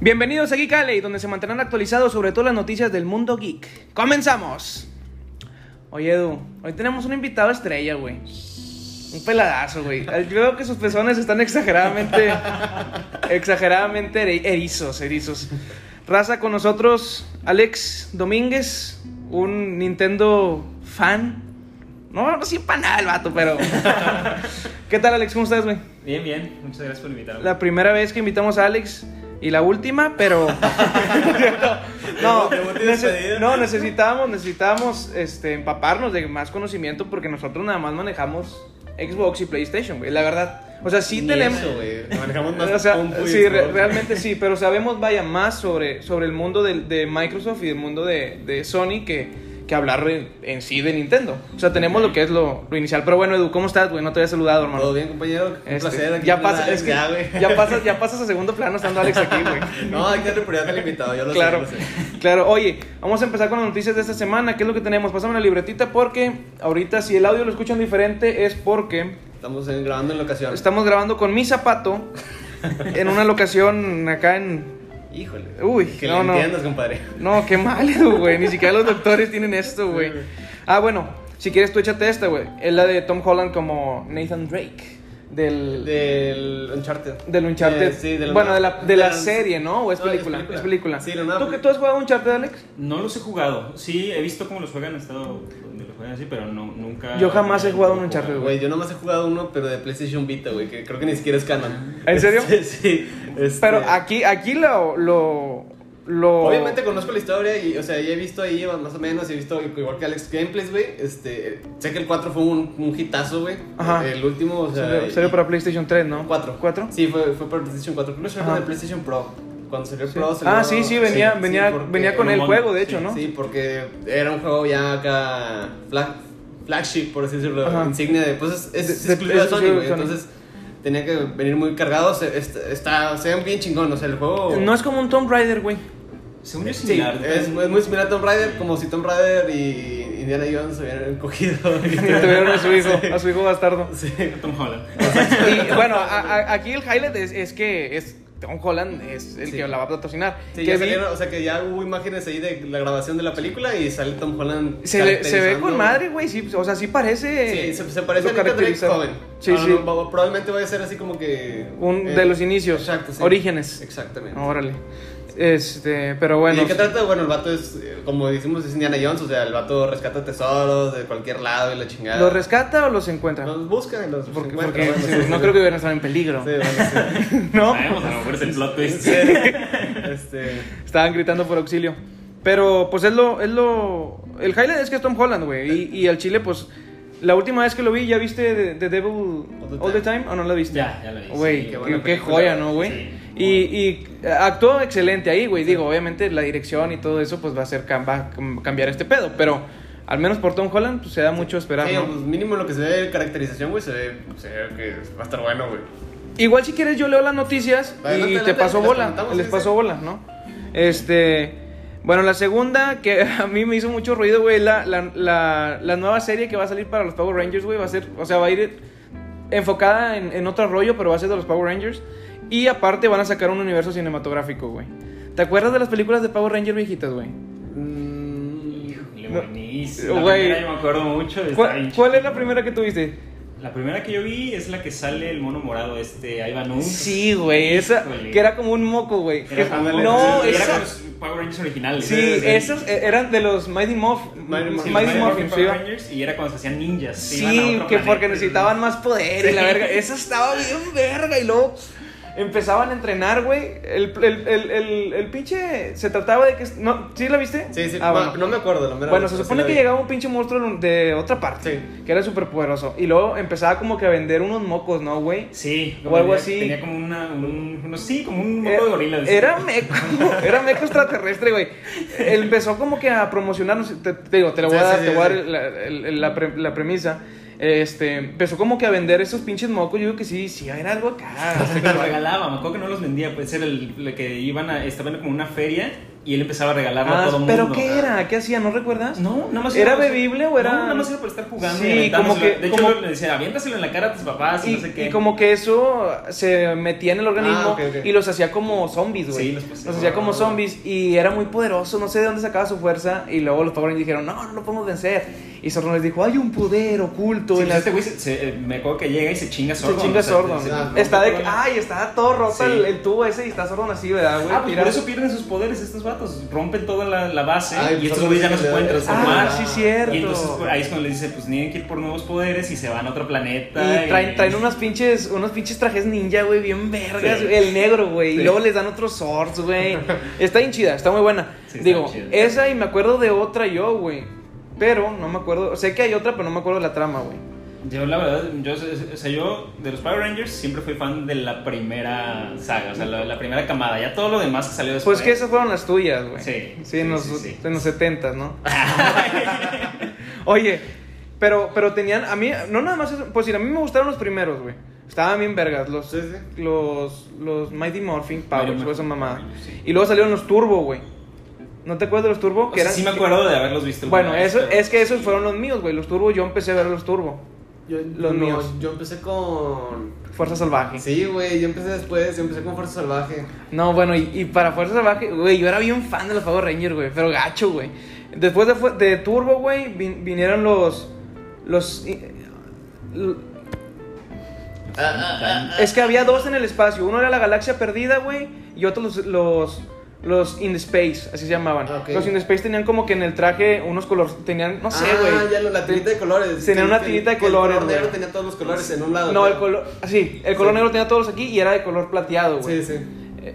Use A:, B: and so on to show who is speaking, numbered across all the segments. A: Bienvenidos a Geek Alley, donde se mantendrán actualizados sobre todas las noticias del mundo geek. ¡Comenzamos! Oye, Edu, hoy tenemos un invitado estrella, güey. Un peladazo, güey. Yo veo que sus pezones están exageradamente. exageradamente eri- erizos, erizos. Raza con nosotros, Alex Domínguez, un Nintendo fan. No, no sirve para nada el vato, pero. ¿Qué tal, Alex? ¿Cómo estás, güey?
B: Bien, bien, muchas gracias por invitarme.
A: La primera vez que invitamos a Alex y la última, pero. no,
B: Debut
A: nece-
B: y despedida.
A: no, necesitábamos, necesitábamos este, empaparnos de más conocimiento porque nosotros nada más manejamos Xbox y PlayStation, güey, la verdad. O sea, sí
C: Ni
A: tenemos.
C: eso, güey. Manejamos más
A: o sea,
C: compu y
A: sí, re-
C: Xbox.
A: realmente sí, pero sabemos, vaya, más sobre, sobre el mundo del- de, Microsoft y el mundo de, de Sony que, que hablar en, en sí de Nintendo. O sea, tenemos lo que es lo, lo inicial. Pero bueno, Edu, ¿cómo estás, güey? No te había saludado, hermano.
C: Todo bien, compañero. Un
A: Este,
C: placer. Aquí
A: ya
C: con
A: pasa,
C: Alex,
A: es que
C: ya, güey.
A: ya pasas, ya pasas a segundo plano estando Alex aquí, güey.
C: No, hay que darle prioridad al invitado, yo lo eh.
A: Claro,
C: sé. lo sé.
A: claro. Oye, vamos a empezar con las noticias de esta semana. ¿Qué es lo que tenemos? Pásame la libretita porque ahorita si el audio lo escuchan diferente es porque
C: Estamos en- grabando en locación.
A: estamos grabando con mi zapato en una locación acá en...
C: Híjole.
A: Uy,
C: que
A: no,
C: le
A: no.
C: entiendas, compadre.
A: No, qué mal, Edu, güey. Ni siquiera los doctores tienen esto, güey. Ah, bueno, si quieres tú échate esta, güey. Es la de Tom Holland como Nathan Drake. Del...
C: Del Uncharted.
A: Del Uncharted.
C: Eh, sí, del-
A: bueno, de la, de la
C: del-
A: serie, ¿no? ¿O es
C: No, es
A: película?
C: película.
A: Es película.
C: Sí, la nueva
A: ¿Tú, que-
C: película.
A: ¿Tú has jugado Uncharted, Alex?
B: No los he jugado, sí, he visto cómo los juegan, he estado donde los juegan así, pero no, nunca.
A: Yo jamás he jugado un Uncharted,
C: Güey, yo nomás he jugado uno, pero de PlayStation Vita, güey, que creo que ni siquiera es canon.
A: ¿En serio?
C: Sí, sí. este-
A: Pero aquí, aquí lo, lo, lo-
C: Obviamente conozco la historia y, o sea, ya he visto ahí más o menos, he visto igual que Alex Gameplays, güey. Este, sé que el 4 fue un, un hitazo, güey.
A: Ajá.
C: El último, o sea.
A: Salió, salió
C: y-
A: para PlayStation 3, ¿no?
C: ¿Cuatro?
A: ¿Cuatro?
C: Sí, fue, fue para PlayStation 4. Creo que salió
A: Ajá.
C: con el PlayStation Pro. Cuando salió el
A: Sí.
C: Pro salió...
A: Ah, sí, sí, venía, venía,
C: porque-
A: venía con
B: era
A: el
B: un
A: juego,
B: mono,
A: de hecho, ¿no?
C: Sí, porque era un juego ya acá... fla- flagship, por así decirlo.
A: Ajá.
C: Insignia de... Pues es, es,
A: De-
C: es
A: de-
C: exclusivo de
A: es
C: Sony,
A: exclusivo
C: güey.
A: de Sony.
C: Entonces tenía que venir muy cargado. Se, está, está- se ven bien chingón, o sea, el juego...
A: No es como un Tomb Raider, güey.
B: Según yo es
C: Sí,
B: similar. pues,
C: es, es muy similar a Tomb Raider, como si Tomb Raider y Indiana Jones se hubieran cogido.
A: Y tuvieron a su hijo, a su hijo bastardo.
C: sí.
B: Tom Holland.
A: Y bueno, a- a- aquí el highlight es, es que es Tom Holland es el
C: Sí.
A: que la va a patrocinar.
C: Sí,
A: Que
C: ya
A: vi-
C: salieron, o sea que ya hubo imágenes ahí de la grabación de la película y sale Tom Holland.
A: se, le- se ve
C: caracterizando-
A: con madre, güey. Sí, o sea, sí parece.
C: Sí, se, se parece
A: lo
C: a Nathan Drake
A: caracteriza.
C: joven.
A: Sí,
C: Ah,
A: sí.
C: no, va- probablemente vaya a ser así como que.
A: Un-
C: eh,
A: de los inicios,
C: Exacto, sí.
A: orígenes.
C: Exactamente.
A: Órale. Este, pero bueno.
C: ¿Y de qué trata? Bueno, el vato es, eh, como decimos, es Indiana Jones, o sea, el vato rescata tesoros de cualquier lado y la chingada.
A: ¿Los rescata o los encuentra?
C: Los busca y los
A: porque
C: encuentra,
A: porque,
C: bueno,
A: sí,
C: sí,
A: no
C: sí.
A: creo que hubieran estado en peligro.
C: Sí, bueno, sí.
A: ¿No?
B: Sabemos, a lo mejor es el plot twist.
C: este,
A: Estaban gritando por auxilio. Pero pues es lo, es lo. El highlight es que es Tom Holland, güey. Y, y al Chile, pues. La última vez que lo vi, ¿ya viste The, The Devil
C: All the
A: All the Time? ¿O no la viste?
B: Ya, ya la vi,
A: Güey,
B: sí.
A: qué,
C: Qué buena
A: qué
C: película.
A: joya, ¿no, güey?
B: Sí.
A: Y, y actuó excelente ahí, güey. Digo, obviamente la dirección y todo eso, pues va a, ser, cam- va a cam- cambiar este pedo. Pero al menos por Tom Holland, pues se da mucho a esperar,
C: sí,
A: ¿no?
C: pues mínimo lo que se ve de caracterización, güey, se ve, se ve que va a estar bueno, güey.
A: Igual si quieres yo leo las noticias
C: Adelante,
A: y te
C: adelante,
A: paso
C: les
A: bola,
C: comentamos,
A: les
C: sí,
A: paso
C: sí.
A: bola, ¿no? Este, bueno, la segunda que a mí me hizo mucho ruido, güey, la, la, la, la nueva serie que va a salir para los Power Rangers, güey, va a ser, o sea, va a ir enfocada en, en otro rollo, pero va a ser de los Power Rangers. Y aparte van a sacar un universo cinematográfico, güey. ¿Te acuerdas de las películas de Power Rangers viejitas, güey?
B: Híjole,
A: No.
B: buenísimo. La
A: Güey.
B: primera yo me acuerdo mucho. está bien
A: ¿Cuál,
B: chido.
A: cuál es la primera que tuviste?
B: La primera que yo vi es la que sale el mono morado, este Ivan Ooze.
A: Sí, güey, esa
B: Híjole.
A: que era como un moco, güey.
B: Era
A: Que-
B: como-
C: ándale,
A: no,
B: era
A: esa,
B: con los Power Rangers originales.
A: Sí, esos eh, eran de los Mighty Muff,
C: Mighty
B: Sí,
C: Muff-
B: los
A: Mighty
B: Mighty Morphin
A: Muffins, sí.
B: Power Rangers, y era cuando se hacían ninjas. se iban a
A: Sí,
B: otro
A: que porque
B: planeta.
A: necesitaban más poder y la verga. Eso estaba bien verga y luego empezaban a entrenar, güey. El, el, el, el, el pinche se trataba de que no, ¿sí la viste?
C: Sí, sí,
A: Ah,
C: bueno,
A: bueno.
C: no me acuerdo, la mera
A: Bueno, se
C: neta,
A: supone
C: sí la
A: que
C: vi.
A: llegaba un pinche monstruo de otra parte,
C: Sí.
A: que era súper poderoso. Y luego empezaba como que a vender unos mocos, ¿no, güey?
B: Sí,
A: O algo
B: tenía-
A: así. Eh,
B: Tenía como una, un, unos- sí, como un moco de gorila. de-
A: Era meco, era meco extraterrestre, güey. Él Empezó como que a promocionarnos. Te, te digo, te la voy a
C: Sí,
A: dar,
C: sí,
A: te
C: sí,
A: voy a dar
C: sí.
A: la, el- la pre- la premisa. Este, empezó como que a vender esos pinches mocos. Yo digo que sí, sí, era algo acá.
B: Los regalaba, me acuerdo que no los vendía, pues era el, el que iban a, estaban como en una feria Y él empezaba a regalarlo a
A: Ah,
B: todo mundo.
A: ¿Pero qué era? ¿Qué hacía? ¿No recuerdas?
B: No, nada más.
A: ¿Era
B: por-
A: bebible o era-
B: No, nada más era por estar jugando.
A: Sí,
B: y aventándoselo.
A: como que-
B: De hecho,
A: como-
B: le decía, aviéntaselo en la cara a tus papás y,
A: Y,
B: no sé qué.
A: y como que eso se metía en el organismo
C: Ah, ok, ok.
A: y los hacía como zombies, güey.
B: Sí, los poseía.
A: hacía como zombies y era muy poderoso, no sé de dónde sacaba su fuerza. Y luego los Power Rangers dijeron, no, no lo podemos vencer. Y Zorro les dijo, hay un poder oculto
B: Sí,
A: en
B: pues
A: la...
B: este güey se- se- eh, me acuerdo que llega y se chinga
A: Se
B: sordo.
A: chinga Este sordo.
B: se-
C: ah,
B: se-
A: Está de
B: se-
A: que, ay, está todo roto
B: Sí.
A: el, el tubo ese y está sordo así, ¿verdad, güey?
B: Ah, pues
A: Mira.
B: por eso pierden sus poderes estos vatos. Rompen toda la, la base
C: Ay,
B: y
C: pues
B: estos
C: son
B: güeyes ya no
C: los
B: se
C: que
B: pueden
C: le-
B: transformar.
A: Ah, sí, cierto.
B: Y entonces pues, ahí es cuando le dice, pues tienen que ir por nuevos poderes y se van a otro planeta.
A: Y traen, traen unos pinches, unos pinches trajes ninja, güey, bien vergas,
B: Sí.
A: güey, el negro, güey. Y
B: Sí.
A: luego les dan otros swords, güey. Está bien chida, está muy buena.
B: Sí, está
A: Digo,
B: chida.
A: esa y me acuerdo de otra yo, güey. Pero no me acuerdo, sé que hay otra, pero no me acuerdo de la trama, güey.
B: Yo la verdad, yo, o sea, yo de los Power Rangers siempre fui fan de la primera saga, o sea, la, la primera camada. Ya todo lo demás que salió después.
A: Pues que esas fueron las tuyas, güey.
B: Sí,
A: Sí, en
B: sí,
A: los,
B: sí, sí.
A: en los 70, ¿no? Oye, pero, pero tenían, a mí, no nada más, eso, pues sí, a mí me gustaron los primeros, güey. Estaban bien vergas, los,
C: Sí, sí.
A: los, los Mighty Morphin Powers,
B: Mighty
A: fue esa
B: Morphin
A: mamada.
B: Powers, sí.
A: Y luego salieron los Turbo, güey. ¿No te acuerdas de los Turbo?
B: O sea, sí me acuerdo de haberlos visto. alguna
A: Bueno,
B: vez,
A: eso,
B: pero-
A: es que esos fueron los míos, güey. Los Turbo, yo empecé a ver los Turbo.
C: Yo,
A: Los
C: no,
A: míos.
C: Yo empecé con.
A: Fuerza Salvaje.
C: Sí, güey, yo empecé después, yo empecé con Fuerza Salvaje.
A: No, bueno, y, y para Fuerza Salvaje, güey, yo era bien fan de los Power Rangers, güey, pero gacho, güey. Después de, fu- de Turbo, güey, vin- vinieron los. Los. i- l- Es que había dos en el espacio. Uno era la Galaxia Perdida, güey, y otro los. los los In the Space, así se llamaban.
C: Ah, ok.
A: Los In the Space tenían como que en el traje unos colores. Tenían, no sé, güey.
C: Ah, ya lo- la tirita de colores.
A: Tenía
C: Que-
A: una
C: que-
A: tirita de
C: que el
A: colores,
C: color negro
A: güey.
C: tenía todos los colores en un lado.
A: No, el
C: creo.
A: color. Sí, el color
C: Sí.
A: negro tenía todos aquí y era de color plateado, güey.
C: Sí, sí.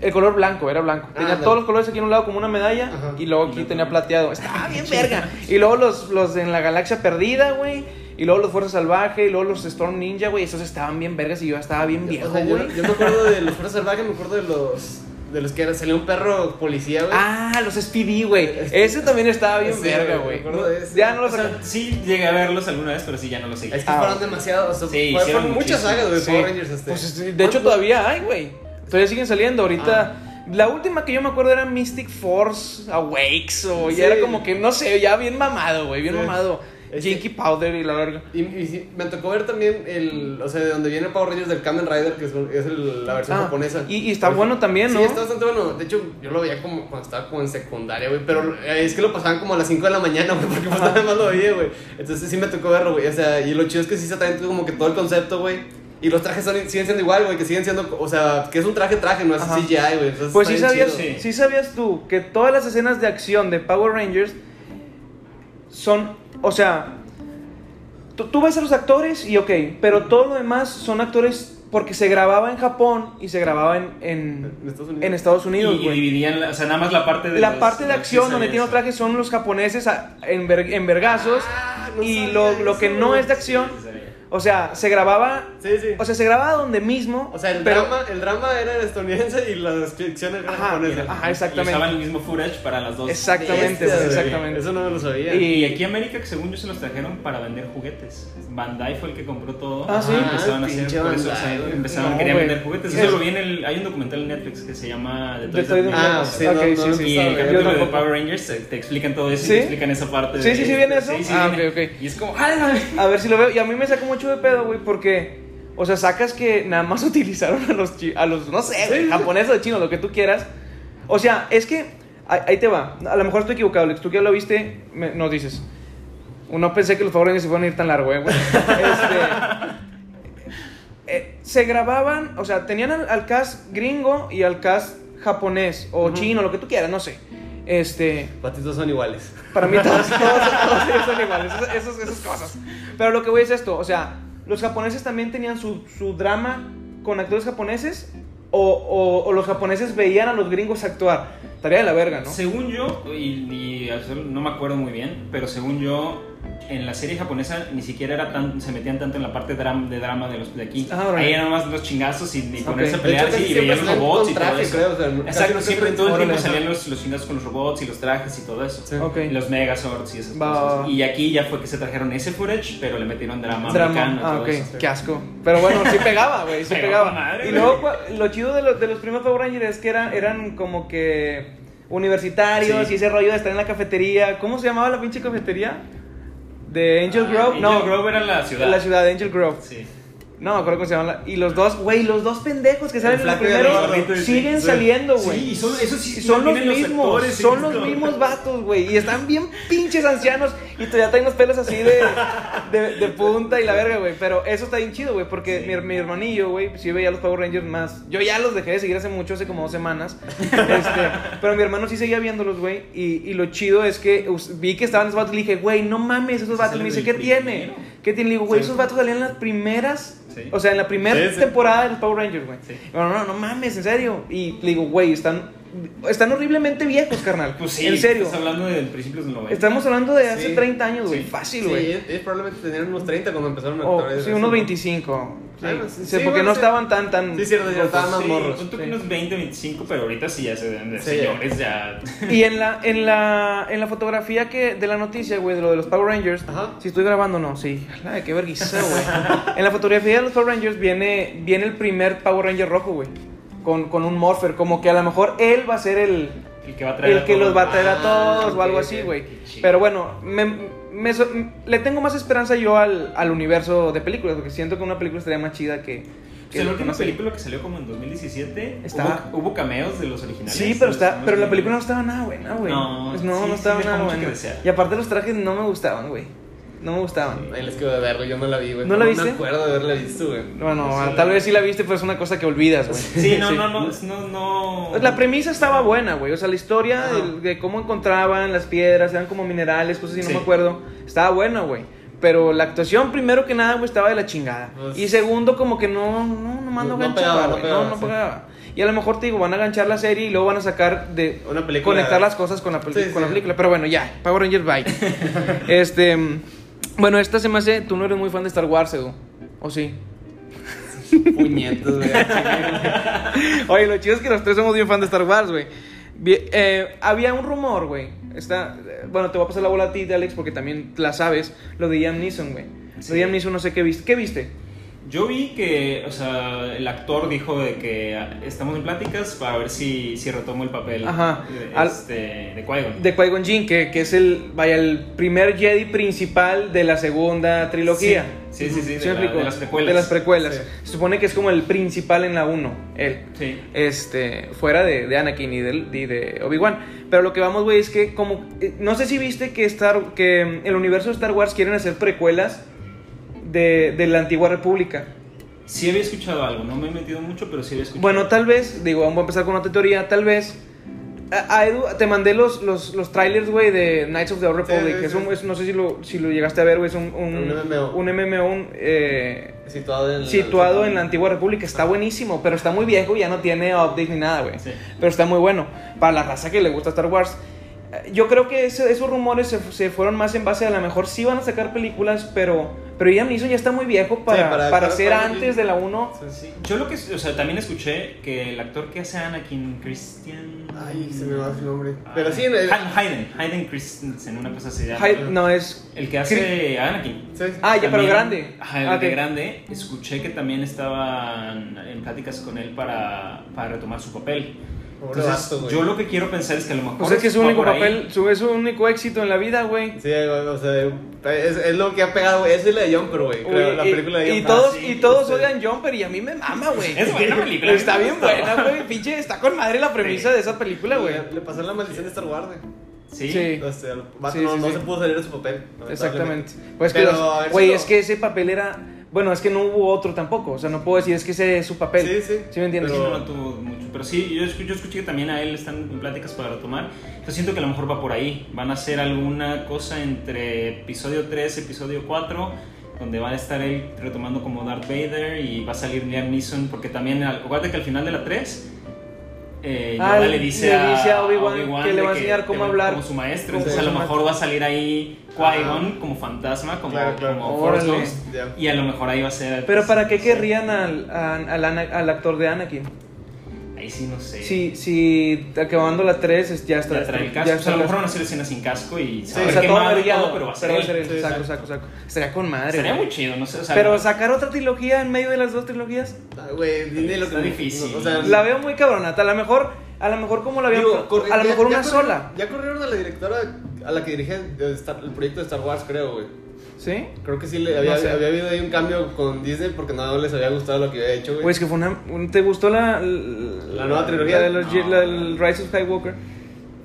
A: El color blanco, era blanco. Tenía
C: Ah,
A: todos
C: no.
A: los colores aquí en un lado como una medalla
C: Ajá.
A: y luego aquí tenía plateado. Estaba bien verga. Y luego los, los en la galaxia perdida, güey. Y luego los Fuerza Salvaje, y luego los Storm Ninja, güey. Esos estaban bien vergas y yo estaba bien viejo,
C: O sea,
A: güey.
C: yo, yo me acuerdo de los Fuerza Salvaje, me acuerdo de los. De los que era, salía un perro policía, güey.
A: Ah, los Speedy, güey.
C: Este-
A: Ese también estaba bien
C: Sí,
A: verga, güey.
C: güey, me acuerdo de ese.
A: Ya no lo
B: O sea, sí llegué a verlos alguna vez, pero sí ya no los seguí.
C: Es que
A: Ah,
C: fueron
A: güey.
C: demasiado. O
B: Sí,
C: sea, fueron-
B: hicieron
C: fueron muchas
B: muchísimo.
C: sagas de
A: Sí.
C: Power Rangers. Este.
A: Pues, este, de hecho, todavía hay, güey. Todavía siguen saliendo. Ahorita.
C: Ah.
A: La última que yo me acuerdo era Mystic Force Awakes. O
C: Sí.
A: ya era como que, no sé, ya bien mamado, güey. Bien
C: Sí.
A: mamado.
C: Es que-
A: Jinky Powder y la verga.
C: Y, y sí, me tocó ver también el. O sea, de donde viene Power Rangers del Kamen Rider, que es, es el- la versión
A: Ah,
C: japonesa.
A: Y, y está bueno también, ¿no?
C: Sí, está bastante bueno. De hecho, yo lo veía como cuando estaba como en secundaria, güey. Pero eh, es que lo pasaban como a las 5 de la mañana, güey, porque pues nada más lo veía, güey. Entonces sí me tocó verlo, güey. O sea, y lo chido es que sí se traen como que todo el concepto, güey. Y los trajes son- siguen siendo igual, güey, que siguen siendo, o sea, que es un traje, traje, no es
A: Ajá.
C: CGI, güey. Entonces,
A: Pues
C: está
A: sí
C: bien
A: sabías,
C: chido.
B: sí.
A: sí sabías tú que todas las escenas de acción de Power Rangers son, o sea, tú, tú ves a los actores y ok, pero todo lo demás son actores porque se grababa en Japón y se grababa en, en,
C: En Estados Unidos.
A: en Estados
B: y,
A: Unidos,
B: y
A: güey.
B: dividían, la- o sea, nada más la parte de
A: La
B: los-
A: parte de
B: los
A: acción donde
B: accesorios.
A: tienen los trajes son los japoneses a- en, ver- en vergazos
C: Ah, no
A: y
C: sabía
A: lo, lo que
C: eso.
A: no es de acción,
B: Sí, sí, sí.
A: o sea, se grababa,
C: Sí, sí.
A: o sea, se grababa donde mismo,
C: O sea, el,
A: pero
C: drama, el drama era estadounidense y las ficciones eran
A: Ajá,
C: japonesas.
A: ajá, exactamente.
B: Y usaban el mismo footage para las dos.
A: Exactamente,
C: Bestias,
A: güey,
C: güey.
A: exactamente.
C: Eso no me lo sabía.
A: Y-
B: Y aquí en América, que según yo, se los trajeron para vender juguetes. Bandai fue el que compró todo.
A: Ah, ¿sí?
B: Y empezaron a
C: Ah,
B: hacer,
C: pinche
B: por eso, o
C: Bandai,
B: sea,
C: güey.
B: empezaron
A: No,
B: a querer
A: güey.
B: vender juguetes.
A: Es-
B: Eso lo vi en el, hay un documental en Netflix que se llama The
A: The
B: Toys
A: Toys
B: That
A: That
B: Made
C: Ah,
B: Us.
C: sí,
A: Ok,
C: no,
A: sí,
C: no, no
A: sí.
B: Y
C: sabe.
B: el
A: Yo
B: capítulo de
A: tampoco.
B: Power Rangers eh, te explican todo eso
A: ¿Sí?
B: y te explican esa parte.
A: Sí,
B: de-
A: sí, sí, viene eso.
B: Sí, sí,
A: Ah,
B: viene.
A: ok, ok.
B: Y es como, ¡ah, la verga!
A: A ver si lo veo. Y a mí me saca mucho de pedo, güey, porque. O sea, sacas que nada más utilizaron a los, chi- a los no sé, güey, japoneses o chinos, lo que tú quieras. O sea, es que. Ahí, ahí te va. A lo mejor estoy equivocado, Alex. Tú que ya lo viste, me- nos dices. No pensé que los favoritos se fueran a ir tan largo, eh, güey. Este, eh, se grababan, o sea, tenían al, al cast gringo y al cast japonés o chino, lo que tú quieras, no sé. Este.
C: Patitos son iguales.
A: Para mí todos, todos, todos ellos son iguales, esas, esas- esas cosas. Pero lo que voy es esto, o sea, los japoneses también tenían su, su drama con actores japoneses o, o- o los japoneses veían a los gringos actuar. Tarea de la verga, ¿no?
B: Según yo, y, y eso no me acuerdo muy bien, pero según yo, en la serie japonesa ni siquiera era tan, se metían tanto en la parte dram- de drama de los de aquí.
A: Ah, órale.
B: Ahí eran más los chingazos y, y
A: Ok.
B: ponerse a
A: De
B: pelear
C: casi
B: sí, y
C: siempre
B: veían los
C: salían
B: robots
C: con
B: y todo
C: traje,
B: eso.
C: creo, o sea, casi
B: Exacto,
C: nunca
B: siempre todo el
A: Órale.
B: tiempo salían los, los chingazos con los robots y los trajes y todo eso.
C: Sí.
A: Ok.
B: Y los Megazords y esas
A: Va, va, va.
B: cosas. Y aquí ya fue que se trajeron ese footage, pero le metieron drama,
A: Drama,
B: americano y
A: ah,
B: todo
A: ok,
B: eso.
A: qué asco. Pero bueno, sí pegaba, güey, sí
B: Pegaba
A: pegaba.
B: madre,
A: y
B: güey.
A: luego, cua- lo chido de los, de los primeros Power Rangers es que eran, eran como que universitarios
B: Sí.
A: y ese rollo de estar en la cafetería. ¿Cómo se llamaba la pinche cafetería? ¿De Angel
B: Ah,
A: Grove?
B: Angel
A: no,
B: Grove era la ciudad.
A: La ciudad de Angel Grove.
B: Sí.
A: No, me acuerdo cómo se llama. la- Y los dos, güey, los dos pendejos que salen en los
C: flaco y el
A: primeros
C: gordito,
B: sí,
A: siguen
B: sí.
A: saliendo, güey.
B: Sí, y son, eso sí,
A: Y son los
B: mantienen
A: mismos,
B: actores, sí,
A: son los
B: claro.
A: mismos vatos, güey. Y están bien pinches ancianos y todavía traen los pelos así de, de, de punta y la verga, güey. Pero eso está bien chido, güey, porque mi, mi hermanillo, güey, pues, sí veía los Power Rangers más. Yo ya los dejé de seguir hace mucho, hace como dos semanas. Este, pero mi hermano sí seguía viéndolos, güey. Y, y lo chido es que us- vi que estaban esos vatos y le dije, güey, no mames, esos vatos. Me
B: salen
A: dice, ¿qué
B: del
A: tiene?
B: primero.
A: ¿Qué tiene? Le digo, güey,
C: Sí.
A: esos vatos salían en las primeras.
B: Sí.
A: O sea, en la primera
C: Sí, sí.
A: temporada de los Power Rangers, güey.
B: Sí.
A: Bueno, no, no mames, en serio. Y le digo, güey, están, están horriblemente viejos, carnal.
B: Pues sí,
A: en serio.
B: Estás hablando de principios de los 90.
A: Estamos hablando de hace
C: Sí.
A: 30 años, güey.
B: Sí.
A: Fácil,
C: Sí,
A: güey.
C: es- es probablemente tenían unos 30 cuando empezaron a
A: O,
C: actuar.
A: Oh, sí,
C: eso,
A: unos
C: ¿no?
A: 25. Sí,
C: Ah, pues,
A: Sí,
C: sí,
A: porque
C: bueno,
A: no
C: sí.
A: estaban tan, tan.
C: Sí, cierto, ya estaban más
B: Sí,
C: morros.
B: pon tú que
A: Sí.
B: unos 20, 25, pero ahorita sí ya se ven de
C: Sí,
B: señores, ya.
A: Y en la, en la, en la fotografía que, de la noticia, güey, de lo de los Power Rangers,
C: Ajá.
A: si estoy grabando o no, sí. Ay, qué vergüenza, güey. en la fotografía de los Power Rangers viene, viene el primer Power Ranger rojo, güey. Con, con un Morpher, como que a lo mejor él va a ser el,
B: El que va a traer.
A: el
B: a
A: que
B: todo.
A: los va a traer a
C: Ah,
A: todos o
C: ok,
A: algo
C: ok.
A: así, güey.
B: Qué chido.
A: Pero bueno, me, me so- le tengo más esperanza yo al, al universo de películas, porque siento que una película estaría más chida que...
B: O
A: que
B: sea, la
A: lo que
B: última
A: más-
B: Pues, película que salió como en 2017
A: Está-
B: hubo, hubo cameos de los originales.
A: Sí, pero, está,
B: Entonces,
A: pero la película no estaba nada buena, güey.
B: No,
A: Pues no,
B: sí,
A: no
B: sí
A: estaba
B: dejó
A: nada
B: mucho que
A: buena.
B: desear.
A: Y aparte los trajes no me gustaban, güey. No me gustaban.
C: Ahí les quedo de verlo, yo no la vi, güey.
A: ¿No la viste?
C: No me acuerdo de haberla visto, güey.
A: Bueno,
B: Sí,
A: tal
B: la-
A: vez sí la viste, pero es una cosa que olvidas, güey.
B: Sí, no, no, no, es- no, no.
A: Pues La premisa estaba buena, güey. O sea, la historia
C: Ajá.
A: del- de, cómo encontraban las piedras, eran como minerales, cosas así, no
B: Sí.
A: me acuerdo. Estaba buena, güey. Pero la actuación, primero que nada, güey, estaba de la chingada.
C: Pues-
A: y segundo, como que no, no, no mando
C: No
A: gancho,
C: pegaba, no
A: güey.
C: pegaba,
A: no, no
C: sí.
A: pegaba. Y a lo mejor te digo, van a ganchar la serie y luego van a sacar de
C: Una película.
A: conectar las cosas con la, peli-
C: Sí,
A: con
C: sí.
A: la película. Pero bueno, ya, Power Rangers bye. este mm, bueno, esta se me hace, tú no eres muy fan de Star Wars, Edu. ¿O sí?
C: Puñetos, güey.
A: Oye, lo chido es que los tres somos bien fan de Star Wars, güey. Bien, eh, había un rumor, güey. Está, eh, bueno, te voy a pasar la bola a ti, Alex, porque también la sabes. Lo de Liam Neeson, güey. Lo de
B: Sí.
A: Liam Neeson, no sé qué viste. ¿Qué viste?
B: Yo vi que, o sea, el actor dijo de que ah, estamos en pláticas para ver si, si retomo el papel
A: Ajá.
B: de,
A: Al-
B: este, de Qui-Gon.
A: De Qui-Gon Jinn, que, que es el, vaya, el primer Jedi principal de la segunda trilogía.
B: Sí, sí, sí, sí,
A: me
B: de la-
A: explico?
B: de las precuelas.
A: De las precuelas.
C: Sí.
A: Se supone que es como el principal en la 1, él.
B: Sí.
A: este, fuera de, de Anakin y del- y de, Obi-Wan. Pero lo que vamos, güey, es que como... eh, No sé si viste que, Star, que mm, el universo de Star Wars quieren hacer precuelas de, de la antigua república.
B: Sí había escuchado algo, no me he metido mucho, pero sí había escuchado.
A: Bueno, tal vez, digo, vamos a empezar con otra teoría, tal vez... A, a Edu, te mandé los, los, los trailers, güey, de Knights of the Old
C: Sí,
A: Republic.
C: sí,
A: que es
C: sí.
A: un- es- no sé si lo, si lo llegaste a ver, güey, es un, un,
C: Un MMO.
A: un MMO, un, eh,
C: Situado en. la-
A: situado en la antigua república. Está buenísimo, pero está muy viejo y ya no tiene update ni nada, güey.
B: Sí.
A: Pero está muy bueno. Para la raza que le gusta Star Wars. Eh, Yo creo que ese- esos rumores se, se fueron más en base a lo mejor sí van a sacar películas, pero, pero Liam Neeson ya está muy viejo para,
C: Sí,
A: para,
C: para- para-
A: ser
C: para-
A: antes de la 1.
C: Sí, sí.
B: Yo lo que, o sea, también escuché que el actor que hace a Anakin, Christian...
C: Ay, se me va su nombre. Pero sí, en el.
B: Ha- Hayden, Hayden Christensen, una cosa así.
A: Hi- No, es...
B: El que hace a Anakin.
C: Sí.
A: Ah, ya, pero
B: También-
A: grande.
B: Ajá, el
A: Ah,
B: de
A: ok.
B: grande. Escuché que también estaban en pláticas con él para, para retomar su papel.
C: Pobre
B: Entonces,
C: vato, güey.
B: yo lo que quiero pensar es que a lo mejor...
A: Pues es que es su
B: va
A: único
B: por ahí.
A: papel, su, es su único éxito en la vida, güey.
C: Sí, o sea, es, es lo que ha pegado, güey. Esa es la de Jumper, güey. creo,
A: Uy,
C: la
A: y-
C: película de
A: y,
C: Jumper.
A: todos,
B: Ah, sí,
A: y todos
C: sí.
A: odian Jumper y a mí me mama, güey.
B: Es buena película.
A: Está
B: me
A: bien
B: gustó.
A: buena, güey. Pinche, está con madre la premisa
B: Sí.
A: de esa película, güey.
C: Le, le pasó la maldición de Star Wars, güey.
B: Sí.
A: Sí.
C: O sea, el vato
A: Sí,
C: no,
A: sí,
C: no
A: sí.
C: se pudo salir de su papel.
A: Exactamente.
C: lamentablemente.
A: Pues que
C: Pero,
A: los-
C: a ver si
A: güey,
C: lo-
A: es que ese papel era. Bueno, es que no hubo otro tampoco. O sea, no puedo decir, es que ese es su papel.
C: Sí, sí.
A: ¿Sí me entiendes?
B: Pero...
C: Pero-
B: No, no tuvo mucho. Pero sí, yo escuché, yo escuché que también a él están en pláticas para retomar. Entonces siento que a lo mejor va por ahí. Van a hacer alguna cosa entre episodio 3, episodio 4, donde va a estar él retomando como Darth Vader y va a salir Liam Neeson. Porque también, al- acuérdate que al final de la 3, eh,
A: Ah,
B: Yoda
A: le-
B: le dice,
A: le
B: a,
A: dice a Obi-Wan que le va a
B: de
A: enseñar cómo
B: que-
A: hablar
B: Como su maestro.
A: como
B: Entonces a
A: su
B: lo mejor
A: maestro.
B: va a salir ahí Qui-Gon como fantasma, como,
C: Claro, claro.
B: como Force
A: Órale.
B: Ghost,
C: Ya.
B: Y a lo mejor ahí va a ser.
A: Pero
B: pues,
A: ¿para qué
B: sí.
A: querrían al, a- al, Ana- al actor de Anakin?
B: Ahí sí, no sé.
A: Si, si acabando la 3 es- ya está.
B: Ya trae el
A: ya
B: casco. O
A: está
B: sea, a lo
A: el
B: mejor van a
A: casco.
B: hacer escenas sin casco y se
C: Sí,
B: va a
A: o
B: ver
A: sea, todo
B: quemado y
A: averiado,
B: todo, pero va a ser. él.
A: él.
C: Sí,
A: saco,
C: exacto.
A: saco, saco. Sería con madre.
B: Sería
A: güey.
B: muy chido, no sé. O sea,
A: Pero sacar otra trilogía en medio de las dos trilogías.
C: Ah, Güey, dile lo que.
B: Está difícil.
C: o sea,
A: La veo muy cabronata. A lo mejor a lo mejor como lo habían.
C: Digo, corri-
A: a lo
C: ya-
A: mejor
C: ya
A: una
C: corri-
A: sola.
C: Ya corrieron a la directora a la que dirige de Star- el proyecto de Star Wars, creo, güey.
A: ¿Sí?
C: Creo que sí le había,
A: No sé.
C: había habido ahí un cambio con Disney porque no les había gustado lo que había hecho, güey.
A: Pues que fue una. un- ¿Te gustó la. La,
C: nueva trilogía.
A: La, de los Je-
B: No.
A: la del Rise of Skywalker.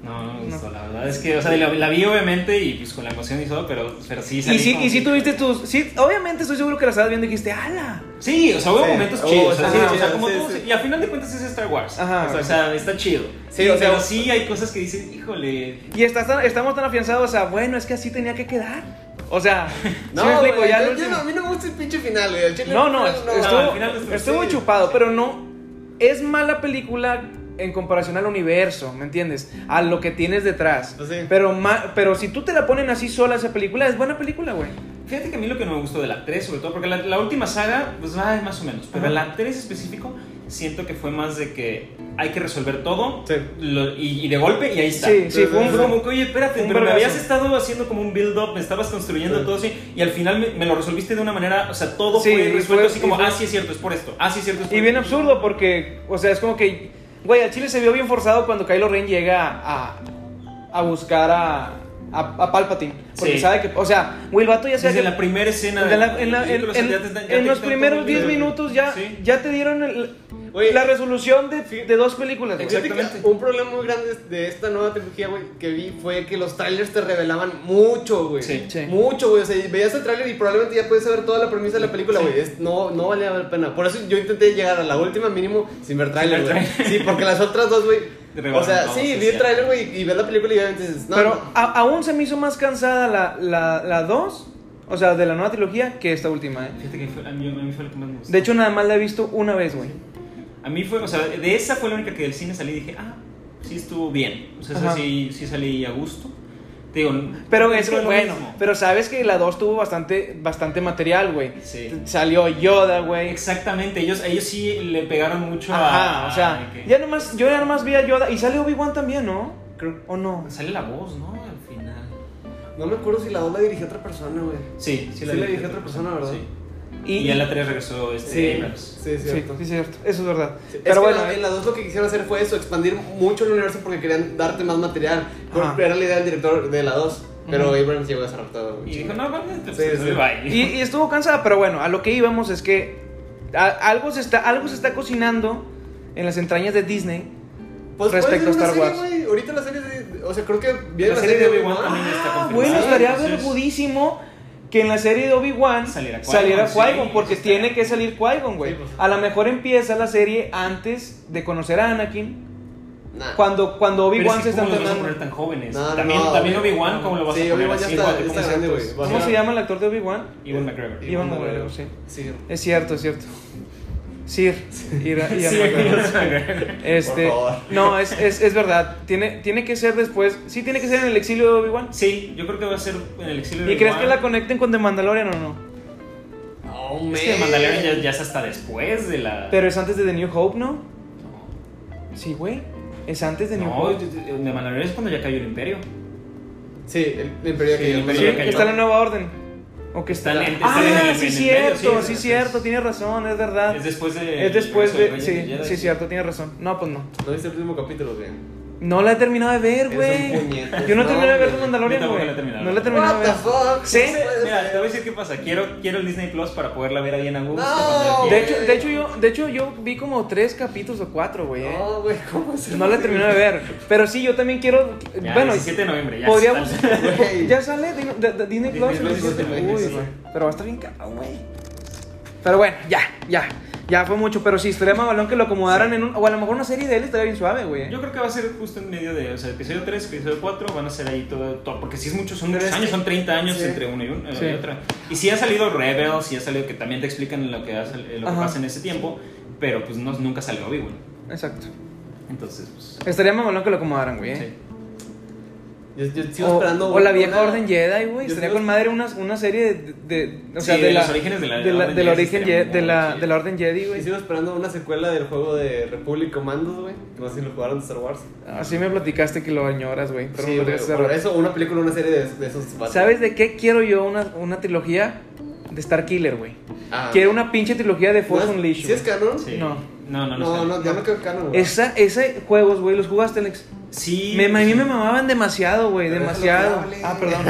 B: No, no me gustó, la verdad. Es que, o sea, la, la vi obviamente y pues con la emoción y todo, pero, pero sí
A: Y
B: salí
A: sí,
B: como
A: y sí
B: que-
A: tuviste tus. Sí, obviamente estoy seguro que la estabas viendo y dijiste, ¡ala!
B: Sí, o sea, hubo
C: Sí.
B: momentos
C: Hubo
B: chidos. o sea,
C: momentos
B: sí, o sea,
C: chidos,
B: como
C: sí,
B: todo-
C: sí.
B: Y al final de cuentas es Star Wars.
A: Ajá.
B: O sea, está chido.
C: Sí, o sea,
B: pero sí hay cosas que dices, híjole.
A: Y estás tan- estamos tan afianzados a, bueno, es que así tenía que quedar. O sea,
C: no,
A: ¿sí me explico?
C: güey,
A: Ya
C: yo-
A: al
C: yo no- a
A: último-
C: mí no me gusta el pinche final, güey. Al chile
A: no,
C: el
A: no,
C: final
A: estuvo,
B: no, al final estuvo-
A: estuvo
C: sí.
A: chupado, pero no. Es mala película en comparación al universo, ¿me entiendes? A lo que tienes detrás.
C: Pues sí.
A: Pero, ma- pero si tú te la ponen así sola esa película, es buena película, güey.
B: Fíjate que a mí lo que no me gustó de la 3, sobre todo, porque la, la última saga, pues va más o menos, pero
A: Ajá.
B: la 3 específico, siento que fue más de que hay que resolver todo
C: Sí.
B: lo- y, y de golpe y ahí está.
A: Sí, sí, fue un-
B: Fue como que, oye, espérate,
A: Un
B: pero me
A: vergazo.
B: habías estado haciendo como un build-up, me estabas construyendo
C: Sí.
B: todo así, y al final me, me lo resolviste de una manera, o sea, todo
A: Sí,
B: fue
A: y
B: resuelto
A: fue-
B: así
A: y
B: como,
A: fue-
B: ah, sí es cierto, es por esto, ah, sí es cierto, es por
A: Y bien
B: esto".
A: absurdo porque, o sea, es como que, güey, al chile se vio bien forzado cuando Kylo Ren llega a, a buscar a, a, a Palpatine. Porque
B: Sí.
A: sabe que, o sea, güey, el vato ya sabe
B: Desde
A: que...
B: la primera escena.
A: en la- en la-
B: del
A: en-
B: capítulo, o sea, ya te
A: en-
B: están- ya
A: en
B: te
A: los
B: están
A: primeros
B: todo
A: 10
B: bien.
A: minutos ya,
B: Sí.
A: ya te dieron el-
C: Güey.
A: la resolución de, de dos películas. güey.
C: Fíjate que Un problema muy grande de esta nueva trilogía, güey, que vi fue que los trailers te revelaban mucho, güey.
B: Sí.
A: Sí.
C: Mucho, güey. O sea, y veías el trailer y probablemente ya puedes saber toda la premisa de la película,
B: Sí.
C: güey. Es- No, no valía la pena. Por eso yo intenté llegar a la última mínimo sin ver trailer,
B: ver
C: güey. Sí, porque las otras dos, güey.
B: Te revelan
C: O sea,
B: todo,
C: sí,
B: sí,
C: vi el
B: sí.
C: trailer, güey, y ves la película y obviamente dices, no.
A: Pero
C: no.
A: a- aún se me hizo más cansada la, la, la 2, o sea, de la nueva trilogía, que esta última, eh.
B: Fíjate que fue- a mí, a mí fue lo que más me gustó.
A: De hecho, nada más la he visto una vez, güey.
B: a mí fue, o sea, de esa fue la única que del cine salí y dije, ah, sí estuvo bien. O sea, esa
A: Ajá.
B: sí, sí salí a gusto. Te digo,
A: Pero
B: no
A: es
B: fue
A: que,
B: lo
A: bueno,
B: mismo.
A: pero sabes que la 2 tuvo bastante, bastante material, güey.
B: Sí.
A: Salió Yoda, güey.
B: Exactamente, ellos, ellos sí le pegaron mucho a.
A: Ajá, o
B: a
A: sea,
B: que-
A: ya nomás, yo ya nomás vi a Yoda y sale Obi-Wan también, ¿no? Creo, ¿O no?
B: Sale la voz, ¿no? Al final.
C: No me acuerdo si la dos la dirigió otra persona, güey.
B: Sí, sí la
C: Sí la
B: dirigió
C: dirigió otra persona, ¿verdad?
B: Sí. Y, ya la 3 regresó este
C: Sí.
B: Abrams.
C: Sí, es
A: Sí,
C: cierto.
A: sí, cierto. Eso es verdad.
C: Pero
A: Pero
C: bueno,
A: bueno, ¿eh?
C: en la 2 lo que quisieron hacer fue eso, expandir mucho el universo porque querían darte más material.
A: Ajá.
C: Era la idea del director de la 2, pero
A: Ujú.
C: Abrams llegó a cerrar todo.
B: Y
C: chinga.
B: dijo, no, vamos, entonces,
C: Sí, sí.
B: bye.
A: Y, y estuvo cansada, pero bueno, a lo que íbamos es que a- algo, se está, algo se está cocinando en las entrañas de Disney.
C: Pues puede
A: Respecto
C: ser
A: a
C: una
A: Star
C: serie,
A: Wars.
C: güey. Ahorita la serie de. O sea, creo que viene
B: La serie de
C: Obi-Wan.
B: Obi-Wan también está
A: Ah,
B: confirmado.
A: bueno, estaría
B: Entonces-
A: vergudísimo que en la serie de Obi-Wan
B: Saliera Qui-Gon,
A: saliera
B: sí,
A: Qui-Gon, porque
B: eso estaría-
A: tiene que salir Qui-Gon, güey.
C: Sí, pues.
A: A lo mejor empieza la serie antes de conocer a Anakin,
C: Nah.
A: cuando, cuando
B: Pero
A: Obi-Wan se
B: es que
A: está
B: ¿Cómo los vas a poner
A: entrenando.
B: tan jóvenes?
C: No, no,
B: también
C: no,
B: también
C: güey.
B: Obi-Wan, ¿cómo lo vas
C: Sí,
B: a poner
C: Obi-Wan ya
B: así?
C: está-
B: Igual te
C: ya
B: pones
C: está grande,
B: altos.
C: güey.
A: ¿Cómo
C: Ajá.
A: se llama el actor de Obi-Wan?
B: Ewan McGregor.
A: Ivan Iwan McGregor, sí.
C: Sí.
A: Es cierto, es cierto. Sir. Ira- Ian
B: Sí,
A: McGregor.
B: güey.
A: Este,
C: Por favor.
A: no, es, es, es verdad. Tiene, tiene que ser después. Sí, tiene que ser en el exilio de Obi-Wan.
B: Sí, yo creo que va a ser en el exilio de
A: ¿Y crees
B: Obi-Wan.
A: que la conecten con The Mandalorian o no?
C: Oh,
B: Es
C: man.
B: que Mandalorian ya, ya es hasta después de la...
A: Pero es antes de The New Hope, ¿no? Sí, güey. Es antes de New
B: No,
A: Hope.
B: de de Mandalorian es cuando ya cayó el Imperio.
C: Sí, el, el imperio
B: Sí,
C: que
B: el
A: Sí,
B: Imperio
A: que está la nueva orden. O que está.
B: Están en-
A: ah,
B: están en el-
A: sí,
B: en el medio,
A: cierto,
B: sí,
A: sí,
B: es-
A: cierto. Tiene razón, es verdad.
B: Es después de...
A: Ah, Es después de.
B: Regreso del Rey
A: Sí,
B: Jedi.
A: sí, cierto, tiene razón. No, pues no.
C: ¿No viste el último capítulo, güey?
A: No la he terminado de ver,
C: Eres un
A: güey.
C: puñetas.
A: Yo no
C: No,
A: terminé de ver The
C: güey.
A: Mandalorian,
B: Yo tampoco
A: güey.
B: la he terminado.
A: No la he terminado de ver.
C: fuck?
A: Sí.
C: No puede
B: Mira, te
C: ser.
B: voy a decir qué pasa. Quiero, quiero el Disney Plus para poderla ver ahí en Augusto.
C: No.
B: cuando
A: De
B: quiera.
A: hecho, de hecho yo, de hecho yo vi como tres capítulos o cuatro, güey. eh.
C: No, güey, ¿cómo se
A: No la terminé de ver. Pero sí, yo también quiero.
B: Ya,
A: bueno,
B: 17 de noviembre. Ya
A: podríamos.
B: está.
C: Güey.
A: ya sale Dino- de- de Disney Plus.
B: Disney Plus,
A: Uy,
B: sí, sí, sí.
A: güey, pero va a estar bien caro, güey. Pero bueno, ya, ya. Ya fue mucho, pero sí, estaría más balón que lo acomodaran en un. O a lo mejor una serie de él estaría bien suave, güey.
B: Yo creo que va a ser justo en medio de, o sea, episodio 3, episodio 4, van a ser ahí todo, todo porque si es mucho, son
A: Pero
B: muchos
A: es
B: años,
A: que-
B: son 30 años
A: sí.
B: entre uno y, uno, eh,
A: Sí.
B: y otra. Y si ha salido Rebels, si ha salido que también te explican lo que, hace- eh, lo que
A: Ajá.
B: pasa en ese tiempo, pero pues no, nunca salió obi
A: Exacto.
B: Entonces, pues...
A: Estaría más balón que lo acomodaran, güey. eh.
B: sí.
C: Yo, yo sigo
A: o,
C: esperando.
A: o
C: güey,
A: la vieja
C: una-
A: Orden Jedi, güey.
C: Yo
A: Estaría
C: sigo-
A: con madre una, una serie de. de- o sea,
B: Sí,
A: de,
B: de
A: la-
B: los orígenes de la-
A: de la,
B: Orden
A: del
B: Jedi,
A: origen
B: estaría
A: Je-
B: muy
A: de, la,
B: chido.
A: de la Orden Jedi,
C: Y
A: güey.
C: sigo esperando una secuela del juego de Republic Commandos, güey. No sé si lo jugaron de Star Wars.
A: Así me platicaste que lo añoras, güey. Pero
C: Sí,
A: me
C: güey,
A: platicaste hace
C: por
A: rato.
C: eso, una película, una serie de, de esos vatos.
A: ¿Sabes de qué quiero yo una, una trilogía? De Star Killer, güey.
C: Ah.
A: Quiero una pinche trilogía de Force
C: ¿No es-
A: Unleashed.
C: Pues, ¿Sí
A: güey.
C: es canon?
B: Sí.
A: No.
B: No, no, no.
C: No,
B: sale.
C: no, ya no creo que Cano, güey.
A: Esa, ese juegos, güey, los jugaste, Alex.
B: Sí.
A: Me, a mí
B: sí.
A: me mamaban demasiado, güey,
C: Pero
A: demasiado.
C: déjalo que hable.
A: Ah, perdón.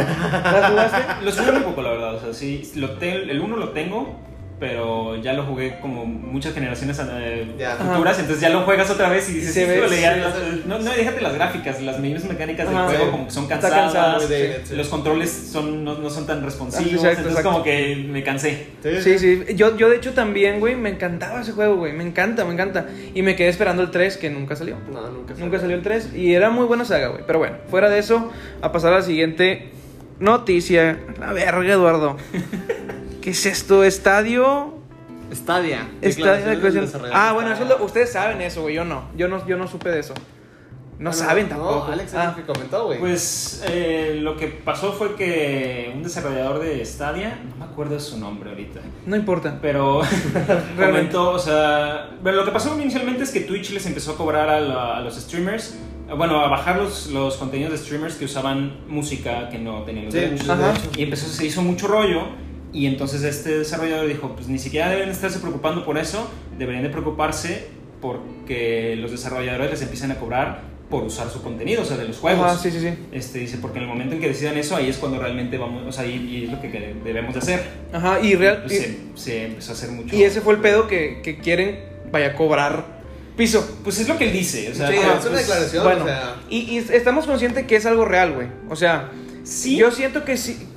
A: ¿La jugaste?
B: Los jugué un poco, la verdad. O sea, sí, lo te- el uno lo tengo, pero ya lo jugué como muchas generaciones eh,
C: Ya.
B: futuras. Entonces ya lo juegas otra vez y dices,
A: Se ve-
B: "Híjole, ya
C: sí,
B: las-
C: sí.
B: no, no, déjate las gráficas, las mismas mecánicas del
A: Ajá.
B: juego
C: Sí.
B: como que son
A: Está
B: cansadas.
A: cansado, güey,
C: de- sí.
B: Los controles son, no, no son tan responsivos.
A: Exacto,
B: entonces
A: exacto.
B: como que me cansé.
A: Sí, sí. Yo, yo de hecho también, güey, me encantaba ese juego, güey. Me encanta, me encanta. Y me quedé esperando el 3, que nunca salió.
C: No, nunca
A: Nunca salió el 3. Y era muy buena saga, güey. Pero bueno, fuera de eso, a pasar a la siguiente noticia. La verga, Eduardo. ¿Qué es esto? Estadio.
C: Stadia.
A: Estadio
C: Declaraciones del desarrollador.
A: Ah, bueno, eso lo- ustedes saben eso, güey. Yo no. Yo no, yo no supe de eso. No, saben tampoco.
C: No, Alex es
A: Ah,
C: lo que comentó, güey.
B: Pues eh, lo que pasó fue que un desarrollador de Stadia, no me acuerdo su nombre ahorita,
A: no importa.
B: pero
A: Realmente.
B: comentó, o sea, pero lo que pasó inicialmente es que Twitch les empezó a cobrar a, la- a los streamers, bueno, a bajar los, los contenidos de streamers que usaban música que no tenían los
C: Sí,
B: derechos.
C: de
A: Ajá.
C: hecho.
B: Y empezó, se hizo mucho rollo. Y entonces este desarrollador dijo, pues ni siquiera deben estarse preocupando por eso, deberían de preocuparse porque los desarrolladores les empiezan a cobrar por usar su contenido, o sea, de los juegos.
A: Ajá, sí, sí, sí.
B: Este dice, porque en el momento en que decidan eso, ahí es cuando realmente vamos, o sea, y, y es lo que que debemos de hacer.
A: Ajá, y real.
B: Pues
A: y-
B: se, se empezó a hacer mucho.
A: Y ese fue el pedo que, que quieren vaya a cobrar piso.
B: Pues es lo que él dice, o sea,
C: Sí,
A: ah,
B: ajá,
C: es una
B: pues,
C: declaración. o
A: Bueno,
C: sea.
A: y, y estamos conscientes que es algo real, güey. O sea,
B: Sí.
A: yo siento que sí,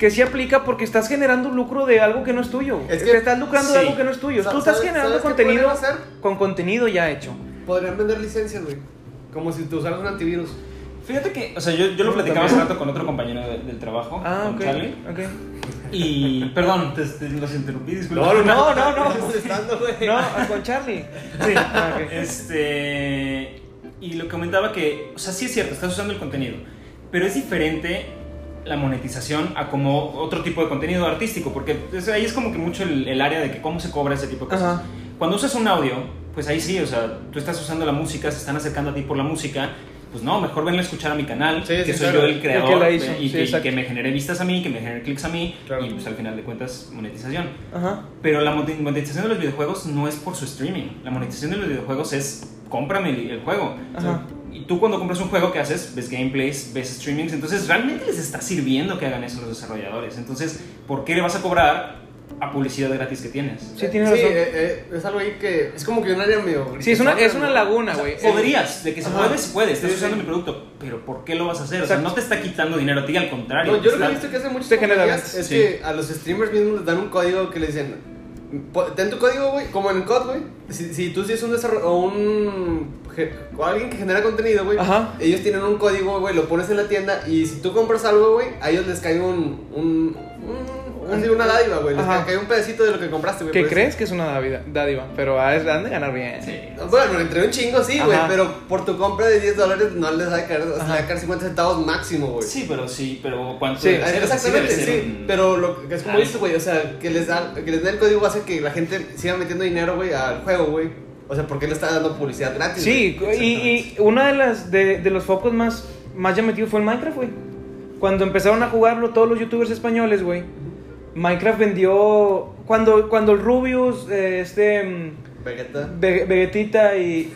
A: que sí aplica porque estás generando lucro de algo que no es tuyo.
C: Es que-
A: Te estás lucrando de
B: sí.
A: algo que no es tuyo.
C: Sa-
A: Tú estás
C: ¿sabes-
A: generando
C: sabes qué podrían
A: contenido
C: hacer?
A: con contenido ya hecho.
C: Podrían vender licencias, güey. Como si te usaras un antivirus.
B: Fíjate que, o sea, yo, yo lo platicaba hace rato con otro compañero de- del trabajo,
A: Ah,
B: con
A: ok.
B: Charlie.
A: ok.
B: Y, perdón, te, te- los interrumpí, disculpa.
A: no, no, no.
C: Estás contestando, güey.
A: No, ah, con Charlie. Sí. Ah, ok.
B: Este. Y lo que comentaba que, o sea, sí es cierto, estás usando el contenido, pero es diferente la monetización a como otro tipo de contenido artístico, porque es- ahí es como que mucho el, el área de que cómo se cobra ese tipo de cosas.
A: Ajá.
B: Cuando usas un audio, pues ahí sí, o sea, tú estás usando la música, se están acercando a ti por la música. Pues no, mejor venlo a escuchar a mi canal,
C: Sí,
B: que
C: sí,
B: soy
C: claro.
B: yo el creador
A: El que la hizo,
B: y,
A: sí,
B: que, y
A: exacto.
B: que me genere vistas a mí, que me genere clics a mí,
C: Claro.
B: y pues al final de cuentas monetización.
A: Ajá.
B: Pero la moneti- monetización de los videojuegos no es por su streaming. La monetización de los videojuegos es cómprame el el juego.
A: Ajá.
B: Y tú cuando compras un juego, ¿qué haces? Ves gameplays, ves streamings. Entonces realmente les está sirviendo que hagan eso los desarrolladores. Entonces, ¿por qué le vas a cobrar a publicidad gratis que tienes?
A: Sí, tienes
C: Sí,
A: razón.
C: eh, eh, es algo ahí que. Es como que un área medio.
A: Sí, es una,
C: grisona,
A: es una
C: ¿no?
A: laguna, güey.
B: Podrías, de que se
A: Ajá.
B: puede, se puede, estás
C: Sí, sí.
B: usando mi producto, pero ¿por qué lo vas a hacer? O sea,
A: Exacto.
B: no te está quitando dinero a ti, al contrario.
C: No, yo lo que
B: está-
C: he visto que hace muchas
A: Se genera
C: compañías
A: más.
C: es
B: Sí.
C: que a los streamers mismos les dan un código que le dicen, "Po- ten tu código, güey, como en COD, güey. Si, si tú sí es un desarrollo o un ge- o alguien que genera contenido, güey,
A: Ajá.
C: ellos tienen un código, güey, lo pones en la tienda y si tú compras algo, güey, a ellos les cae un un, un- así una dádiva, güey, les
A: Ajá.
C: cae un pedacito de lo que compraste, güey.
A: ¿Qué
C: pues.
A: crees que es una dádiva? dádiva pero ah, es- han de ganar bien.
B: Sí.
C: Bueno, entre un chingo sí, güey,
A: Ajá.
C: pero por tu compra de 10 dólares no les va a caer, o sea, le va a caer 50 centavos máximo, güey.
B: Sí, pero sí, pero ¿cuánto?
A: Sí,
B: debe
C: Ah,
B: ser? O sea, sí debe
C: Exactamente, sí,
B: ser un-
C: pero lo que es como
B: Ah.
C: dices, güey, o sea, que les, da, que les den el código hace que la gente siga metiendo dinero, güey, al juego, güey. O sea, porque le está dando publicidad gratis.
A: Sí,
C: güey?
A: y, y una de las de, de los focos más, más llamativos fue el Minecraft, güey. Cuando empezaron a jugarlo todos los youtubers españoles, güey. Minecraft vendió. Cuando, cuando el Rubius, eh, este. mm,
C: Vegeta.
A: Ve- Vegetita y,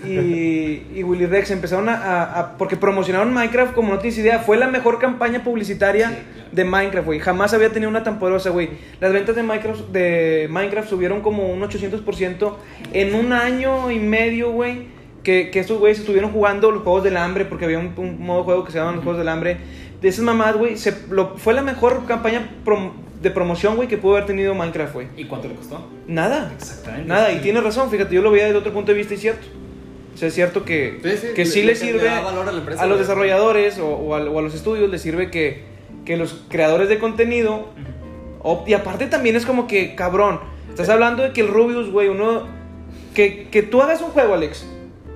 A: y, y Willy Rex empezaron a, a- a- Porque promocionaron Minecraft como no tienes idea. Fue la mejor campaña publicitaria
B: Sí, claro.
A: de Minecraft, güey. Jamás había tenido una tan poderosa, güey. Las ventas de Minecraft, de Minecraft subieron como un 800% en un año y medio, güey. Que, que estos güeyes estuvieron jugando los juegos del hambre, porque había un, un modo de juego que se llamaban los juegos del hambre. De esas mamadas, güey, se- lo- fue la mejor campaña prom- de promoción, güey, que pudo haber tenido Minecraft, güey.
B: ¿Y cuánto le costó?
A: Nada.
B: Exactamente.
A: Nada, y tiene razón, fíjate, yo lo veía desde otro punto de vista y es cierto. O sea, es cierto que,
C: Sí, sí,
A: que
C: le-
A: sí
C: le-
A: le
C: le
A: sirve
C: da valor a la empresa,
A: a los
C: güey.
A: desarrolladores o, o a, o a los estudios, les sirve que, que los creadores de contenido... op- y aparte también es como que, cabrón, estás hablando de que el Rubius, güey, uno... Que, que tú hagas un juego, Alex.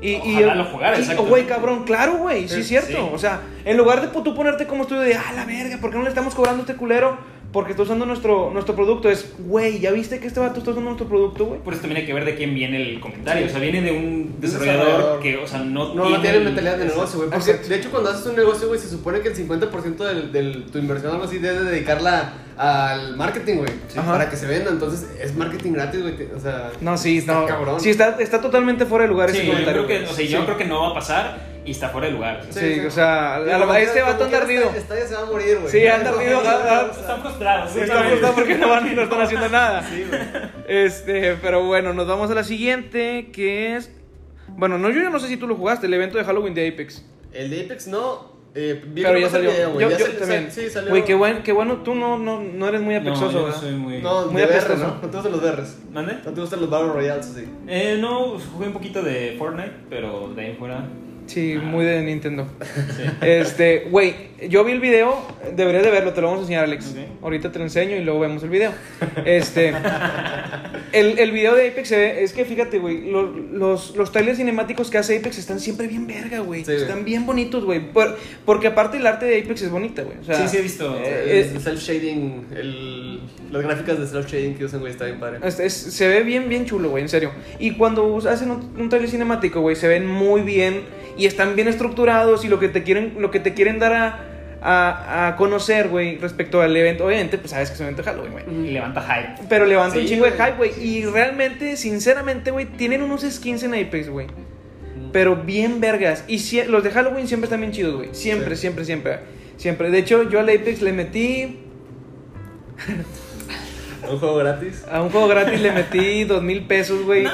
A: Y, y
B: Ojalá lo jugara,
A: y-
B: exacto.
A: Güey, cabrón, claro, güey, sí
B: Sí,
A: es cierto.
B: sí.
A: O sea, en lugar de tú ponerte como estudio de, ah, la verga, ¿por qué no le estamos cobrando a este culero? porque está usando nuestro, nuestro producto. Es, güey, ¿ya viste que este vato está usando nuestro producto, güey?
B: Por eso también hay que ver de quién viene el comentario. O sea, viene de un
C: desarrollador.
B: desarrollador, que, o sea, no,
C: No, no tiene
B: el-
C: mentalidad de negocio, güey. Porque
A: Exacto.
C: de hecho, cuando haces un negocio, güey, se supone que el 50% del- del- tu inversión o algo así debe dedicarla al marketing, güey.
A: Ajá.
C: Para que se venda. Entonces, es marketing gratis, güey. que- O sea,
A: No, sí,
C: Está
A: no.
C: cabrón.
A: Sí, está, está totalmente fuera de lugar
B: Sí,
A: ese
B: yo
A: comentario.
B: creo que, o
A: güey.
B: sea, yo creo que no va a pasar y está fuera de lugar.
A: Sí, o sea, a la- a este vato
C: como
A: anda
C: quiera
A: ardido.
C: Está, está ya se va a morir, güey.
A: Sí, anda ardido, ah, ah.
B: Están frustrados.
A: Sí, está frustrado porque no, van, no están haciendo nada.
C: Sí, güey.
A: Este, pero bueno, nos vamos a la siguiente, que es... Bueno, no, yo ya no sé si tú lo jugaste, el evento de Halloween de Apex.
C: El de Apex no. Eh, vi
A: Pero ya
C: nomás el
A: salió.
C: video, güey.
A: yo
C: Ya
A: yo
C: sal-
A: también.
C: sal- Sí, salió.
A: Güey, qué, buen, qué bueno, tú no, no, no eres muy
B: No,
A: apexoso,
B: yo
A: ¿verdad?
B: soy muy...
C: No,
A: Muy
C: de berres,
A: apestoso.
C: ¿no? No te gustan los berres.
B: ¿Mande?
C: No te gustan los Battle Royales, así.
B: Eh, no, jugué un poquito de Fortnite, pero de ahí en fuera.
A: Sí,
B: Ah.
A: muy de Nintendo.
B: Sí.
A: Este, güey, yo vi el video, deberías de verlo, te lo vamos a enseñar, Alex.
B: Ok.
A: Ahorita te lo enseño y luego vemos el video. Este, el, el video de Apex se ve- es que fíjate, güey, lo- los, los trailers cinemáticos que hace Apex están siempre bien verga, güey.
C: Sí, güey.
A: están bien bonitos, güey. Por- porque aparte el arte de Apex es bonita, güey. O sea,
B: Sí, sí he visto.
A: eh,
C: El self-shading, el- las gráficas de self-shading que usan, güey, está bien padre.
A: Es- es- se ve bien, bien chulo, güey, en serio. Y cuando us- hacen un, un trailer cinemático, güey, se ven muy bien y están bien estructurados y lo que te quieren, lo que te quieren dar a, a- a conocer, güey, respecto al evento. Obviamente, pues sabes que es un evento de Halloween, güey.
B: Y levanta hype.
A: Pero levanta
C: Sí,
A: un chingo de
C: güey.
A: hype, güey. Y realmente, sinceramente, güey, tienen unos skins en Apex, güey. Pero bien vergas. Y sie- los de Halloween siempre están bien chidos, güey. Siempre,
C: Sí.
A: siempre, siempre. Siempre. De hecho, yo al Apex le metí
C: Un juego gratis.
A: a un juego gratis, le metí dos mil pesos, güey.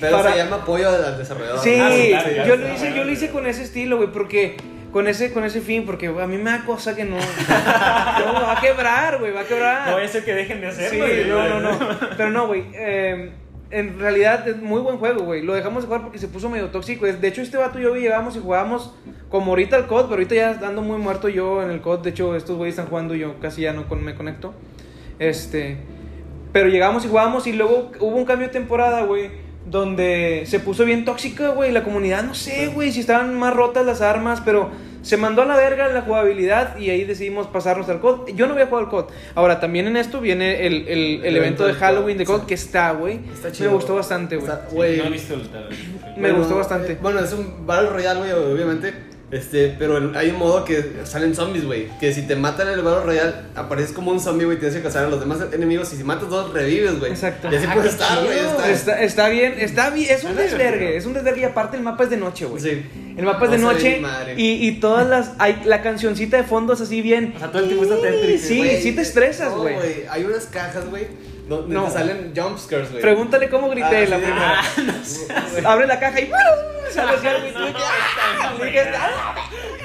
C: Pero
A: Para-
C: se llama apoyo al desarrollador.
A: Sí,
B: Ah, sí, claro, claro,
A: yo,
B: claro,
A: lo hice,
B: claro.
A: yo lo hice con ese estilo, güey, porque con ese, con ese fin, porque güey, a mí me da cosa que no, no va a quebrar, güey, va a quebrar.
B: No es el que dejen de
A: Sí,
B: hacerlo. güey.
A: no, no, no. Pero no, güey. eh, en realidad es muy buen juego, güey. Lo dejamos de jugar porque se puso medio tóxico. De hecho, este vato y yo llegábamos y jugábamos como ahorita al COD, pero ahorita ya ando muy muerto yo en el COD. De hecho, estos güeyes están jugando y yo casi ya no con- me conecto. Este. Pero llegamos y jugábamos y luego hubo un cambio de temporada, güey. Donde se puso bien tóxica, güey. La comunidad, no sé, güey, si estaban más rotas las armas, pero se mandó a la verga la jugabilidad y ahí decidimos pasarnos al COD. Yo no había jugado al COD. Ahora, también en esto viene el, el- el
C: El
A: evento
C: evento
A: de
C: del
A: Halloween de
C: COD,
A: COD que está, güey.
C: Está
A: Me
C: chido.
A: gustó bastante, güey.
C: Está-
B: Sí,
C: güey.
B: No he visto el tab-
A: Me
C: Bueno,
A: gustó bastante.
C: eh, bueno, es un Battle Royale, güey, obviamente. Este, pero el- hay un modo que salen zombies, güey. Que si te matan en el Battle Royale, apareces como un zombie, güey, tienes que cazar a los demás enemigos. Y si matas dos, revives, güey.
A: Exacto.
C: Y así
B: Ah,
C: puedes
B: qué
C: estar, güey.
B: chido.
C: Está,
A: Está, está bien, está bien. Es un
B: Está
A: desvergue,
B: divertido.
A: es un desvergue y aparte el mapa es de noche, güey.
C: Sí.
A: El mapa es de
C: No se ve
A: noche
C: ni madre.
A: y, y todas las. Hay, la cancioncita de fondo es así bien.
B: O sea, todo el tiempo está Tetris.
A: Sí,
C: Güey,
A: sí te estresas,
C: no,
A: güey.
C: Hay unas cajas, güey, donde
A: No.
C: te salen jumpscares, güey.
A: Pregúntale cómo grité
C: Ah,
A: la
C: sí.
A: primera. Abre la caja y ¡pum! sale así algo y tú
B: No,
A: de que,
B: no,
A: ¡ah!
B: no,
A: Y que,
B: no,
A: ¡ah!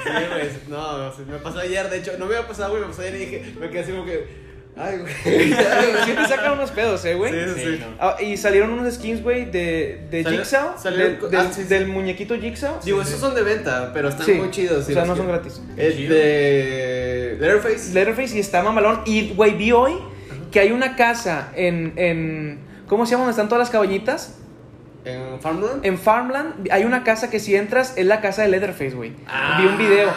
C: Sí, güey. No, no, sí, me pasó ayer, de hecho. No me había pasado, güey, me pasó ayer y dije, me quedé así como que. Ay, güey.
A: Sí te sacan unos pedos, eh, güey.
C: Sí,
B: Sí, no.
A: Ah, y salieron unos skins, güey, de, de
C: Salió-
A: Jigsaw.
C: salieron
A: del,
C: co-
A: del-
C: ah, sí, sí.
A: del muñequito Jigsaw.
C: Digo, esos son de venta, pero están
A: Sí.
C: muy chidos. sí,
A: O sea, no
C: los
A: son
C: quiero. Eh,
A: gratis.
C: Este. Letterface.
A: Letterface y está mamalón. Y, güey, vi hoy que hay una casa en. en ¿Cómo se llama? ¿Dónde están todas las cabañitas?
C: en Farmland.
A: En Farmland hay una casa que si entras es la casa de Leatherface, güey.
C: Ah,
A: Vi un video.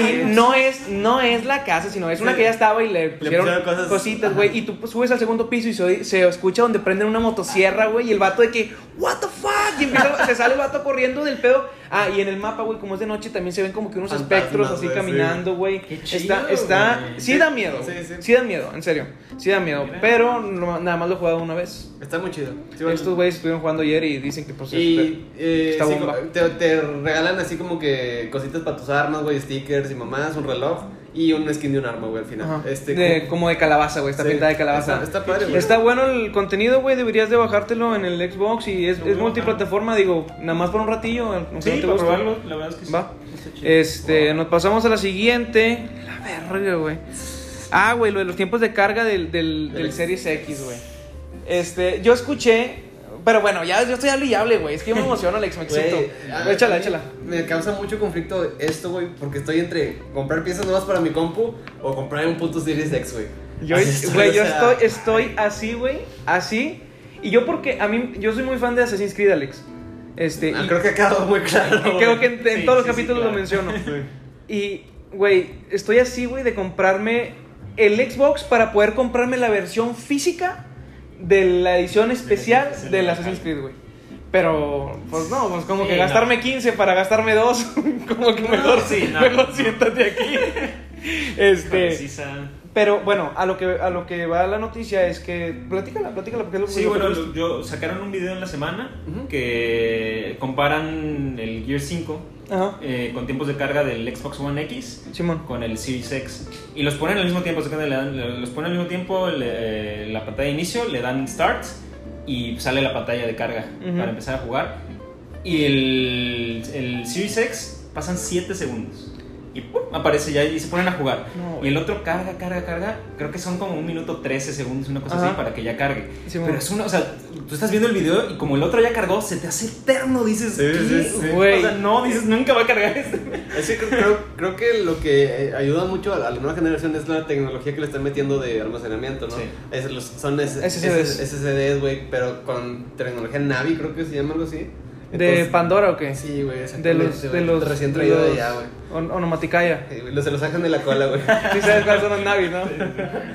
C: güey.
A: Y no es, no es la casa, sino es una que ya estaba y le pusieron,
C: pusieron cosas.
A: cositas, güey. Y tú pues, subes al segundo piso y se, oye- se escucha donde prenden una motosierra, güey. Y el vato de que, ¿What the fuck? Y empieza, se sale el vato corriendo del pedo. Ah, y en el mapa, güey, como es de noche, también se ven como que unos
C: Fantasmas,
A: espectros así
C: güey, sí.
A: caminando, güey.
B: Qué
A: Está,
B: chido,
A: está,
B: güey.
A: sí da miedo.
C: Sí,
A: güey.
C: sí.
A: Sí da miedo, en serio. Sí da miedo.
B: Mira.
A: Pero no- nada más lo he jugado una vez.
C: Está muy chido. Sí, bueno.
A: Estos güeyes estuvieron jugando ayer y dicen que pues, por
C: Y eh,
A: Está
C: sí,
A: bomba.
C: como- te, te regalan así como que cositas para tus armas, güey, stickers y mamás, un reloj y un skin de un arma, güey, al final.
A: Ajá.
C: Este,
A: De-
C: como-
A: como de calabaza, güey. Está
C: Sí.
A: pintada de calabaza.
C: Está- está padre, güey.
A: Está bueno el contenido, güey. Deberías de bajártelo en el Xbox y es,
B: Lo
A: es
B: voy a
A: multiplataforma, digo, nada más por un ratillo. aunque no
B: Sí,
A: te
B: para
A: guste.
B: probarlo, la verdad es que sí.
A: Va.
B: Está chido.
A: Este,
B: Wow.
A: nos pasamos a la siguiente. La verga, güey. Ah, güey, lo de los tiempos de carga del, del, del
C: Del-
A: Series X, güey. Este, yo escuché. Pero bueno, ya yo estoy hable y hable, güey. Es que yo me emociono, Alex, me excito.
C: Güey, a-
A: échala,
C: a mí
A: échala.
C: Me causa mucho conflicto esto, güey, porque estoy entre comprar piezas nuevas para mi compu o comprar un puto Series X, güey.
A: Yo,
C: Así estoy,
A: güey,
C: o
A: yo
C: sea,
A: estoy, estoy así, güey, así. Y yo porque a mí, yo soy muy fan de Assassin's Creed, Alex. Este,
C: ah,
A: y
C: creo que ha quedado muy claro. güey.
A: creo que en, en
B: Sí,
A: todos los
B: sí, sí,
A: capítulos
B: claro.
A: lo menciono. Y, güey, estoy así, güey, de comprarme el Xbox para poder comprarme la versión física de la edición especial
B: edición
A: del
B: de la
A: Assassin's
B: caja.
A: Creed, güey. Pero, pues no, pues como
B: Sí,
A: que
B: no.
A: gastarme 15 para gastarme 2, como que
B: No,
A: mejor,
B: sí, no.
A: mejor siéntate aquí. Este,
B: Precisa.
A: pero bueno, a lo que a lo que va la noticia es que platícala, platícala porque es lo
B: Sí,
A: lo
B: bueno,
A: que
B: lo- yo sacaron un video en la semana
C: Ujú.
B: que comparan el Gear 5
A: Ajá.
B: eh, con tiempos de carga del Xbox One X
A: Simón.
B: con el Series X y los ponen al mismo tiempo, sacan de la- los ponen al mismo tiempo le- eh, la pantalla de inicio, le dan start y sale la pantalla de carga
A: Ujú.
B: para empezar a jugar y el, el Series X pasan 7 segundos y ¡pum! aparece ya y se ponen a jugar
A: No,
B: y el otro carga, carga, carga, creo que son como un minuto 13 segundos, una cosa
A: Ajá.
B: así para que ya cargue
A: Simón.
B: pero es una, o sea, tú estás viendo el video y como el otro ya cargó, se te hace eterno, dices,
C: Sí,
B: "¿Qué,
C: sí, sí.
B: güey?". O sea, no, dices, nunca va a cargar este.
C: Es que creo, creo, creo que lo que eh, ayuda mucho a la nueva generación es la tecnología que le están metiendo de almacenamiento, ¿no?
B: Sí.
C: Es, los, son S-
A: SSDs.
C: SSDs, güey, pero con tecnología Navi, creo que se llama algo así.
A: ¿De
C: Entonces-
A: Pandora o qué?
C: Sí, güey,
A: de
C: exactamente,
A: los de
C: güey,
A: los
C: recién
A: de
C: traído de
A: los-
C: allá, güey.
A: on- onomaticaya.
C: Sí, güey, los se los sacan de la cola, güey.
A: Sí sabes cuáles son los navis, ¿no?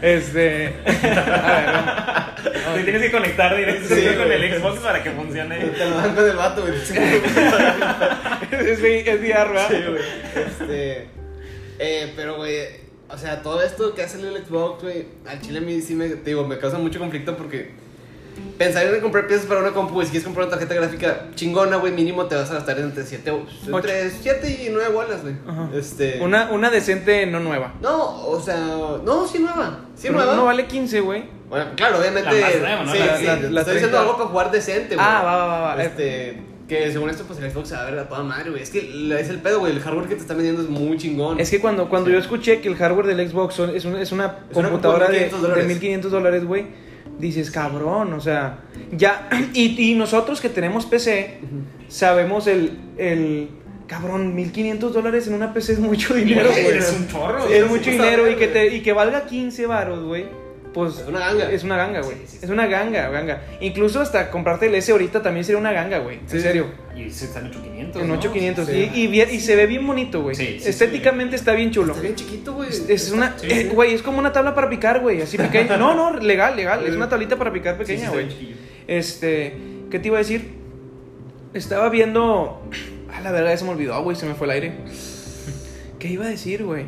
A: Este a ver, vamos.
B: Te tienes que conectar
C: Sí,
B: directamente con
C: güey.
B: el Xbox para que funcione.
C: Te lo dan con el vato, güey. Sí, güey.
A: es, vi- es VR, ¿verdad?
C: Sí, güey. Este. Eh, pero, güey. O sea, todo esto que hace el Xbox, güey. Al chile a mí sí me. te digo, me causa mucho conflicto porque. Pensar en comprar piezas para una compu y si quieres comprar una tarjeta gráfica chingona, güey, mínimo te vas a gastar entre 7 entre siete y 9 bolas, güey.
A: Ajá.
C: Este.
A: Una una decente no nueva.
C: No, o sea. No, sí nueva. Sí
A: Pero
C: nueva.
A: no vale 15, güey.
C: Bueno, claro, obviamente.
B: La más nueva, ¿no?
C: Sí,
B: La-
C: sí,
A: la- la
C: estoy
A: 30.
C: diciendo algo para jugar decente, güey.
A: Ah, va, va, va, va.
C: Este, que según esto, pues el Xbox se va a ver a toda madre, güey. Es que la- es el pedo, güey. El hardware que te están vendiendo es muy chingón.
A: Es que cuando, cuando
C: Sí.
A: yo escuché que el hardware del Xbox son- es, un- es una
C: Es una
A: computadora de,
C: 1500 dólares.
A: de 1500 dólares, güey, dices, cabrón, o sea, ya. Y, y nosotros que tenemos PC, sabemos el. el cabrón, 1500 dólares en una PC es mucho dinero,
B: Güey,
A: güey.
B: es un chorro.
C: Sí,
A: Es
C: sí,
A: mucho
C: sí,
A: dinero y que,
C: güey.
A: te, y que valga 15 varos, güey. Pues
C: Es una ganga.
A: Es una ganga, güey.
B: Sí, sí, sí.
A: Es una ganga, ganga. Incluso hasta comprarte el S ahorita también sería una ganga, güey. en
C: Sí, sí.
A: serio.
B: Y se están 8500.
A: En
B: ¿no?
A: 8500.
C: Sí.
A: Y, y bien- y se ve bien bonito, güey.
B: Sí, sí,
A: Estéticamente está bien chulo.
C: Está bien chiquito, güey.
A: Es- Es una,
B: Sí,
A: eh,
B: sí.
A: güey, es como una tabla para picar, güey, así pequeña. No, no, legal, legal, es
C: Sí.
A: una tablita para picar
B: Sí, sí,
A: pequeña,
B: está
A: güey.
B: bien chiquillo.
A: Este, ¿qué te iba a decir? Estaba viendo. Ah, la verdad, ya se me olvidó, güey, se me fue el aire. ¿Qué iba a decir, güey?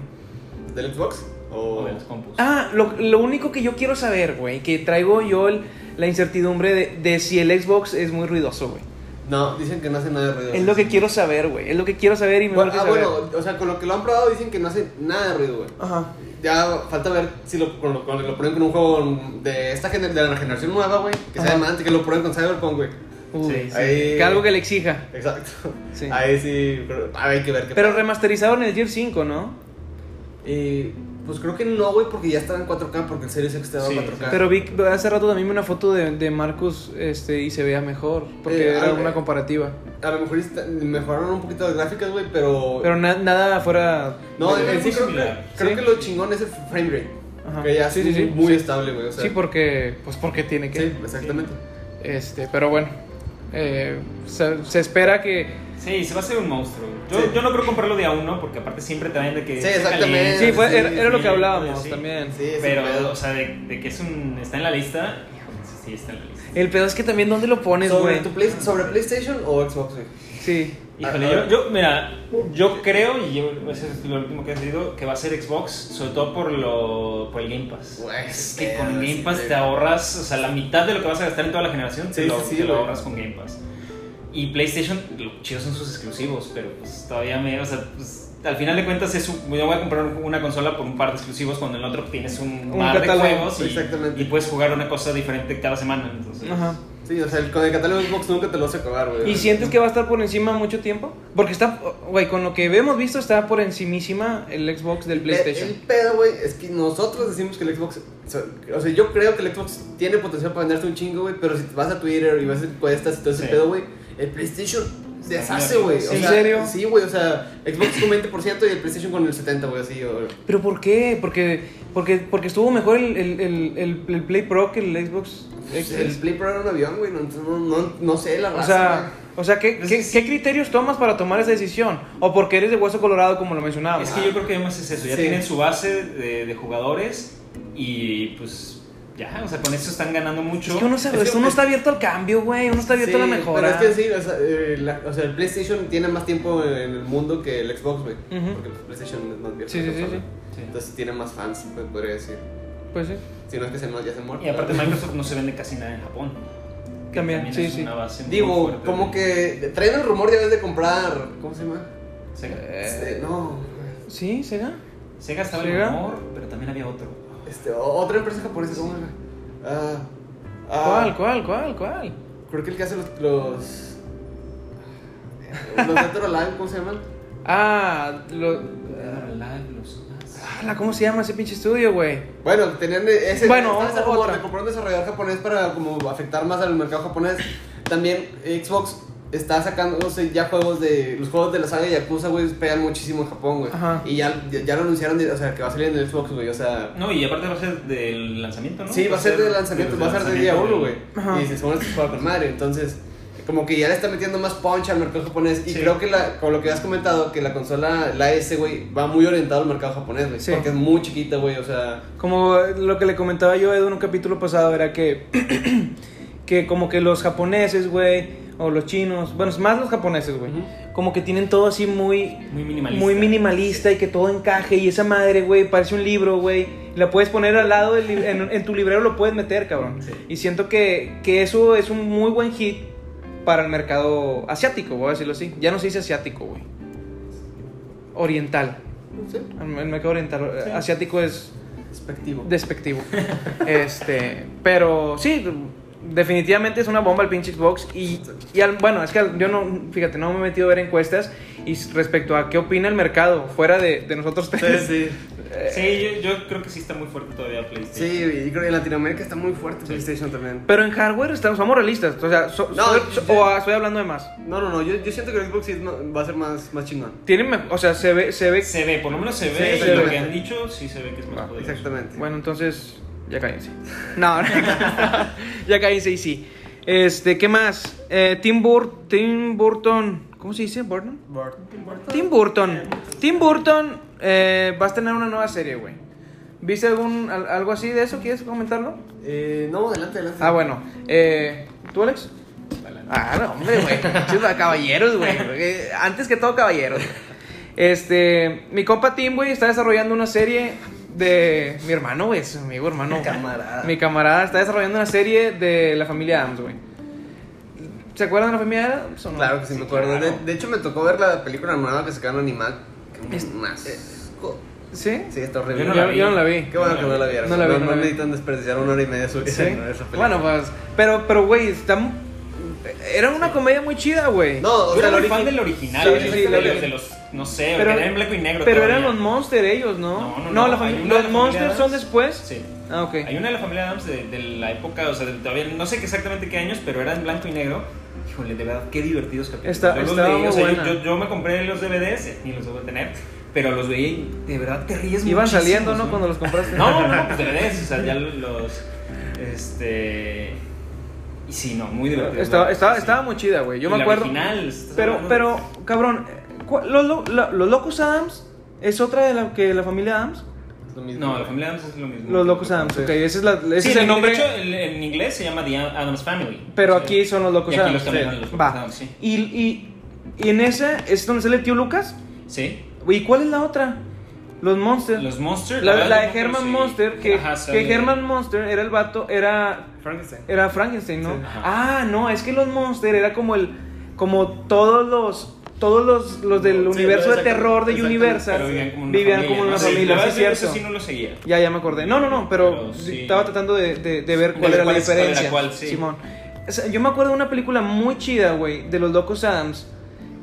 C: ¿Del Xbox?
B: O
C: O.
B: de los compus.
A: Ah, lo, lo único que yo quiero saber, güey, que traigo yo el- la incertidumbre de, de si el Xbox es muy ruidoso, güey.
C: No, dicen que no hace nada de ruido.
A: Es lo que quiero saber, güey. Es lo que quiero saber y me
C: Bueno,
A: urge
C: ah,
A: saber.
C: bueno, o sea, con lo que lo han probado dicen que no hace nada de ruido, güey.
A: Ajá.
C: Ya falta ver si lo, con lo, con lo ponen con un juego de esta gener- de la generación nueva, güey. Que sea
A: Ajá.
C: más antes que lo prueben con Cyberpunk, güey.
A: Uy,
B: Sí, sí.
C: Ahí-
A: Que algo que le exija.
C: Exacto.
A: Sí.
C: Ahí sí. pero- A ver, hay que ver qué
A: Pero
C: pasa.
A: remasterizado en el Gear 5, ¿no?
C: Eh, pues creo que no, güey, porque ya estaba en 4K, porque el Series X estaba en
B: Sí,
C: 4K.
A: Pero vi hace rato también vi una foto de, de Marcus este, y se veía mejor, porque
C: Eh,
A: era
C: ah,
A: una
C: eh.
A: comparativa.
C: A lo mejor está- mejoraron un poquito las gráficas, güey, pero...
A: Pero na- nada fuera...
C: no,
B: Pero
C: en
B: es
C: sí
B: muy
C: creo que,
B: similar.
C: creo
A: Sí.
C: que lo chingón es el frame rate.
A: Ajá.
C: Que ya
A: Sí,
C: sí,
A: sí,
C: sí,
A: sí.
C: muy
A: Sí.
C: estable, güey. O sea,
A: Sí, porque... Pues porque tiene que...
C: Sí, exactamente.
A: Este, pero bueno. eh, se, se espera que...
B: Sí, se va a hacer un monstruo. Yo,
C: Sí.
B: yo no creo comprarlo de a uno porque aparte siempre traen de que.
C: Sí,
B: está
C: exactamente.
B: caliente,
A: Sí, fue-
C: sí,
A: era, era lo
B: sí,
A: que hablábamos
B: sí.
A: también.
C: Sí, es un
B: Pero,
C: pedo.
B: o sea, de, de que es un. Está en la lista. híjole, sí, Sí, está en la lista.
A: El pedo es que también dónde lo pones,
C: ¿Sobre,
A: güey.
C: tu play- ¿Sobre PlayStation o Xbox, güey?
A: Sí.
B: Híjole,
C: Ajá.
B: yo, yo, mira, yo creo, y yo, eso es lo último que he decidido, que va a ser Xbox, sobre todo por, lo, por el Game Pass.
C: Güey,
B: es que
C: pero
B: con Game
C: sí,
B: Pass
C: güey.
B: te ahorras, o sea, la mitad de lo que vas a gastar en toda la generación te,
C: Sí,
B: lo,
C: sí, sí,
B: te lo
C: güey.
B: ahorras con Game Pass. Y PlayStation, lo chido son sus exclusivos, pero pues todavía me, o sea, pues, al final de cuentas es un- yo voy a comprar una consola por un par de exclusivos cuando en el otro tienes un,
A: Un
B: mar
A: catálogo,
B: de juegos
C: exactamente.
B: y, y puedes jugar una cosa diferente cada semana, entonces.
A: Ajá.
C: Sí, o sea, el, con el catálogo de Xbox nunca te lo vas a acabar, güey.
A: ¿Y sientes que va a estar por encima mucho tiempo? Porque está, güey, con lo que hemos visto está por encimísima el Xbox del PlayStation.
C: Eh, El, el pedo, güey, es que nosotros decimos que el Xbox. O sea, yo creo que el Xbox tiene potencial para venderte un chingo, güey. Pero si vas a Twitter y vas a encuestas y todo ese
B: Sí.
C: pedo, güey, el PlayStation deshace, güey. O
A: ¿En
C: sea,
A: serio?
C: Sí, güey, o sea, Xbox con 20% y el PlayStation con el 70%, güey, así. O,
A: ¿Pero por qué? Porque, porque, porque estuvo mejor el, el, el, el- el Play Pro que el Xbox.
C: Pues,
A: X.
C: el Play Pro era un avión, güey. No, no, no, no sé la
A: o
C: raza.
A: sea, o sea ¿qué,
B: Pues
A: qué,
B: es-
A: qué criterios tomas para tomar esa decisión? ¿O porque eres de hueso colorado, como lo mencionábamos?
B: Es que yo creo que además es eso, ya
C: Sí.
B: tienen su base de, de jugadores Y pues ya, o sea, con eso están ganando mucho.
A: Es que uno, se-
C: Es que-
A: uno está abierto al cambio, güey. Uno está abierto
C: Sí,
A: a la mejora.
C: Pero es que sí, o sea, eh, la- o sea, el PlayStation tiene más tiempo en el mundo que el Xbox, güey.
A: Ujú.
C: Porque el PlayStation es más viejo.
A: Sí,
C: que
A: sí, sí,
C: Sony.
B: Sí.
C: Entonces tiene más fans, pues, podría decir.
A: Pues sí.
C: Si no es que se, ya se muere.
B: Y aparte Microsoft no se vende casi nada en Japón. que
A: También, sí,
B: es
A: sí.
B: una base muy
C: Digo,
B: fuerte
C: como
B: de-
C: que traen el rumor ya ves de comprar. ¿Cómo se llama?
B: Sega,
C: Este, no.
A: ¿Sí? ¿Será?
B: Sega estaba el
A: Sega.
B: rumor, pero también había otro.
C: Este, o- otra empresa japonesa, ¿cómo era? Ah, ah,
A: ¿Cuál, cuál, cuál, cuál?
C: Creo que el que hace los. Los, los Retro Live, ¿cómo se llaman?
A: Ah, lo... Ala, ¿Cómo se llama ese pinche estudio, güey?
C: Bueno, tenían e-, ese,
A: Bueno,
C: estaba ese
A: otra.
C: rumor de comprar un desarrollador japonés para como afectar más al mercado japonés. También Xbox está sacando o sea, ya juegos de los juegos de la saga Yakuza, güey, pegan muchísimo en Japón, güey.
A: Ajá.
C: Y ya, ya, ya lo anunciaron, de- o sea, que va a salir en el Xbox, güey, o sea,
B: No, y aparte va a ser del lanzamiento, ¿no?
C: sí, va a ser de lanzamiento,
B: del
C: va a ser de día
B: lanzamiento
C: uno, güey.
B: del-
A: Ajá.
C: Y se supone que se juega con madre, entonces como que ya le está metiendo más punch al mercado japonés y
B: Sí.
C: creo que la, con lo que has comentado que la consola la S, güey, va muy orientada al mercado japonés, güey,
A: Sí.
C: porque es muy chiquita, güey, o sea,
A: Como lo que le comentaba yo a Edu en un capítulo pasado era que, que como que los japoneses, güey, o los chinos, bueno, es más los japoneses, güey,
C: Ujú.
A: como que tienen todo así muy,
B: Muy minimalista.
A: muy minimalista y que todo encaje y esa madre, güey, parece un libro, güey, la puedes poner al lado, del lib- en, en tu librero lo puedes meter, cabrón.
B: Sí.
A: Y siento que, que eso es un muy buen hit para el mercado asiático, voy a decirlo así. Ya no se dice asiático, güey. Oriental.
C: no sé,
A: El el mercado oriental, eh,
B: Sí.
A: asiático es
C: despectivo.
A: despectivo. este, pero sí, definitivamente es una bomba el pinche Xbox. Y, y al- bueno, es que al- yo no, fíjate, no me he metido a ver encuestas y s- respecto a qué opina el mercado fuera de, de nosotros
C: Sí,
A: tres.
C: sí.
B: Sí, yo, yo creo que sí está muy fuerte todavía PlayStation.
C: Sí, y creo que en Latinoamérica está muy fuerte PlayStation también.
A: Pero en hardware estamos, somos realistas. O sea, so-
C: No,
A: soy-
C: yo-
A: so- o, ah, estoy hablando de más.
C: No, no, no, yo, yo siento que el Xbox sí es ma- va a ser más, más chingón.
A: Tienen, me- o sea, se ve, se ve.
B: Se ve, por lo menos se
C: Sí,
B: ve, y lo
C: exactamente.
B: que han dicho sí se ve que es más
A: Ah,
B: poderoso.
C: Exactamente.
A: Bueno, entonces, ya cállense. No, no, ya cállense y sí. Este, ¿qué más? Eh, Tim, Bur- Tim Burton. ¿Cómo se dice? ¿Burton? Tim Burton. Tim Burton eh, va a tener una nueva serie, güey. ¿Viste algún, al- algo así de eso? ¿Quieres comentarlo?
C: Eh, no, adelante, adelante.
A: Ah, bueno. Eh, ¿Tú, Alex? Ah, no, hombre, güey. Chis- caballeros, güey. Eh, Antes que todo, caballeros. Este, mi compa Tim, güey, está desarrollando una serie de... Mi hermano, güey, es mi amigo hermano.
C: Mi camarada.
A: Mi camarada está desarrollando una serie de la familia Adams, güey. ¿Se acuerdan de la familia Adams o no?
C: Claro que sí, me acuerdo.
B: claro.
C: De, de hecho, me tocó ver la película nueva que sacaron Animal. Que
A: Es-
C: más.
A: ¿Sí.
C: Sí, está horrible.
B: Yo no la vi.
A: yo no la vi.
C: Qué bueno que no la vieron.
A: No la vi, no la vi.
C: necesitan desperdiciar una hora y media de su vida
A: Sí.
C: en esa película.
A: Bueno, pues, pero, pero, güey, está... mu- Era una comedia muy chida, güey.
C: No, o
B: Yo
C: sea,
B: era
C: la
B: muy fan
C: origi-
B: del original,
C: Sí,
B: güey,
C: sí,
B: los
C: sí, la
B: de los,
C: origi-
B: de los- no sé,
A: Pero-
B: pero, eran en blanco y negro.
A: Pero
B: todavía.
A: eran los Monster ellos, ¿no?
B: No, no,
A: la
B: no,
A: fami-
B: hay una de
A: los
B: la familia
A: Monsters
B: Adams.
A: son después.
B: Sí.
A: Ah, ok.
B: Hay una de la familia Adams de, de la época, o sea, de- todavía no sé qué exactamente qué años, pero era en blanco y negro. Híjole, de verdad, qué divertidos capítulos.
A: Está-
B: yo, los
A: estaba muy
B: o sea, yo-
A: buena.
B: yo, yo me compré los DVDs, eh, ni los debo tener, pero los veía y de verdad te ríes
A: Iban
B: muchísimo,
A: saliendo, ¿no? Cuando los compraste.
B: No, no, pues DVDs, o sea, ya los... Este... Y sí, no, muy divertido.
A: Estaba,
B: ¿no?
A: estaba,
B: Sí.
A: estaba muy chida, güey. Yo
B: Y
A: me
B: la
A: acuerdo.
B: original, estás
A: pero,
B: hablando de-
A: pero, cabrón, ¿cu- los, lo- la- los Locos Adams es otra de la que la familia Adams.
C: Es lo mismo.
B: No, la familia Adams es lo mismo.
A: Los Locos Adams, ok. Ese es, la, ese
B: Sí,
A: es el
B: de-
A: nombre.
B: De hecho, el- en inglés se llama The Adams Family.
A: pero
B: Sí.
A: aquí son los Locos
B: Y aquí
A: Adams.
B: los cambiaron a los Locos
A: Va.
B: Adams, sí.
A: Y, y, y en esa es donde sale el tío Lucas.
B: Sí.
A: ¿Y cuál es la otra? Los Monsters.
B: Los Monsters.
A: la, la
B: verdad,
A: de
B: no
A: Herman
B: conocí.
A: Monster, que,
B: Ajá,
A: que
B: sale-
A: Herman Monster era el vato, era
C: Frankenstein.
A: Era Frankenstein, ¿no?
C: Sí.
B: Ajá.
A: Ah, no, es que los Monster era como el. Como todos los. Todos los, los del
C: Sí,
A: universo de
C: exacto-
A: terror de
C: exactamente,
A: Universal
B: Pero vivían como una
A: vivían
B: familia.
A: como una
B: ¿no? Sí,
A: familia,
B: la
A: sí,
B: verdad,
A: es
B: yo
A: cierto.
B: Eso sí no lo seguía.
A: Ya, ya me acordé. No, no, no, pero,
B: Pero sí.
A: estaba tratando de, de- de ver
B: De
A: cuál
B: ver
A: era la
B: cuál es- cuál era
A: diferencia.
B: cuál, sí.
A: Simón. O sea, yo me acuerdo de una película muy chida, güey, de los Locos Adams,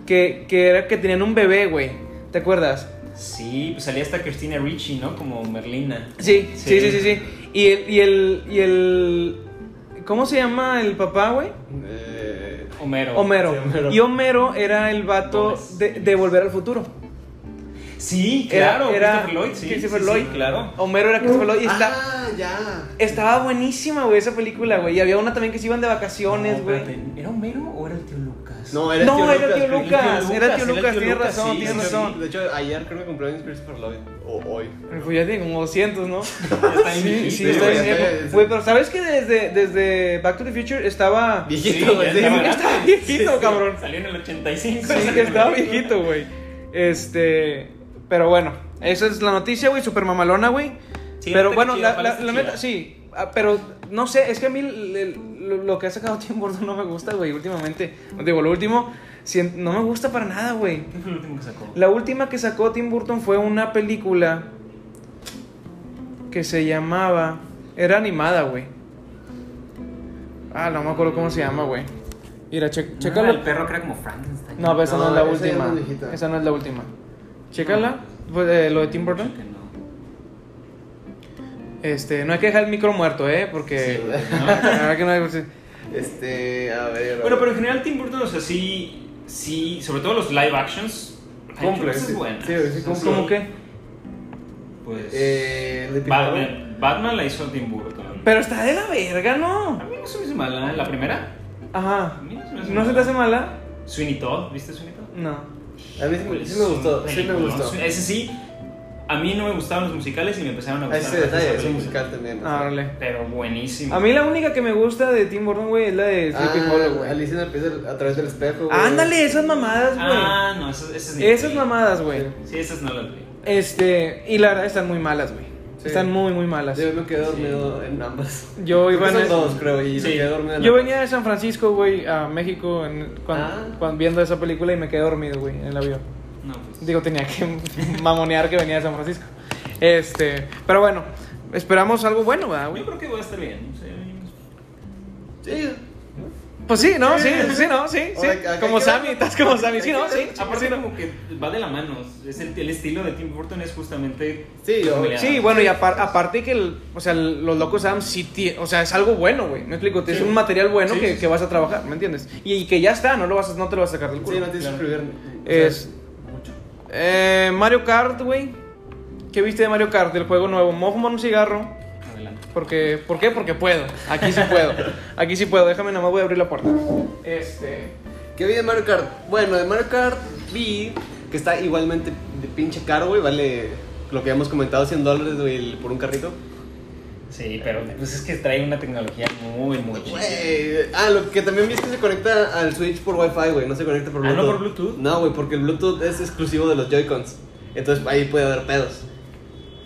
A: que, que era que tenían un bebé, güey. ¿Te acuerdas?
B: Sí, pues salía hasta Christina Ricci, ¿no? Como Merlina.
A: Sí, sí,
B: Sí.
A: sí, sí. sí. Y, el, y el. Y el. ¿Cómo se llama el papá, güey?
C: Eh,
B: Homero.
A: Homero.
C: Sí, Homero.
A: Y Homero era el vato
B: Gómez.
A: de, de Volver al Futuro.
B: Sí,
A: Era-
B: claro.
A: era
B: Christopher Lloyd, sí.
A: Christopher
B: sí, sí,
A: Lloyd.
B: claro.
A: Homero era Christopher Lloyd. Y está-
C: Ah, ya.
A: estaba buenísima, güey, esa película, güey. Y había una también que se iban de vacaciones,
B: No,
A: güey.
B: espérate, ¿Era Homero o era el tío Lucas? Lucas.
C: No, era
A: No,
C: tío
A: era tío
C: Lucas.
A: Lucas, era tío
B: Lucas,
A: Lucas, tienes razón,
B: sí,
A: tienes
B: sí,
A: razón.
C: De hecho, ayer creo que cumpleaños Christopher Lloyd. O hoy.
A: Pues ya tiene como 200, ¿no?
B: Está bien
A: Sí,
B: viejito,
A: sí,
C: güey,
A: está bien
C: está
A: viejo.
C: bien.
A: Güey, pero ¿sabes que desde, desde Back to the Future estaba...
C: Viejito,
B: Sí,
C: güey.
B: ya
C: sí.
A: Desde
B: estaba
A: que
B: grande.
A: estaba viejito, cabrón.
B: Salió en el 85.
A: Sí, que estaba viejito, güey. Este... Pero bueno, esa es la noticia, güey, super mamalona, güey.
B: Sí,
A: pero
B: neta,
A: bueno,
B: chida,
A: la, la-
B: parece
A: la
B: chida.
A: neta, sí. Ah, Pero no sé, es que a mí el- el- lo, lo que ha sacado Tim Burton no me gusta, güey, últimamente. Digo, lo último, si- no me gusta para nada, güey.
B: ¿Qué fue el último que sacó?
A: La última que sacó Tim Burton fue una película que se llamaba. Era animada, güey. Ah, no me acuerdo cómo se llama, güey. Mira, che-
B: No, Ah, el
A: chécala.
B: perro que era como Frankenstein.
A: No, pero esa no,
C: No,
A: es la
C: esa ya es más
A: última.
C: viejita.
A: Esa no es la última. Chécala, pues, eh, lo de Tim Burton.
B: Que no.
A: Este, no hay que dejar el micro muerto, ¿eh? Porque. la verdad que no hay- pues,
C: Este, a ver. a
B: Bueno,
C: ver.
B: pero en general Tim Burton, o sea, sí, sí, sobre todo los live actions, hay
C: Cumple,
B: cosas
C: sí.
B: buenas.
C: Sí, sí,
B: Entonces,
A: ¿Cómo qué?
B: Pues
C: Eh, el de Picador.
B: Batman, Batman la hizo Tim Burton.
A: Pero está de la verga,
B: a
A: ¿no?
B: mí no se me hizo mala, ¿eh? la primera.
A: Ajá.
B: A mí no se me hace
A: ¿No se te
B: mala.
A: hace mala?
B: Sweeney Todd, ¿viste Sweeney Todd?
A: No.
C: A mí sí me, sí me gustó. Sí me
B: Peliculón.
C: gustó.
B: Ese sí, a mí no me gustaban los musicales y me empezaron a
C: Ah,
B: gustar.
C: Ese
B: gracias a
C: detalle,
B: esa
C: es un
B: película.
C: musical también.
A: Ah, órale.
B: Pero buenísimo.
A: A mí la única que me gusta de Tim Burton, güey, es la de Sleepy Hollow,
C: Ah,
A: güey.
C: Alicia en el país del- a través del espejo. güey.
A: Ándale, esas mamadas, güey.
B: Ah, no, esas, esas ni
A: esas
B: vi.
A: mamadas, güey.
B: Sí, esas no las vi.
A: Este, y la verdad están muy malas, güey.
C: Sí.
A: Están muy, muy malas.
C: Yo me quedé dormido en ambas.
A: Yo iba en
C: Son
A: el-
C: dos, creo, y
B: Sí.
C: me quedé dormido en
A: Yo
C: ambas.
A: venía de San Francisco, güey, a México en- cuando,
C: Ah.
A: cuando- viendo esa película y me quedé dormido, güey, en el avión.
B: No, pues.
A: Digo, tenía que mamonear que venía de San Francisco. Este, pero bueno, esperamos algo bueno, ¿verdad, güey?
B: Yo creo que va a estar bien. no sé.
C: Sí.
A: Pues sí, ¿no? Sí, sí, ¿no? Sí, sí.
C: Ahora, acá hay que
A: Como
C: ver-
A: Sammy, estás como Sammy, sí, ¿no?
C: Hay que
A: Sí,
C: ver-
A: sí,
B: Aparte
A: ¿no?
B: como que va de la mano, es el, el estilo de Tim Burton es justamente
C: Sí, yo-
B: familiar.
A: Sí, bueno, y apar- aparte que el- o sea, los locos Adams sí tie- o sea, es algo bueno, güey. Me explico, es
B: Sí.
A: un material bueno
B: Sí,
A: que,
B: sí, sí.
A: que vas a trabajar, ¿me entiendes? Y, y que ya está, no lo vas a- no te lo vas a sacar del culo.
C: Sí, no tienes que escribir. o sea,
A: Es
B: Mucho.
A: eh, Mario Kart, güey. ¿Qué viste de Mario Kart? Del juego nuevo. Me voy a fumar un cigarro.
B: Adelante.
A: Porque, ¿Por qué? Porque puedo. Aquí sí puedo. Aquí sí puedo. Déjame, nada más voy a abrir la puerta. Este.
C: ¿Qué vi de Mario Kart? Bueno, de Mario Kart vi que está igualmente de pinche caro, güey. Vale lo que habíamos comentado, 100 dólares, güey, el- por un carrito.
B: Sí, pero pues es que trae una tecnología muy, muy chida.
C: Güey, Ah, lo que también vi es que se conecta al Switch por Wi-Fi, güey. No se conecta por
B: Ah,
C: Bluetooth.
B: ¿no por Bluetooth?
C: No, güey, porque el Bluetooth es exclusivo de los Joy-Cons. Entonces ahí puede haber pedos.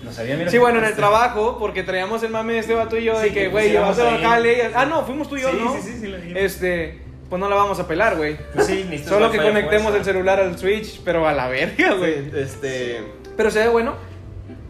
B: No sabía, mira.
A: Sí,
B: este.
A: bueno, en el trabajo, porque traíamos el mame de este vato y yo de
B: pues, Sí,
A: que,
B: que
A: güey, llevamos a
B: pusiéramos
A: la calle.
B: ahí.
A: y- Ah, no, fuimos tú y yo,
B: Sí,
A: ¿no?
B: sí, sí, sí, la dijimos.
A: Este, pues no la vamos a pelar, güey.
B: Pues sí, necesitas
A: Solo que
B: Wi-Fi a
A: conectemos
B: fuerza.
A: el celular al Switch, pero a la verga, Ah, güey.
C: Güey, este.
A: Pero se ve bueno.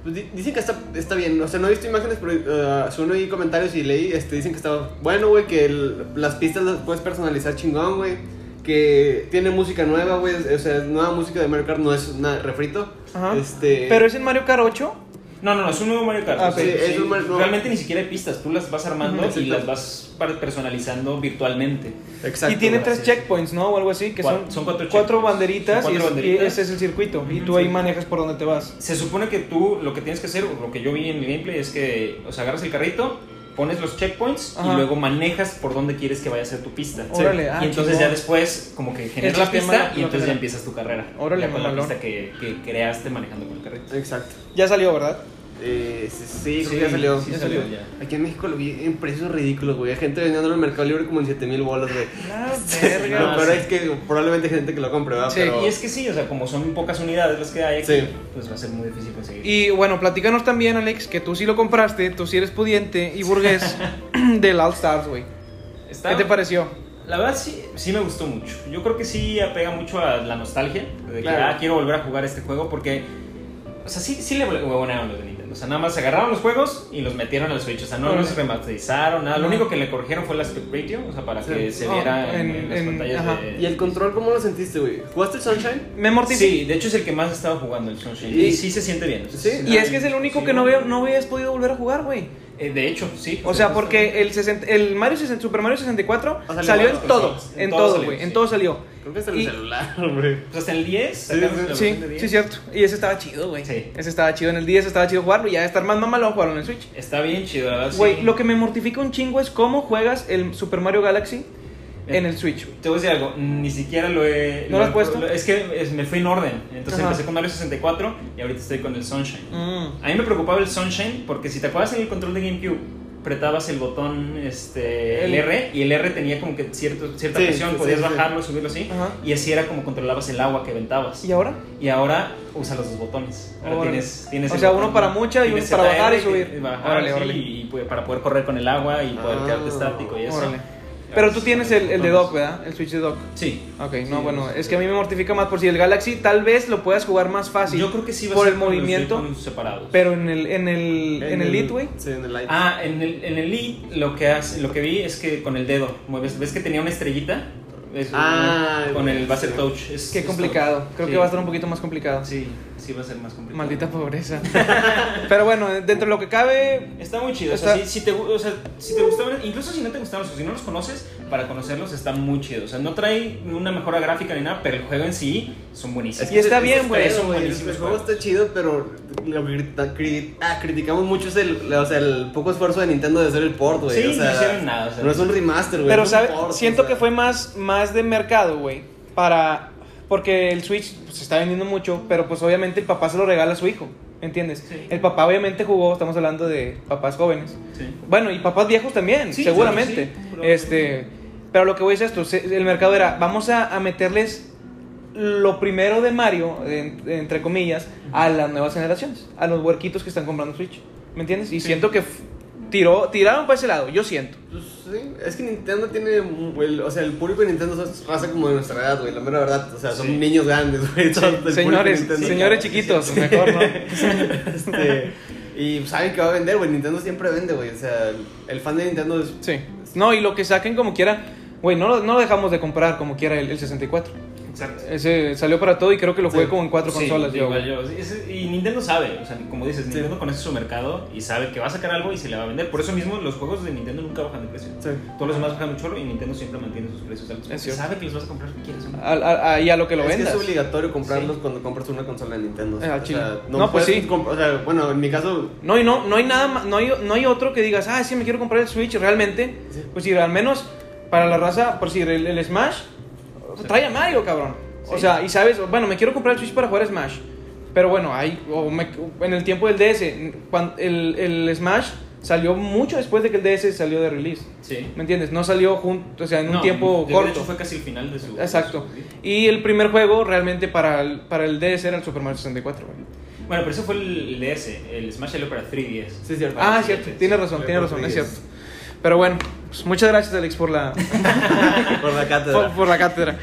C: Pues di- dicen que está, está bien, o sea, no he visto imágenes, pero eh, sueno y comentarios y leí, este, dicen que está bueno, güey, que el- las pistas las puedes personalizar chingón, güey, que tiene música nueva, güey, o sea, nueva música de Mario Kart, no es nada refrito,
A: Ajá.
C: este...
A: Pero es en Mario Kart 8.
B: No, no, no, es un nuevo Mario Kart.
A: Ah,
B: O sea,
A: sí,
C: es un Mario-
B: Realmente ni siquiera hay pistas, tú las vas armando
C: Ujú,
B: y las
C: exacto.
B: vas par- personalizando virtualmente.
C: Exacto,
A: y tiene
C: güey.
A: tres
B: así es.
A: checkpoints, ¿no? O algo así, que
B: Cuatro-
A: son,
B: son cuatro checkpoints.
A: banderitas,
B: Son cuatro
A: y, es- y
B: banderitas.
A: ese es el circuito. y
B: Ujú,
A: tú ahí
B: sí.
A: manejas por donde te vas.
B: Se supone que tú lo que tienes que hacer, o lo que yo vi en el gameplay, es que, o sea, agarras el carrito, pones los checkpoints
A: Ajá.
B: y luego manejas por dónde quieres que vaya a ser tu pista.
A: Órale, ah,
B: y entonces
A: chingón.
B: ya después, como que generas
A: El
B: la
A: sistema
B: pista
A: lo
B: y entonces
A: genera.
B: ya empiezas tu carrera.
A: Órale,
B: ya con la
A: mamalón.
B: pista que, que creaste manejando con el carrito.
C: Exacto.
A: Ya salió, ¿verdad?
C: Eh, sí, sí, creo
B: Sí,
C: que ya salió.
B: sí salió ya.
C: Aquí en México lo vi en precios ridículos, güey. Hay gente vendiendo en el mercado libre como en 7 mil bolas, güey.
A: La
C: lo
B: Ah,
C: peor
B: sí.
C: es que probablemente hay gente que lo compre, ¿verdad?
A: Sí,
C: Pero-
B: Y es que sí, o sea, como son pocas unidades las que hay aquí,
C: Oh. Sí.
B: pues va a ser muy difícil conseguir.
A: Y bueno, platícanos también, Alex, que tú sí lo compraste, tú sí eres pudiente y burgués del All Stars, güey.
B: Está-
A: ¿Qué te pareció?
B: La verdad sí, sí me gustó mucho. Yo creo que sí apega mucho a la nostalgia, de que
C: Claro.
B: ah, quiero volver a jugar este juego porque... O sea, sí, sí le huevonearon los de Nintendo. O sea, nada más agarraron los juegos y los metieron al Switch. O sea, no
A: Órale.
B: los remasterizaron, nada. Lo
A: Ajá.
B: único que le corrigieron fue el aspect ratio, o sea, para
C: Sí. Oh,
B: que se
A: Ah,
B: viera en,
A: en-
B: en las
A: en-
B: pantallas
A: ajá.
B: de...
C: ¿Y el control cómo lo sentiste, güey? ¿Jugaste el Sunshine?
A: Me mortificó.
B: Sí, de hecho es el que más he estado jugando el Sunshine.
C: Y-
B: Y, sí se siente bien. o sea,
C: Sí.
A: Y es que es el único
B: sí.
A: que no, veo, no habías podido volver a jugar, güey.
B: Eh, de hecho, sí.
A: O sea, porque el, 60 el Mario 60 Super Mario 64
C: O sea,
A: salió en
C: en
A: todo,
B: todos,
A: en
B: en
A: todo,
B: todos
A: güey,
B: salió,
A: en
B: sí.
A: todo salió.
C: Creo que está en
A: Y-
C: el celular, hombre.
B: Pues hasta en el 10.
C: Sí,
B: sacaron la
C: sí,
A: Sí,
B: versión de 10.
A: sí, cierto. Y ese estaba chido, güey.
B: Sí.
A: Ese estaba chido en el 10, estaba chido jugarlo. Y ya estar más mamá lo jugaron en el Switch.
B: Está bien chido, la verdad.
A: Güey,
B: Pues sí.
A: lo que me mortifica un chingo es cómo juegas el Super Mario Galaxy en el Switch. güey.
B: Te voy a decir algo, ni siquiera lo he...
A: ¿No lo has puesto?
B: Es que es- me fui en orden, entonces
A: Ajá.
B: empecé con Mario 64 y ahorita estoy con el Sunshine.
A: Mm.
B: A mí me preocupaba el Sunshine porque si te acuerdas en el control de GameCube, apretabas el botón, este, el,
A: El-
B: R, y el R tenía como que cierto, cierta
C: Sí,
B: presión,
C: sí,
B: podías
C: sí, sí.
B: bajarlo, subirlo así,
A: Ajá.
B: y así era como controlabas el agua que aventabas.
A: ¿Y ahora?
B: Y ahora usa los dos botones. Ahora
A: Órale.
B: tienes, tienes
A: O
B: el
A: sea,
B: botón-
A: uno para mucha y
B: tienes
A: uno para
B: ZR,
A: bajar y
B: que-
A: subir.
B: bajar,
A: Órale,
B: sí,
A: órale.
B: Y pues, para poder correr con el agua y poder
C: Ah,
B: quedarte estático y eso.
A: Órale. Pero tú tienes el, el de
B: Entonces-
A: dock, ¿verdad? El Switch de dock.
B: Sí.
A: Ok,
B: Sí,
A: no, bueno,
B: sí.
A: es que a mí me mortifica más por si el Galaxy tal vez lo puedas jugar más fácil.
B: Yo creo que sí va
A: Por
B: a
A: el
B: ser con los
A: movimiento.
B: Joy-Con separados.
A: Pero en el, en el, en el Elite, güey.
C: Sí, en el Lite.
B: Ah, en el, en el i lo que hace, lo que vi es que con el dedo mueves, ves que tenía una estrellita, Es-
C: Ah,
B: con el va a ser
C: sí.
B: touch. Es,
A: Qué
B: es
A: complicado.
B: touch.
A: Creo
B: Sí.
A: que va a estar un poquito más complicado.
B: Sí, sí va a ser más complicado.
A: Maldita pobreza. Pero bueno, dentro de lo que cabe,
B: Está muy chido. O sea,
A: Está-
B: si, si te, gu- o sea, si te gustaban, incluso si no te gustaban o si no los conoces, para conocerlos está muy chido. O sea, no trae una mejora gráfica ni nada, pero el juego en sí son buenísimos.
A: Es que está bien, güey.
B: Son
C: El,
B: buenísimos
C: el juego
B: juegos.
C: está chido, pero lo que grita- cri- ah, criticamos mucho es el, o sea, el poco esfuerzo de Nintendo de hacer el port, güey.
B: Sí,
C: o sea,
B: no hicieron nada, o sea.
C: no es un remaster, güey.
A: pero
C: es un
A: sabe,
C: port, o
A: siento
C: sea.
A: que fue más, más de mercado, güey. Para. Porque el Switch pues, se está vendiendo mucho, pero pues obviamente el papá se lo regala a su hijo. ¿Entiendes?
B: Sí.
A: El papá obviamente jugó, estamos hablando de papás jóvenes.
B: Sí.
A: Bueno, y papás viejos también,
B: Sí,
A: seguramente.
B: sí, sí, probablemente.
A: este, pero lo que voy es esto, se- el mercado era, vamos a, a meterles lo primero de Mario, en- entre comillas, a las nuevas generaciones, a los huerquitos que están comprando Switch. ¿Me entiendes? Y
B: Sí.
A: siento que f- tiró, tiraron para ese lado, yo siento.
C: Pues, sí, es que Nintendo tiene. un- el- o sea, el público de Nintendo es raza como de nuestra edad, güey. La mera verdad. O sea, son
B: Sí.
C: niños grandes, güey. todo el público de
A: Señores,
C: Nintendo.
A: señores
B: sí,
A: chiquitos, mejor, ¿no?
C: Este, y saben que va a vender, güey. Nintendo siempre vende, güey. O sea, el, el fan de Nintendo es.
A: Sí. No, y lo que saquen como quiera, güey, no, lo- no lo dejamos de comprar como quiera el, el 64.
B: Exacto.
A: Ese salió para todo y creo que lo jugué
C: Sí.
A: como en cuatro
B: Sí,
A: consolas yo.
B: igual
A: güey.
B: yo. Sí, es- Y Nintendo sabe, o sea, como dices, Nintendo conoce su mercado y sabe que va a sacar algo y se le va a vender. Por eso mismo los juegos de Nintendo nunca bajan de precio.
C: Sí.
B: Todos los demás bajan un chorro y Nintendo siempre mantiene sus precios altos. Porque
A: cierto.
B: sabe que los vas a comprar si quieres. o no.
A: A, a- a- y a lo que lo
C: es
A: vendas.
C: Que es obligatorio comprarlos
B: Sí.
C: cuando compras una consola de Nintendo.
A: Ah,
C: o
A: chile.
C: sea, no,
A: No, pues
C: puedes
A: sí.
C: comp- O sea, bueno, en mi caso,
A: No, y no, no hay nada ma- no hay, no hay otro que digas, ah, sí, me quiero comprar el Switch, realmente.
C: Sí.
A: Pues si al menos para la raza, por si el, el Smash, trae a Mario, cabrón. O
B: Sí.
A: sea, y sabes, bueno, me quiero comprar el Switch para jugar Smash. Pero bueno, hay, o me- en el tiempo del DS, cuan- el, el Smash salió mucho después de que el DS salió de release.
B: Sí.
A: ¿Me entiendes? No salió junto, o sea, en un
B: No,
A: tiempo
B: de-
A: corto.
B: De hecho, fue casi el final de su.
A: Exacto.
B: de su-
A: Y el primer juego realmente para el, para el DS era el Super Mario 64, güey.
B: Bueno, pero eso fue el DS, el Smash Salió para 3DS.
C: sí es cierto.
A: Ah,
B: sí,
A: cierto,
B: sí,
A: tienes
B: sí,
A: razón,
C: sí,
A: tienes
C: sí,
A: razón, es
C: sí.
A: cierto. Pero bueno, pues muchas gracias Alex por la,
C: Por la
A: por,
C: cátedra.
A: por la cátedra.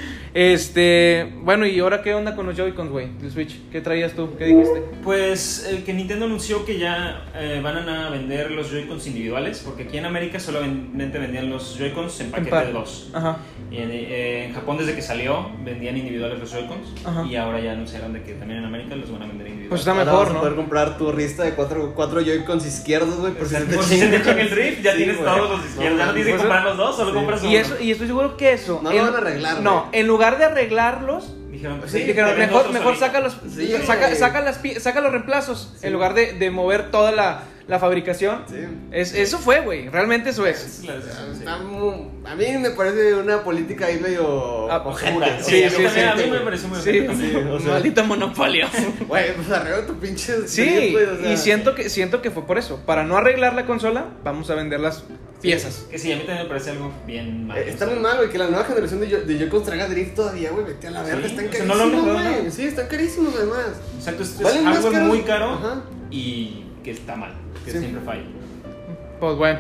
A: Este, bueno, ¿y ahora qué onda con los Joy-Cons, güey? Del Switch, ¿qué traías tú? ¿Qué dijiste?
B: Pues eh, que Nintendo anunció que ya eh, van a vender los Joy-Cons individuales, porque aquí en América solamente vendían los Joy-Cons en paquete
A: par.
B: de dos.
A: Ajá.
B: Y en, eh, en Japón desde que salió vendían individuales los Joy-Cons
A: Ajá.
B: y ahora ya anunciaron de que también en América los van a vender individuales.
A: Pues está
C: Ahora
A: mejor,
C: vas a
A: ¿no?
C: poder comprar tu rista de cuatro, cuatro Joy-Cons izquierdos, güey, por
B: Por
C: si se
B: si se te
C: te chingan.
B: echa el drift, ya
C: Sí,
B: tienes
C: güey.
B: todos los izquierdos, ya no tienes que
A: pues,
B: comprar los dos, solo
C: sí.
B: compras uno.
A: Y eso y estoy seguro que eso
C: No lo van a arreglar,
A: No,
C: güey.
A: en lugar de arreglarlos
B: dijeron, pues,
C: Sí,
B: sí,
A: dijeron,
B: te vendo
A: mejor,
B: otro
A: mejor
B: solito.
A: saca los,
C: Sí,
A: saca,
C: güey.
A: saca las pi- saca los reemplazos
C: Sí.
A: en lugar de, de mover toda la, la fabricación.
C: Sí.
A: Es, eso fue, güey, realmente eso es.
B: Es la decisión, sí.
C: Ah, Está mu- A mí me parece una política ahí medio.
A: Ah,
C: ojete,
B: Pura,
C: güey.
A: sí,
B: Sí, a mí
A: sí,
B: también, a
A: sí.
B: mí me pareció muy
A: Sí,
B: bien.
C: sí, o sea.
A: maldito monopolio.
C: Güey, pues arregla tu pinche. drift,
A: Sí, pues,
C: güey, o sea.
A: y siento que siento que fue por eso. Para no arreglar la consola, vamos a vender las piezas.
B: Que sí, a mí también me parece algo bien mal.
C: Eh, Está muy mal, güey, que la nueva generación de Joy- de Joy-Cons traiga drift todavía, güey. Vete a la
B: Sí,
C: verga, están
B: o sea, no lo han
C: carísimos,
B: mejorado,
C: güey. Sí, están carísimos, además.
B: Exacto, es, es
C: Valen más
B: algo
C: caros.
B: muy caro
C: Ajá.
B: y que está mal, que
C: Sí.
B: siempre falla.
A: Pues bueno,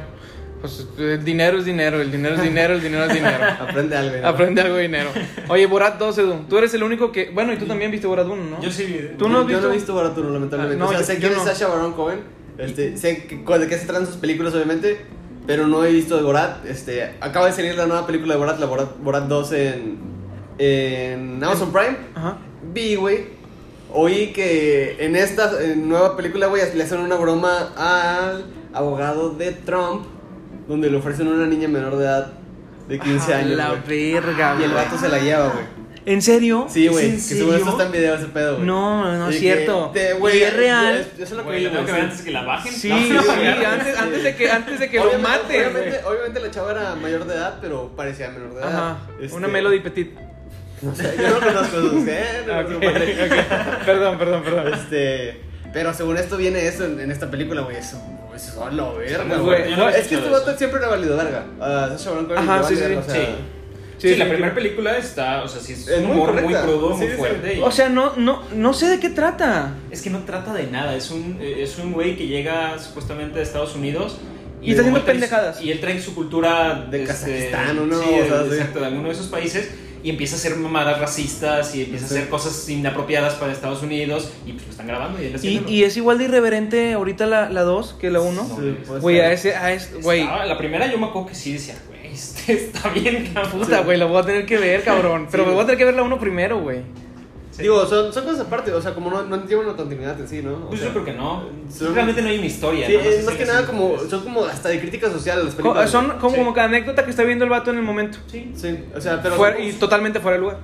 A: pues el dinero es dinero, el dinero es dinero, el dinero es dinero.
C: Aprende algo, güey.
A: Aprende algo de dinero. Oye, Borat 2, Edu, tú eres el único que, bueno, y tú también viste Borat 1, ¿no?
B: Yo sí.
A: Tú
C: Yo-
A: no has
C: Yo
A: visto-
C: no he visto Baraturo, lamentablemente.
A: Ah, no,
C: o sea,
A: yo-
C: sé
A: yo
C: quién
A: no.
C: es Sasha Baron Cohen. Este, sé que- cu- de qué se tratan sus películas, obviamente. Pero no he visto de Borat. Este, acaba de salir la nueva película de Borat, la Borat, Borat 2 en, en Amazon Prime.
A: Ajá.
C: Vi, güey. Oí que en esta eh, nueva película, güey, le hacen una broma al abogado de Trump. Donde le ofrecen a una niña menor de edad de 15
A: A
C: años.
A: La
C: güey.
A: verga,
C: Y el
A: güey.
C: vato se la lleva, güey.
A: ¿En serio?
C: Sí,
B: ¿Es
C: güey.
B: en
C: Que seguro
B: serio?
C: esto está en video ese pedo, güey.
A: No, no es
C: Y que
A: cierto.
C: te-
A: Y
C: güey,
A: es real.
C: es- Eso es lo que
B: Güey,
C: yo
B: la tengo que ver
C: güey.
B: antes que la bajen.
A: Sí,
B: No,
A: sí,
C: sí,
A: sí,
C: sí.
A: antes, antes de que, antes de que lo
C: Obviamente-
A: mate.
C: Obviamente, obviamente la chava era mayor de edad, pero parecía menor de edad.
A: Ajá,
C: Este,
A: una Melody Petit.
C: No sé, yo no conozco esos géneros,
A: Ok,
C: compadre.
A: ok. Perdón, perdón, perdón.
C: Este, pero según esto viene eso en, en esta película, güey. Eso, eso es a la verga,
A: Güey,
C: güey.
A: yo
B: no había
C: es que este
B: escuchado
C: vato
B: eso.
C: siempre era valido verga. Ah, Sacha Baron Cohen
A: Ajá,
C: le
A: sí,
C: vale
A: sí,
C: verga, o
B: sí.
C: sea,
B: Sí,
A: Sí,
B: la
A: sí,
B: primera
A: sí.
B: película está, o sea, sí es,
C: Es
B: un
C: muy
B: humor muy
C: correcta.
B: crudo,
C: Sí,
B: muy
C: sí,
B: fuerte. y-
A: O sea, no, no, no sé de qué trata.
B: es que no trata de nada, es un eh, es un güey que llega supuestamente de Estados Unidos
A: Y está haciendo
B: como él trae-
A: pendejadas.
B: Y él trae su cultura este,
C: De Kazajistán o no,
B: sí,
C: o
B: de-
C: sea, sí.
B: exacto, de alguno de esos países y empieza a hacer mamadas racistas y empieza
C: Sí.
B: a hacer cosas inapropiadas para Estados Unidos y pues lo están grabando y él
A: Y,
B: haciéndolo.
A: y es igual de irreverente ahorita la 2 que la 1.
B: No,
C: sí, pues,
A: Güey, a
C: eh,
A: ese, a ese, güey.
B: Estaba- la primera yo me acuerdo que sí decía, güey, este está bien la
A: Puta, güey, la voy a tener que ver, cabrón. Pero
C: Sí.
A: me voy a tener que ver la 1 primero, güey.
C: Digo, son, son cosas aparte, o sea, como no, no llevan una continuidad en sí, ¿no? O
B: Pues
C: sea,
B: yo creo que no.
C: son-
B: Realmente no hay una historia.
C: Sí,
B: nada
C: es más
B: el
C: que nada
B: asunto.
C: como, son como hasta de crítica social las
A: Co-
C: películas.
A: Son
C: güey.
A: como,
B: sí.
A: como que anécdota que está viendo el vato en el momento.
B: Sí.
C: Sí, o sea, pero...
A: Fuera- y totalmente fuera de lugar.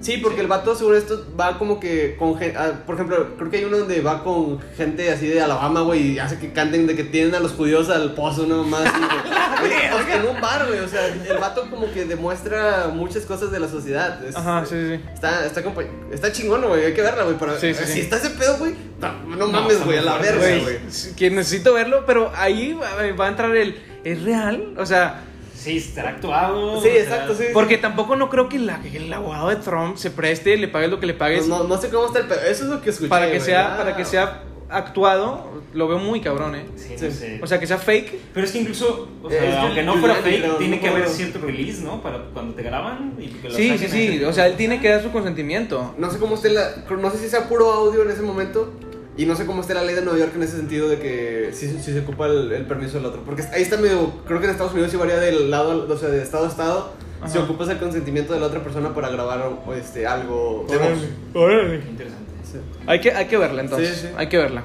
C: Sí, porque el vato según esto va como que con gen- ah, por ejemplo, creo que hay uno donde va con gente así de Alabama, güey, y hace que canten de que tienen a los judíos al pozo no más. o sea, en un bar, güey, o sea, el vato como que demuestra muchas cosas de la sociedad. es- eh,
A: Ajá, sí, sí, sí.
C: Está, está, compa- está chingón, güey, hay que verla, güey, para
A: Sí, sí,
C: si
A: sí.
C: está ese pedo, güey, no, no
B: No,
C: mames,
B: está
C: güey, a
B: muy
C: la
B: fuerte,
C: verga, güey.
A: Güey, sí, que necesito verlo, pero ahí va eh, va a entrar el. ¿Es real? O sea,
B: Sí, estará actuado.
C: Sí,
B: o sea,
C: exacto, sí.
A: porque tampoco no creo que, la- que el abogado de Trump se preste, le pague lo que le pague
C: No, no sé cómo está el pedo, eso es lo que escuché,
A: para que
C: güey,
A: sea,
C: ah.
A: para que sea actuado. Lo veo muy cabrón, eh.
B: Sí,
C: Sí.
B: no sé.
A: O sea, que sea fake.
B: pero es que incluso, o sea,
C: Eh, es que
B: aunque no
C: Julián
B: fuera
C: y
B: fake,
C: Brown,
B: tiene
C: no
B: que haber
C: puedo-
B: cierto release, ¿no? Para cuando te graban y que lo
A: Sí, sí,
B: saquen a
A: sí.
B: ese-
A: O sea, él tiene que dar su consentimiento.
C: No sé cómo esté la. No sé si sea puro audio en ese momento. Y no sé cómo esté la ley de Nueva York en ese sentido de que si, si se ocupa el, el permiso del otro. Porque ahí está medio. Creo que en Estados Unidos sí varía del lado. al- O sea, de estado a estado. Si
A: Ajá.
C: ocupas el consentimiento de la otra persona para grabar o, este, algo. de voz.
B: Qué Interesante.
C: Sí.
A: Hay que, hay que verla entonces.
C: Sí, sí.
A: Hay que verla.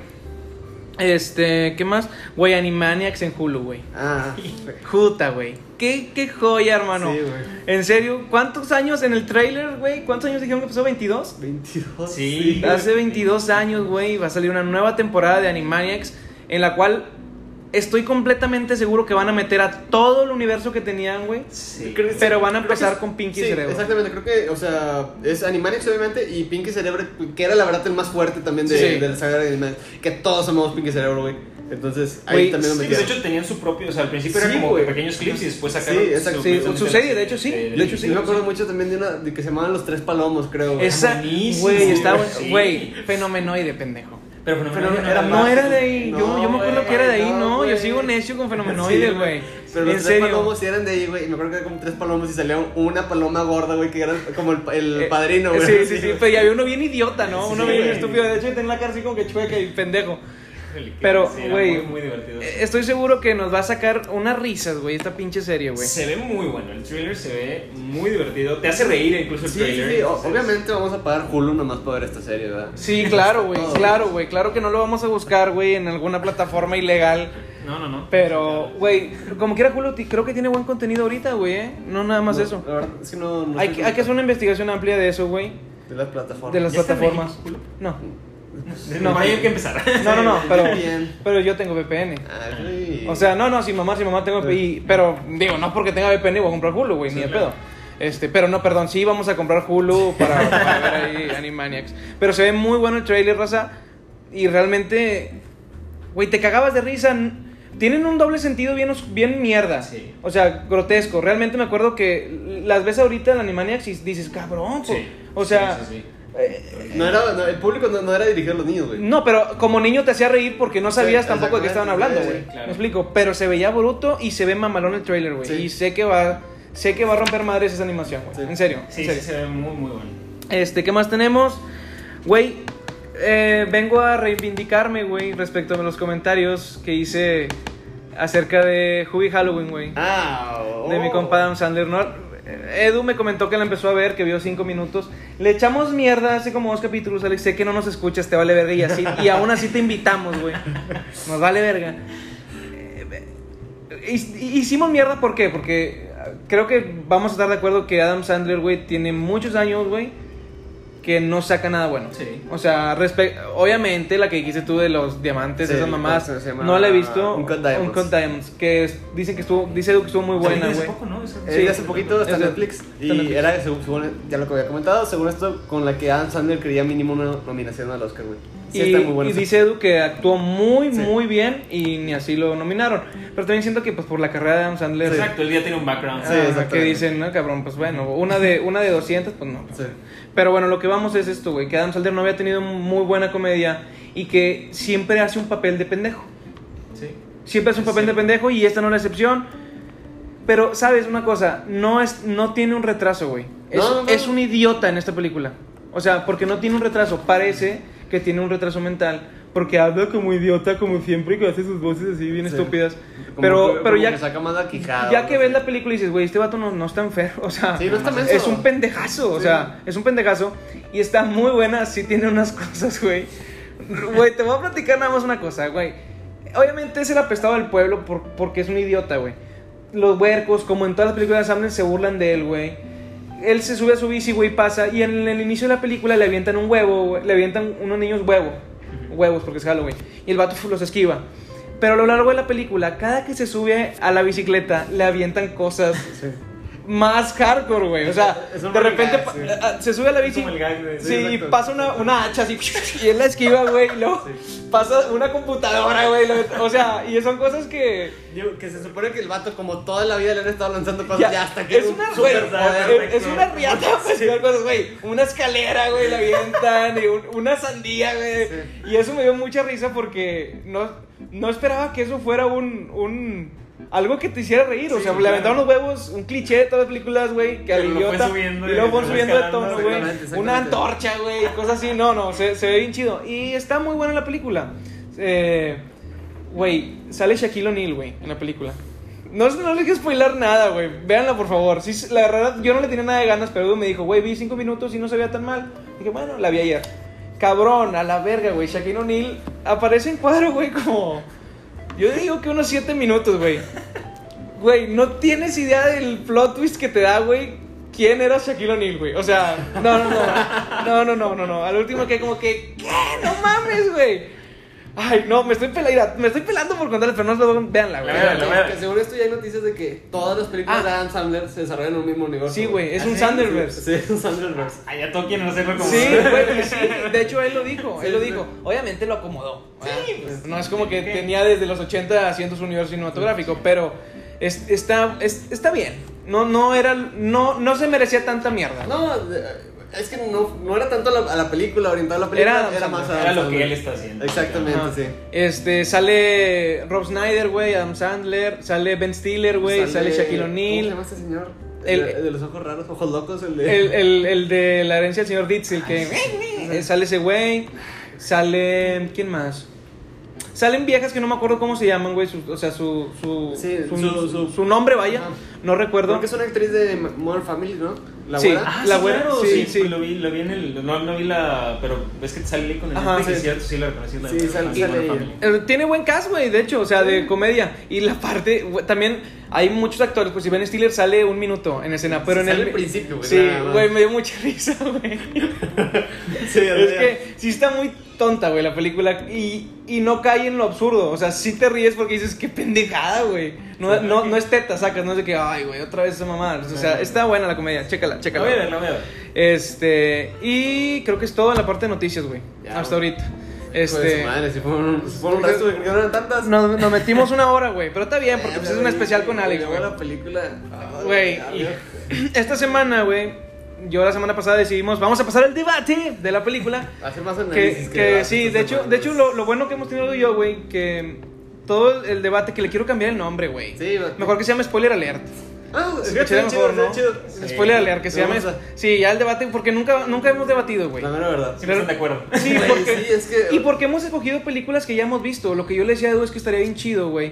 A: Este, ¿qué más? Güey, Animaniacs en Hulu, güey.
C: Ah,
A: Juta, güey. ¿Qué, qué joya, hermano.
C: Sí, güey.
A: En serio, ¿cuántos años en el trailer, güey? ¿Cuántos años dijeron que pasó? ¿22?
C: 22.
B: Sí.
A: Hace 22 años, güey, va a salir una nueva temporada de Animaniacs en la cual estoy completamente seguro que van a meter a todo el universo que tenían, güey.
B: Sí.
C: Creo que-
A: Pero van a
C: creo que
A: empezar
C: es-
A: con Pinky
C: sí,
A: Cerebro.
C: Exactamente, creo que, o sea, es Animaniacs obviamente y Pinky Cerebro, que era la verdad el más fuerte también de,
A: Sí.
C: de la saga de Animaniacs, que todos amamos Pinky Cerebro, güey. Entonces, ahí
A: Güey,
C: también
B: Sí,
C: lo
B: pues,
C: metieron.
B: de hecho tenían su propio, o sea, al principio
C: Sí,
B: eran como
C: güey.
B: pequeños clips y después sacaron
C: Sí, exacto.
A: Sí, su serie, de hecho, sí. De hecho,
C: Sí, me acuerdo mucho también de una de que se llamaban Los Tres Palomos, creo. güey.
A: Esa,
B: buenísimo,
A: güey, está
B: güey,
A: buen-
B: sí.
A: güey, fenomenoide, pendejo.
B: Pero fenomenal.
C: Pero
B: era
C: era
A: No
B: más-
A: era de ahí, yo,
C: No,
A: yo me acuerdo
C: güey,
A: que era de ahí,
C: no,
A: no, yo
C: güey.
A: sigo necio con fenomenoide,
C: Sí,
A: güey.
C: Pero los
A: en
C: tres
A: serio.
C: palomos sí eran de ahí, güey. Y me acuerdo que eran como tres palomos y salía una paloma gorda, güey, que era como el, el
A: Eh,
C: padrino, güey.
A: Sí, sí, sí, pero ya había uno bien idiota, ¿no?
C: Sí,
A: uno bien
C: güey.
A: estúpido, de hecho tenía la cara así como que chueca y pendejo.
B: Híjole, que-
A: Pero,
B: sí, era
A: güey,
B: muy, muy divertido.
A: Eh, Estoy seguro que nos va a sacar unas risas, güey, esta pinche serie, güey.
B: Se ve muy bueno, el thriller se ve muy divertido, te hace reír incluso el
C: Sí, sí,
B: trailer.
C: sí, o-
B: entonces-
C: obviamente vamos a pagar Hulu nomás para ver esta serie, ¿verdad?
A: Sí, claro, güey,
C: Todo.
A: claro, güey, claro que no lo vamos a buscar, güey, en alguna plataforma ilegal.
B: No, no, no.
A: Pero, güey, como quiera, Hulu, ti- creo que tiene buen contenido ahorita, güey, ¿eh? No nada más
C: No,
A: eso.
C: La verdad es que no. no
A: Hay,
C: sé
A: que- hay
C: cómo
A: que hacer
C: está.
A: una investigación amplia de eso, güey.
C: De las plataformas.
A: De las
B: ¿Ya está en
A: plataformas.
B: México, Hulu?
A: No, No.
B: No, hay que empezar.
A: no, no, no, pero,
C: Bien.
A: pero yo tengo VPN.
C: Ah, Ay,
A: O sea, no, no, si mamá, si mamá tengo VPN. Pero, digo, no porque tenga VPN voy a comprar Hulu, güey,
B: Sí,
A: ni de
B: claro.
A: pedo. Este, pero no, perdón, sí vamos a comprar Hulu para, para ver ahí Animaniacs. Pero se ve muy bueno el trailer, raza. Y realmente, güey, te cagabas de risa. n- Tienen un doble sentido bien, os- bien mierda.
B: Sí.
A: O sea, grotesco. Realmente me acuerdo que las ves ahorita en Animaniacs y dices, cabrón, pues.
B: Sí.
A: O sea, eh,
B: Sí, sí, sí.
C: No era, no, el público no, no era dirigido a los niños, güey.
A: no, pero como niño te hacía reír porque no sabías
C: Sí,
A: tampoco de qué estaban
C: exactamente,
A: hablando,
C: sí,
A: güey.
B: sí, claro.
A: Me explico, pero se veía bruto y se ve mamalón el trailer, güey.
C: Sí.
A: Y sé que va sé que va a romper madres esa animación, güey.
C: Sí.
A: En serio,
B: Sí,
A: en serio.
B: sí, se ve muy, muy bueno.
A: Este, ¿qué más tenemos? Güey, eh, vengo a reivindicarme, güey, respecto a los comentarios que hice acerca de Hubby Halloween, güey.
C: Ah, oh.
A: De mi compa Adam Sandler. ¿no? Edu me comentó que la empezó a ver, que vio cinco minutos. Le echamos mierda hace como dos capítulos, Alex. Sé que no nos escuchas, te vale verga y así. Y aún así te invitamos, güey. Nos vale verga. Eh, eh, hic- Hicimos mierda, ¿por qué? Porque creo que vamos a estar de acuerdo que Adam Sandler, güey, tiene muchos años, güey, que no saca nada bueno.
B: Sí.
A: O sea, respe- obviamente la que dijiste tú de los diamantes,
C: Sí,
A: esas
C: el
A: mamás,
C: corto se llama
A: no la he visto.
C: Uncut Diamonds.
A: Uncut Diamonds, que es- dicen que estuvo, dice Edu que estuvo muy buena,
B: Hace
A: güey.
B: poco, ¿no? Esa-
C: Es de hace poquito, está en
A: es de-
C: Netflix.
A: está en
C: Y
A: Netflix.
C: era, según, según- ya lo que había comentado, según esto, con la que Adam Sandler quería mínimo una nominación al Oscar, güey. Sí,
A: y,
C: está muy bueno.
A: y dice Edu que actuó muy,
C: Sí.
A: muy bien y ni así lo nominaron. Pero también siento que pues por la carrera de Adam Sandler,
B: Exacto, él ya tiene un background.
A: ah,
C: Sí, exactamente.
A: que dicen, no, cabrón, pues bueno, una de, una de 200, pues no.
C: Sí.
A: Pero bueno, lo que vamos es esto, güey, que Adam Sandler no había tenido muy buena comedia y que siempre hace un papel de pendejo.
B: Sí.
A: Siempre hace un papel
B: Sí.
A: de pendejo y esta no es la excepción. Pero, ¿sabes una cosa? No, es, no tiene un retraso, güey. Es,
C: No, no.
A: es un idiota en esta película. O sea, porque no tiene un retraso. Parece que tiene un retraso mental. Porque habla como idiota, como siempre, que hace sus voces así bien
C: Sí.
A: estúpidas.
C: Como
A: Pero,
C: que-
A: pero
C: como
A: ya,
C: que saca más la quijada,
A: ya que
C: ¿no?
A: ves la película y dices, güey, este vato no, no está enfermo. O sea,
C: Sí, no está menso.
A: es un pendejazo. O
C: Sí.
A: sea, es un pendejazo. Y está muy buena. Sí tiene unas cosas, güey. Güey, te voy a platicar nada más una cosa, güey. Obviamente es el apestado del pueblo por- porque es un idiota, güey. Los huercos, como en todas las películas de Sandler, se burlan de él, güey. Él se sube a su bici, güey, pasa. Y en el inicio de la película le avientan un huevo, güey. Le avientan unos niños huevo. Huevos, porque es Halloween. Y el vato los esquiva. Pero a lo largo de la película, cada que se sube a la bicicleta, le avientan cosas
C: Sí.
A: más hardcore, güey. O sea,
C: Es un
A: de
C: buen
A: repente
C: gag,
A: pa-
C: sí.
A: ah, se sube a la bici.
B: como el gag de-
A: sí,
C: sí,
A: y
C: exacto.
A: pasa una, una hacha así. Y él la esquiva, güey. Y luego pasa una computadora, güey. lo- O sea, y son cosas que.
C: Digo, que se supone que el vato, como toda la vida, le han estado lanzando cosas
A: ya-
C: ya, hasta que
A: es
C: era un
A: una, güey,
C: superpoder, güey.
A: es, es una riata, pues, son cosas, güey. Una escalera, güey, la avientan. y un- una sandía, güey. Y eso me dio mucha risa porque no, no esperaba que eso fuera un. un algo que te hiciera reír, o
B: Sí,
A: sea, le
B: claro.
A: aventaron los huevos, un cliché de todas las películas, güey, que al
B: Pero lo fue
A: idiota.
B: subiendo
A: y
B: y
A: luego fueron
B: fue
A: subiendo de
B: escalando,
A: tono, güey.
C: exactamente, exactamente.
A: Una antorcha, güey, cosas así. No, no, se, se ve bien chido. Y está muy buena la película. Eh, Güey, sale Shaquille O'Neal, güey, en la película. No, no les quiero spoiler nada, güey. Véanla, por favor. Sí, la verdad, yo no le tenía nada de ganas, pero Edu me dijo, güey, vi cinco minutos y no se veía tan mal. Dije, bueno, la vi ayer. Cabrón, a la verga, güey. Shaquille O'Neal aparece en cuadro, güey, como... Yo digo que unos siete minutos, güey. Güey, no tienes idea del plot twist que te da, güey. ¿Quién era Shaquille O'Neal, güey? O sea, no, no, no. No, no, no, no, no. Al último que como que, ¿qué? No mames, güey. Ay, no, me estoy pelando, me estoy pelando por contarles, pero no se lo veanla,
B: La vean,
A: güey.
B: la vean.
C: Que según esto ya hay noticias de que todas las películas
A: Ah.
C: de Adam Sandler se desarrollan en un mismo universo.
A: Sí, güey, es
B: ¿Ah,
A: un
B: sí?
A: Sanderverse.
C: Sí, es un Sandlerverse.
B: Allá todo quieren hacerlo como.
A: Sí, güey, sí. De hecho, él lo dijo, él
C: Sí,
A: lo
C: sí.
A: dijo. Obviamente lo acomodó. ¿verdad?
B: pues,
A: no es como que
B: ¿qué?
A: tenía desde los 80 haciendo su universo cinematográfico, pero es- está, es- está bien. No, no era, no, no se merecía tanta mierda.
C: No, de- es que no, no era tanto a la, a la película, orientado a la película,
A: Era
C: era,
A: Adam
C: más
A: Sandler.
C: Adam
B: Era lo
C: Sandler.
B: que él está haciendo.
C: Exactamente,
A: Ajá.
C: sí.
A: Este, sale Rob Snyder, güey, Adam Sandler, sale Ben Stiller, güey, sale, Shaquille
C: ¿Cómo se
A: O'Neal.
C: llama este señor?
A: El-
C: El, el de los ojos raros, ojos locos, el de.
A: El, el, el de la herencia del señor Ditzel, que eh, sale ese güey. Sale. ¿Quién más? Salen viejas que no me acuerdo cómo se llaman, güey. su- o sea, su su,
C: Sí,
A: su,
C: su-
A: su-
C: su-
A: su nombre, vaya.
C: Ajá.
A: No recuerdo.
C: Creo que es una actriz de Modern Family, ¿no? La
A: Sí.
C: abuela.
B: Ah,
A: La
B: la
A: buena, sí,
B: sí,
A: sí.
B: pues Lo vi, lo vi en el. No, no vi la. Pero es que salí con el.
A: Ajá,
B: Netflix,
A: sí.
B: y es cierto, sí la reconocí. La
C: Sí,
B: la-
C: sale-
B: la-
C: sale
B: la-
C: ella.
B: familia.
A: Eh, Tiene buen cast, güey, de hecho, o sea, de comedia. Y la parte, güey, también hay muchos actores, pues si Ben Stiller sale un minuto en escena, pero en
C: Sale
A: el...
C: al principio, güey,
A: Sí,
C: nada más.
A: güey, me dio mucha risa, güey.
C: Sí,
A: es que sí está muy tonta, güey, la película. Y, y no cae en lo absurdo, o sea, sí te ríes porque dices, qué pendejada, güey. No, no, no es teta, sacas, no es de que, ay, güey, otra vez esa mamá. O sea, está buena la comedia, chécala,
B: La voy a ver,
A: chécala.
B: la voy a ver.
A: Este, y creo que es todo en la parte de noticias, güey,
C: Ya,
A: hasta
C: güey.
A: ahorita.
C: Este...
A: Este,
C: madre, si fueron un, si fueron un resto, güey, que no eran tantas.
A: nos, nos metimos una hora, güey. Pero está bien, porque pues, es un especial con Alex,
C: güey.
A: güey.
C: la película. Ah,
A: Güey,
C: adiós.
A: Esta semana, güey, yo la semana pasada decidimos, vamos a pasar al debate de la película.
C: Hacer más
A: Que,
C: análisis.
A: que
C: debates,
A: sí, de
C: estas
A: hecho, de
C: madres.
A: hecho lo, lo bueno que hemos tenido yo, güey, que todo el debate, que le quiero cambiar el nombre, güey.
C: Sí, va-
A: Mejor que se llame Spoiler Alert.
C: Ah,
A: Se
C: fíjate,
A: escucharía
C: chido,
A: mejor, ¿no?
C: chido.
A: Spoiler Alert, que se llame...
C: Vamos a-
A: Sí, ya el debate, porque nunca, nunca hemos debatido, güey.
C: La mera verdad.
B: Siempre
A: Pero-
B: están de acuerdo.
A: Sí,
C: Güey,
A: porque,
C: sí, es que-
A: y porque hemos escogido películas que ya hemos visto. Lo que yo le decía a Edu es que estaría bien chido, güey.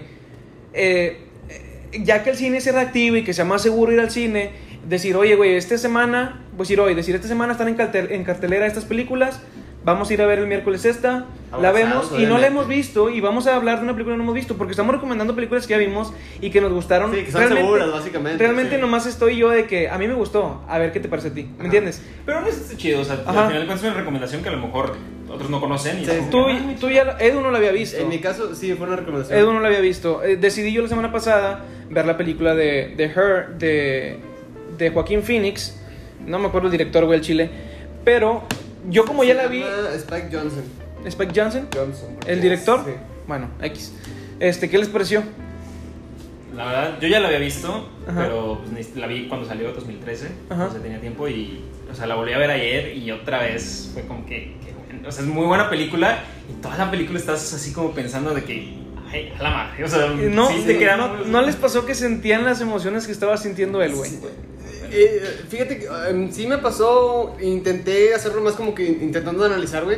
A: Eh, eh, ya que el cine se reactive y que sea más seguro ir al cine, decir, oye, güey, esta semana, pues ir hoy, decir, esta semana están en, cartel- en cartelera estas películas, vamos a ir a ver el miércoles esta, La
C: Abrazados,
A: vemos y no la
C: obviamente.
A: hemos visto y vamos a hablar de una película que no hemos visto porque estamos recomendando películas que ya vimos y que nos gustaron.
C: Sí, que son
A: Realmente-
C: seguras, básicamente.
A: Realmente
C: sí.
A: nomás estoy yo de que a mí me gustó, a ver qué te parece a ti, ¿me
C: Ajá.
A: entiendes?
B: Pero no es este chido, o sea,
A: Ajá.
B: al final pues, es una recomendación que a lo mejor otros no conocen. Y
C: Sí.
B: es como que,
A: Tú,
B: "Ah,
A: tú ya, Edu no la había visto.
C: En mi caso, sí, fue una recomendación.
A: Edu no la había visto. Eh, decidí yo la semana pasada ver la película de, de Her, de, de Joaquín Phoenix. No me acuerdo el director, güey, el chile. Pero yo como ya
C: Se
A: la vi,
C: llama Spike Johnson.
A: Spike Johnson,
C: Johnson. porque
A: el
C: es-
A: director.
C: sí.
A: Bueno, X. Este, ¿qué les pareció?
B: La verdad, yo ya la había visto,
A: Ajá.
B: pero pues, la vi cuando salió 2013,
A: Ajá.
B: no se tenía tiempo y, o sea, la volví a ver ayer y otra vez fue como que, que bueno, o sea, es muy buena película y toda la película estás así como pensando de que, ay, a la madre, o sea,
A: Eh, No,
B: sí te quedan-
A: no, no les pasó que sentían las emociones que estaba sintiendo él, güey.
C: Eh, fíjate que em, sí me pasó, intenté hacerlo más como que intentando analizar, güey.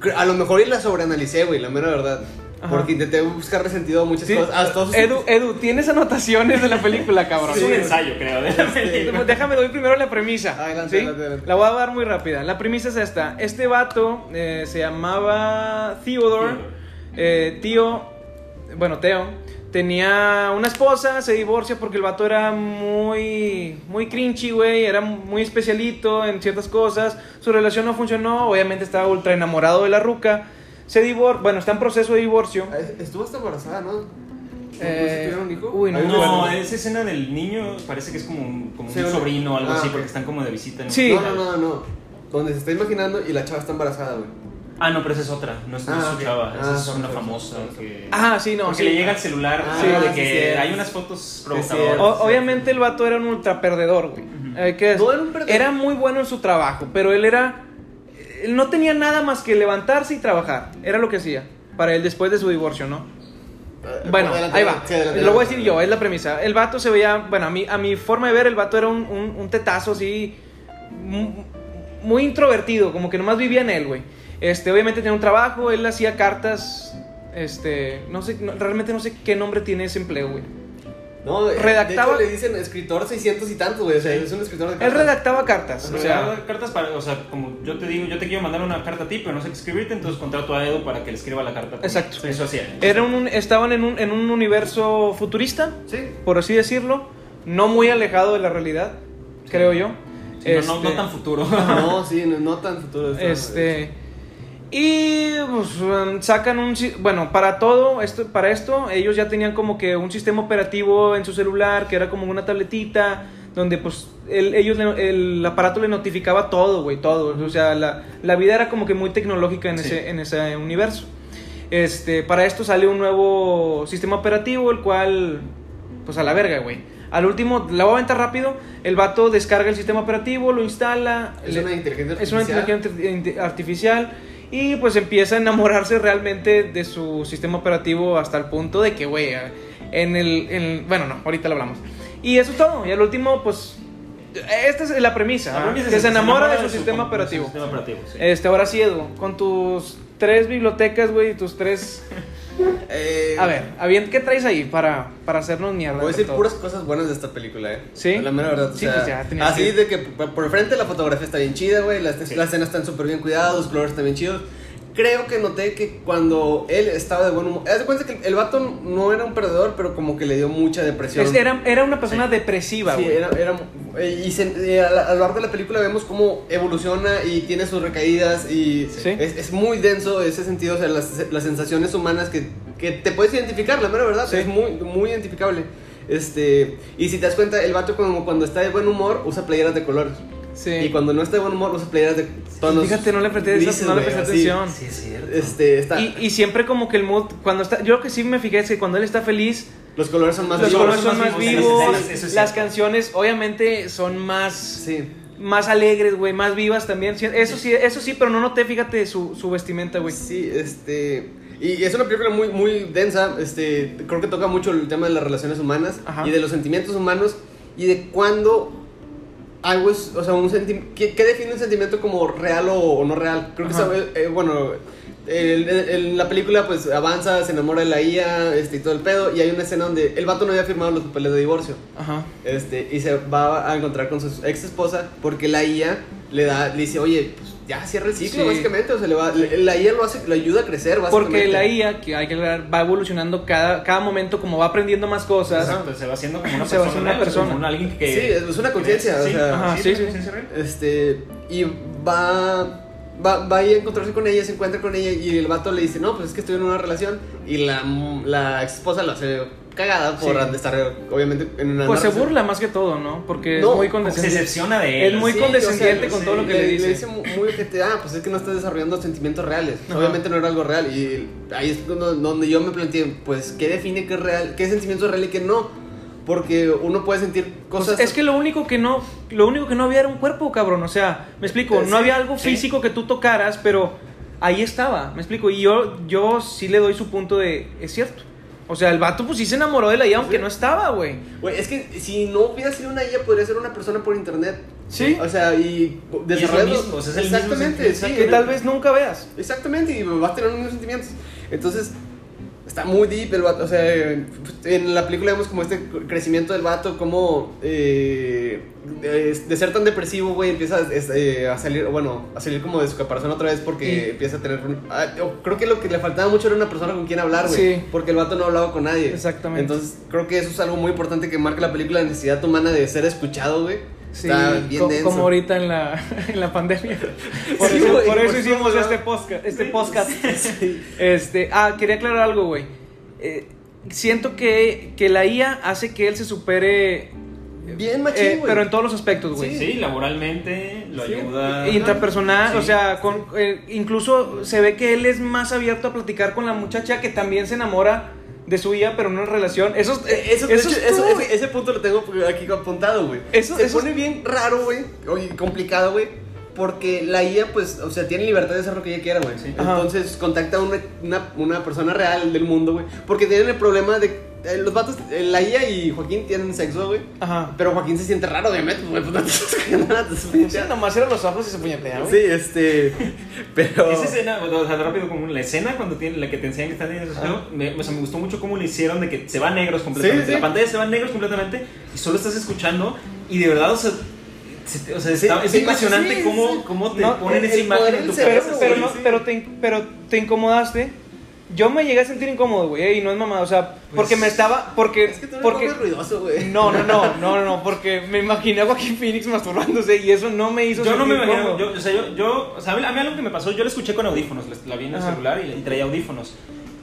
C: Cre- A lo mejor y la sobreanalicé, güey, la mera verdad.
A: Ajá.
C: Porque intenté buscarle sentido a muchas
A: Sí,
C: cosas. A todos sus-
A: Edu, Edu, tienes anotaciones de la película, cabrón.
B: Es un ensayo, creo, de la película.
A: Pues Déjame doy primero la premisa.
C: Adelante,
A: ¿sí?
C: adelante, adelante.
A: La voy a dar muy rápida. La premisa es esta. Este vato eh, se llamaba Theodore.
B: Theodore.
A: eh, tío, bueno, Teo. Tenía una esposa, se divorcia porque el vato era muy, muy cringy, güey. Era muy especialito en ciertas cosas. Su relación no funcionó. Obviamente estaba ultra enamorado de la ruca. Se divorcia, bueno, está en proceso de divorcio.
C: Eh, Estuvo hasta embarazada, ¿no? ¿No
A: Eh,
C: tuvieron un hijo?
A: uy, no.
C: Ahí
B: No,
C: recuerdo.
B: esa escena del niño parece que es como un, como un
C: Sí, bueno.
B: sobrino o algo
C: Ah,
B: así,
C: ok.
B: porque están como de visita. ¿no?
A: Sí.
C: No, no, no, no. Donde se está imaginando y la chava está embarazada, güey.
B: Ah, no, pero esa es otra, no es, no
C: Ah,
B: es su
C: ok.
B: chava,
C: Ah,
B: esa es
C: son-
B: una
C: son-
B: famosa.
C: son-
B: que-
A: Ah, sí, no.
B: porque
A: sí.
B: le llega al celular,
C: Ah,
B: sí, de
C: sí,
B: que
C: sí.
B: hay unas fotos
C: sí.
B: provocadoras.
A: O- obviamente el vato era un ultra perdedor, güey. Hay que decir-
C: No era un perdedor.
A: era muy bueno en su trabajo, pero él era... Él no tenía nada más que levantarse y trabajar. Era lo que hacía para él después de su divorcio, ¿no?
C: Eh,
A: Bueno,
C: adelante,
A: ahí va.
C: sí, adelante,
A: Lo voy a
C: adelante.
A: decir yo, es la premisa. El vato se veía, bueno, a mi, a mi forma de ver, el vato era un, un- un tetazo así, mu- muy introvertido, como que nomás vivía en él, güey. Este, obviamente tenía un trabajo, él hacía cartas, este, no sé, no- realmente no sé qué nombre tiene ese empleo, güey.
C: No, eh,
A: Redactaba-
C: De hecho, le dicen escritor 600 y tantos, güey. O sea, es un escritor de
A: Él
C: cartas.
A: redactaba cartas, o sea...
B: cartas para, o sea, como yo te digo, yo te quiero mandar una carta a ti, pero no sé qué escribirte, entonces contrato a Edo para que le escriba la carta. a ti.
A: Exacto. Eh,
B: Sí, Eso hacía.
A: Era un- estaban en un, en un universo futurista,
C: Sí.
A: por así decirlo, no muy alejado de la realidad, creo yo.
B: Sí, no- no, no
A: Este,
B: tan futuro.
C: No, sí, no, no tan futuro. está-
A: Este y pues, um, sacan un si- bueno para todo esto para esto ellos ya tenían como que un sistema operativo en su celular que era como una tabletita donde pues el, ellos le- el aparato le notificaba todo güey todo o sea la, la vida era como que muy tecnológica en
B: Sí.
A: ese en ese universo este para esto sale un nuevo sistema operativo el cual pues a la verga güey al último la voy a aventar rápido el vato descarga el sistema operativo lo instala
C: Es
A: le-
C: una inteligencia
A: es una
C: artificial.
A: inteligencia inte- artificial y pues empieza a enamorarse realmente de su sistema operativo hasta el punto de que, güey, en el, en- Bueno, no, ahorita lo hablamos. Y eso es todo. Y al último, pues... Esta es la premisa.
B: La
A: ¿ah?
B: premisa
A: que
B: es
A: se
B: esa,
A: enamora de su, sistema
B: de su
A: operativo.
B: sistema operativo, sí.
A: Este, ahora sí, Edu, con tus tres bibliotecas, güey, y tus tres...
C: Eh,
A: A ver, a bien, ¿qué traes ahí para, para hacernos mierda?
C: Voy a
A: entre
C: decir
A: todos?
C: puras cosas buenas de esta película, eh.
A: ¿Sí?
C: La mera verdad. O
A: Sí,
C: sea,
A: pues ya, tenías
C: Así
A: que-
C: de que por por frente la fotografía está bien chida, güey. Las, las escenas están súper bien cuidadas, los colores están bien chidos. Creo que noté que cuando él estaba de buen humor. Haz de cuenta que el vato no era un perdedor, pero como que le dio mucha depresión.
A: Es- Este, era, era una persona depresiva,
C: Sí,
A: güey.
C: era, era- eh, y se- eh, a, la- a lo largo de la película vemos cómo evoluciona y tiene sus recaídas y
A: Sí.
C: es, es muy denso ese sentido, o sea, las, las sensaciones humanas que, que te puedes identificar, la mera verdad,
A: Sí.
C: es muy, muy identificable. Este, y si te das cuenta, el vato como cuando está de buen humor usa playeras de colores.
A: Sí.
C: Y cuando no está de buen humor usa playeras de tonos
A: Fíjate, no le presté, esa-
C: grises,
A: no le
C: güey,
A: presté
C: así.
A: atención.
B: Sí, es cierto.
C: Este, está,
A: Y, y siempre como que el mood, cuando está, yo lo que sí me fijé es que cuando él está feliz,
C: los colores son más
A: los
B: vivos,
A: colores son
B: son
A: más
B: más
A: vivos,
B: vivos, eso es cierto.
A: las canciones obviamente son más,
C: Sí.
A: más alegres, güey, más vivas también. Sí, Eso sí, eso sí, pero no noté, fíjate, su, su vestimenta, güey.
C: Sí, este. Y es una película muy, muy densa. Este, creo que toca mucho el tema de las relaciones humanas
A: Ajá.
C: y de los sentimientos humanos y de cuándo algo es. O sea, un sentimiento. ¿qué, qué define un sentimiento como real o, o no real? Creo que,
A: Ajá.
C: sabe- eh, bueno, el- el- el- la película pues avanza, se enamora de la IA este, y todo el pedo. Y hay una escena donde el vato no había firmado los papeles de divorcio.
A: Ajá.
C: Este, y se va a encontrar con su ex esposa porque la IA le da, le dice, oye, pues, ya cierra el ciclo,
A: Sí.
C: básicamente. O sea, le va, le- la IA lo hace, lo ayuda a crecer, básicamente.
A: Porque la IA, que hay que aclarar, va evolucionando cada, cada momento como va aprendiendo más cosas.
B: Exacto, se va haciendo como una
A: Se va
B: persona.
A: haciendo una
B: real, o sea,
A: persona.
B: como alguien que.
C: Sí, es- es una conciencia, o
B: Sí,
C: sea.
B: ajá,
A: Ajá,
B: sí,
A: sí,
B: una
A: sí.
B: conciencia real.
C: Este, y va, va, va ahí a encontrarse con ella, se encuentra con ella y el vato le dice, no, pues es que estoy en una relación y la, la esposa lo hace cagada por
A: Sí.
C: estar obviamente en una
A: Pues se
C: relación.
A: burla más que todo, ¿no? Porque
C: No,
A: es muy
B: Como que Se
A: condescendiente.
B: decepciona de él.
A: Es muy
B: así.
C: o sea,
A: condescendiente con
C: sí,
A: todo lo que le dice.
C: Le dice mu- muy ojete, ah, pues es que no estás desarrollando sentimientos reales.
A: Ajá.
C: Obviamente no era algo real. Y ahí es cuando- donde yo me planteé, pues, ¿qué define qué es real, qué sentimiento es real y qué no? Porque uno puede sentir
A: Pues
C: cosas.
A: es que lo único que no lo único que no había era un cuerpo, cabrón, o sea, me explico,
C: Sí,
A: no había algo
B: sí.
A: físico que tú tocaras, pero ahí estaba, me explico, y yo yo sí le doy su punto de es cierto. O sea, el vato pues sí se enamoró de la IA aunque no estaba, güey.
C: Güey, es que si no hubiera sido una IA, podría ser una persona por internet.
A: Sí.
C: O sea, y
B: lo
C: desarrollando-
B: mismo, o sea, es el mismo
C: exactamente,
B: sentimiento,
C: sí.
A: Que tal vez nunca veas.
C: Exactamente, y vas a tener los mismos sentimientos. Entonces, está muy deep el vato. O sea, en la película vemos como este crecimiento del vato, como eh, de, de ser tan depresivo, güey, empieza a, es- eh, a salir, bueno, a salir como de su caparazón otra vez porque
A: Y-
C: empieza a tener. ah, yo creo que lo que le faltaba mucho era una persona con quien hablar, güey.
A: Sí.
C: Porque el vato no hablaba con nadie.
A: Exactamente.
C: Entonces, creo que eso es algo muy importante que marca la película, la necesidad humana de ser escuchado, güey.
A: Sí,
C: está bien
A: co-
C: denso.
A: como ahorita en la, en la pandemia. Por
C: Sí,
A: eso,
C: güey,
A: por
C: por
A: eso
C: eso
A: hicimos
C: hablaba.
A: este podcast. Este podcast. Este, ah, quería aclarar algo, güey. Eh, siento que, que la IA hace que él se supere.
C: Bien machín,
A: eh,
C: güey.
A: pero en todos los aspectos, güey. Ah,
B: Sí, laboralmente lo
C: Sí.
B: ayuda.
A: Intrapersonal,
B: Sí.
A: o sea, con, eh, incluso se ve que él es más abierto a platicar con la muchacha que también se enamora de su hija, pero en una relación. Eso, es-
C: Eh, Eso, de
A: eso
C: hecho,
A: es
C: eso-
A: todo,
C: ese, ese punto lo tengo aquí apuntado, güey.
A: Eso-
C: Se
A: eso
C: pone bien raro, güey. Oye, complicado, güey. Porque la IA, pues, o sea, tiene libertad de hacer lo que ella quiera, güey.
B: Sí.
A: Ajá.
C: Entonces contacta a una, una, una persona real del mundo, güey. Porque tienen el problema de. eh, los vatos, eh, la IA y Joaquín tienen sexo, güey.
A: Ajá.
C: Pero Joaquín se siente raro, obviamente, güey. Pues no te estás cogiendo nada, te estás
A: Sí,
C: puñeteando.
A: nomás eran los ojos y se puñetearon.
C: Sí, este. Pero.
B: Esa escena, o sea, rápido, como la escena cuando tiene, la que te enseñan que están en el asesinato, me, o sea, me gustó mucho cómo le hicieron de que se van negros completamente.
C: Sí, sí.
B: La pantalla se va negros completamente y solo estás escuchando y de verdad, o sea, se- o sea,
C: Sí,
B: está- es
C: sí,
B: impresionante
C: sí,
B: cómo,
C: sí.
B: cómo te
A: No,
B: ponen
C: el-
B: esa
C: el
B: imagen
C: poder
B: en
C: del
B: tu
C: cerebro,
A: Pero,
B: cabeza.
A: pero,
B: güey.
A: no, pero, te, in- pero te incomodaste. Yo me llegué a sentir incómodo, güey, eh, y no es mamá, o sea, porque me estaba, porque,
C: Pues Es que tú eres
A: porque,
C: muy ruidoso, güey.
A: no, no, no, no, no, no, porque me imaginé a Joaquín Phoenix masturbándose y eso no me hizo
B: Yo no me
A: sentir
B: imagino,
A: cómodo.
B: yo, o sea, yo, yo- o sea, a mí a mí algo que me pasó, yo la escuché con audífonos, la- la vi en el
A: Ajá.
B: celular y, y traía audífonos.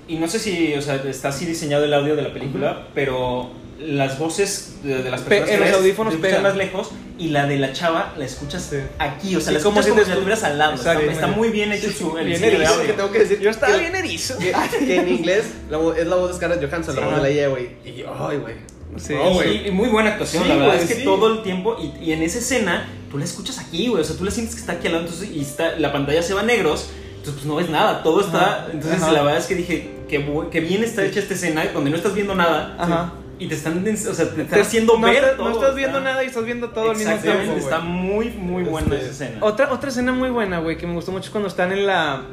B: Y no sé si, o sea, está así diseñado el audio de la película, pero las voces de, de las
A: Pe-
B: personas
A: en
B: que
A: los
B: ves,
A: audífonos
B: te escuchan
A: pegan.
B: más lejos y la de la chava la escuchas
A: Sí.
B: aquí, o sea,
A: Sí,
B: la
A: como
B: escuchas
A: si
B: como
A: te
B: si la tuvieras al lado. Está,
A: Exactamente.
B: está muy bien hecho su el
A: Bien
B: diseño de
A: hecho,
B: audio.
C: que tengo que decir
A: Yo estaba
C: que-
A: bien erizo.
C: que, que en inglés la vo- es la voz de Scarlett Johansson, la
A: Sí.
C: voz de la IA, güey. Y yo, ay, güey.
A: Sí.
C: No, güey.
B: Y, y muy buena actuación,
C: Sí,
B: la verdad
C: güey,
B: es que
C: sí.
B: todo el tiempo y, y en esa escena tú la escuchas aquí, güey, o sea, tú la sientes que está aquí al lado, entonces y está la pantalla se va a negros, entonces pues no ves nada, todo está,
A: Ajá,
B: entonces
A: ajá.
B: la verdad es que dije que, bu- que bien está hecha esta escena donde no estás viendo nada
A: Ajá.
B: y te están, ens- o sea, te están
A: Te-
B: haciendo
A: no
B: ver
A: estás-
B: todo,
A: No estás viendo
B: está-
A: nada y estás viendo todo al mismo
B: Exactamente,
A: tiempo, güey.
B: está muy muy buena
C: Este,
B: esa escena.
A: Otra, otra escena muy buena, güey, que me gustó mucho es cuando están en la,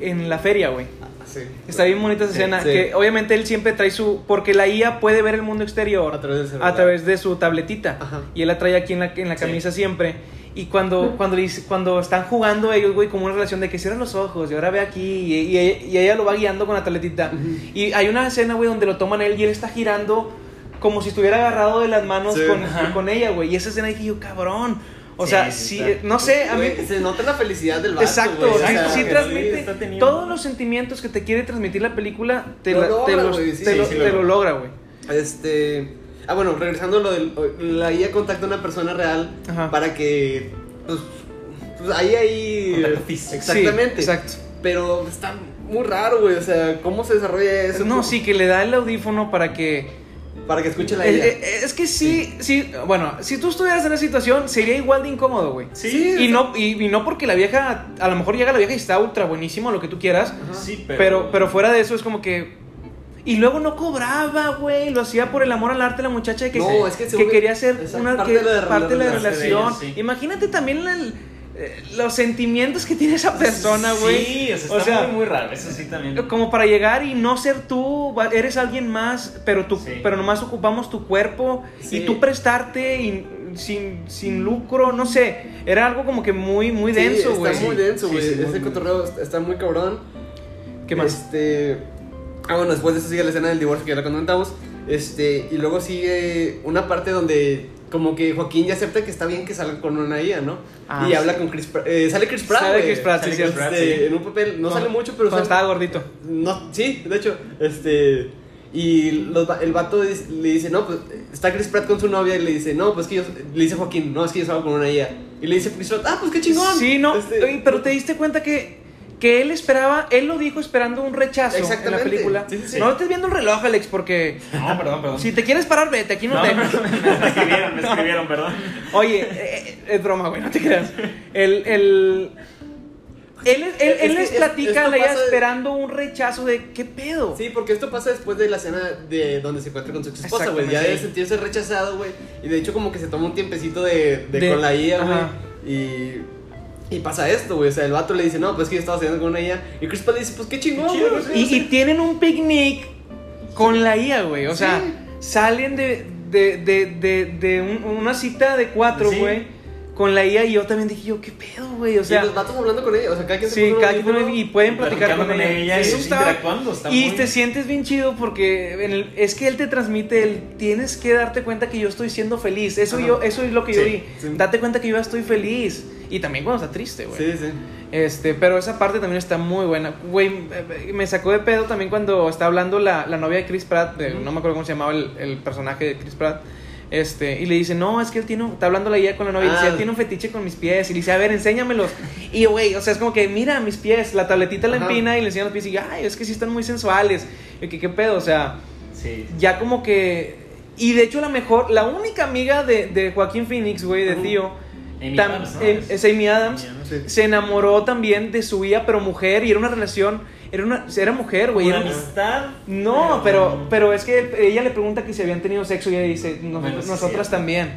A: en la feria, güey.
C: Sí.
A: Está bien bonita esa
C: Sí,
A: escena,
C: sí.
A: que obviamente él siempre trae su... Porque la IA puede ver el mundo exterior
C: A través del celular.
A: a través de su tabletita.
C: Ajá.
A: Y él la trae aquí en la, en la
B: Sí.
A: camisa siempre. Y cuando, cuando, le dice- cuando están jugando ellos, güey, como una relación de que cierran los ojos y ahora ve aquí y, y ella, y ella lo va guiando con la tabletita.
C: Ujú.
A: Y hay una escena, güey, donde lo toman a él y él está girando como si estuviera agarrado de las manos
C: Sí.
A: con,
B: Ajá.
A: con ella, güey. Y esa escena dije yo, cabrón. O
B: Sí,
A: sea,
B: sí,
A: sí,
B: está.
A: no sé, a mí...
C: Güey, se nota la felicidad del vato,
A: Exacto,
C: güey, o
A: sí,
C: sea,
A: sí
C: que
A: transmite
B: está teniendo-
A: todos los sentimientos que te quiere transmitir la película, te,
C: Lo
A: la- te
C: logra,
A: los-
C: güey, sí,
A: te
C: sí,
A: lo,
B: sí
A: te
B: lo
A: lo logra, güey.
C: Este. Ah, bueno, regresando a lo del. La IA contacta a una persona real
A: Ajá.
C: para que. Pues, pues ahí, ahí.
B: Contacto físico.
C: Exactamente.
A: Sí, exacto.
C: Pero está muy raro, güey. O sea, ¿cómo se desarrolla eso?
A: No, sí, que le da el audífono para que...
C: Para que escuche la
A: Es,
C: IA.
A: es- es que sí, sí, bueno, si tú estuvieras en esa situación, sería igual de incómodo, güey.
B: Sí,
C: sí,
A: Y no, y, y no porque la vieja, a lo mejor llega la vieja y está ultra buenísima, lo que tú quieras,
B: sí,
A: pero, pero, fuera de eso es como que... Y luego no cobraba, güey, lo hacía por el amor al arte la muchacha de que,
C: No, es que se vuelve-
A: quería ser
C: exacto,
A: una
C: parte
A: que-
C: de la- la-
A: parte de la
C: la-
B: parte de
A: relación.
B: ella, sí.
A: Imagínate también el- eh, los sentimientos que tiene esa
C: Pues
A: persona, güey.
B: Sí, o sea, está muy, muy raro, eso sí también.
A: como para llegar y no ser tú, va- eres alguien más, pero tú,
B: Sí.
A: pero nomás ocupamos tu cuerpo
C: Sí.
A: y tú prestarte y sin, sin lucro, no sé. Era algo como que muy, muy
C: Sí,
A: denso, güey.
C: Está muy denso,
B: Sí,
C: güey.
B: sí,
C: Ese
B: muy-
C: cotorreo está- está muy cabrón.
A: ¿Qué más?
C: Este. Ah, bueno, después de eso sigue la escena del divorcio que ya la comentamos. Este, y luego sigue una parte donde, como que Joaquín ya acepta que está bien que salga con una IA, ¿no?
A: Ah,
C: y
A: sí.
C: habla con Chris Pratt. eh, sale Chris Pratt.
A: Sale
C: güey.
A: Chris Pratt, sí,
C: Sale
A: sí,
C: Chris
A: Pratt,
C: este,
A: sí.
C: En un papel, no
A: Cuando-
C: sale mucho, pero
A: cuando
C: sale-
A: estaba gordito.
C: no, sí, de hecho, este. Y los va- el vato dis- le dice, no, pues está Chris Pratt con su novia y le dice, no, pues que yo. Le dice Joaquín, no, es que yo salgo con una IA. Y le dice Chris Pratt, ah, pues qué chingón.
A: Sí, no,
C: Este,
A: oye, pero te diste cuenta que, que él esperaba, él lo dijo esperando un rechazo en la
C: Exactamente.
A: película.
C: Sí, sí, sí.
A: No estés viendo el reloj, Alex, porque
B: No, perdón, perdón.
A: si te quieres parar, vete, aquí no,
B: no,
A: te...
B: perdón, me escribieron, me escribieron, perdón.
A: Oye, eh, eh, es broma, güey, no te creas. El, el... Él, él, él,
C: Es que
A: les
C: es-
A: platica a
C: esto
A: la idea
C: pasa de-
A: esperando un rechazo de qué pedo.
C: Sí, porque esto pasa después de la cena de donde se encuentra con su esposa, güey. Ya
A: Exactamente,
C: debe
A: sí.
C: sentirse rechazado, güey. Y de hecho, como que se toma un tiempecito de, de
A: De-
C: con la IA,
A: ajá.
C: güey. Y, y pasa esto, güey. O sea, el vato le dice, no, pues que yo estaba saliendo con una IA. Y Chris Pratt le dice, pues qué chingón,
B: Qué chido,
C: güey. o sea,
A: Y,
C: o sea,
A: y tienen un picnic con la IA, güey. O sea, salen de, de, de, de, de un- una cita de cuatro,
B: Sí.
A: güey, con la IA. Y yo también dije, yo, ¿qué pedo, güey? O
C: y
A: sea,
C: los vatos hablando con ella. O sea, cada quien se
A: sí,
C: puso un
A: cada quien
C: audífono.
A: tiene- y pueden platicar
B: Platicando
A: con,
B: con
A: ella.
B: ella y
A: Eso está-
B: interactuando, está
A: y este,
B: muy-
A: te sientes bien chido porque en el- es que él te transmite el tienes que darte cuenta que yo estoy siendo feliz. Eso,
C: Ajá.
A: yo, eso es lo que yo
C: Sí,
A: vi.
C: sí.
A: Date cuenta que yo estoy feliz. Y también cuando está triste, güey.
C: Sí, sí.
A: Este, pero esa parte también está muy buena. Güey, eh, me sacó de pedo también cuando está hablando la, la novia de Chris Pratt, de- no me acuerdo cómo se llamaba el, el personaje de Chris Pratt. Este, y le dice, no, es que él tiene, un- está hablando la guía con la novia, y dice,
C: Ah.
A: él tiene un fetiche con mis pies, y le dice, a ver, enséñamelos. Y, güey, o sea, es como que, mira, mis pies, la tabletita la
C: Ajá.
A: empina y le enseña los pies, y, ay, es que sí están muy sensuales. Y que, qué pedo, o sea,
B: Sí.
A: ya como que... Y de hecho la mejor, la única amiga de, de Joaquín Phoenix, güey, de
C: Ujú.
A: tío,
B: Amy
A: tam-
B: Adams, ¿no?
A: eh, es Amy Adams
C: sí.
A: se enamoró también de su hija, pero mujer, y era una relación, era una, era mujer, güey.
B: Una
A: era-
B: amistad. mm,
A: No, pero, pero es que ella le pregunta que si habían tenido sexo y ella dice, "Nos-
B: Bueno, sí,
A: nosotras
B: cierto.
A: también.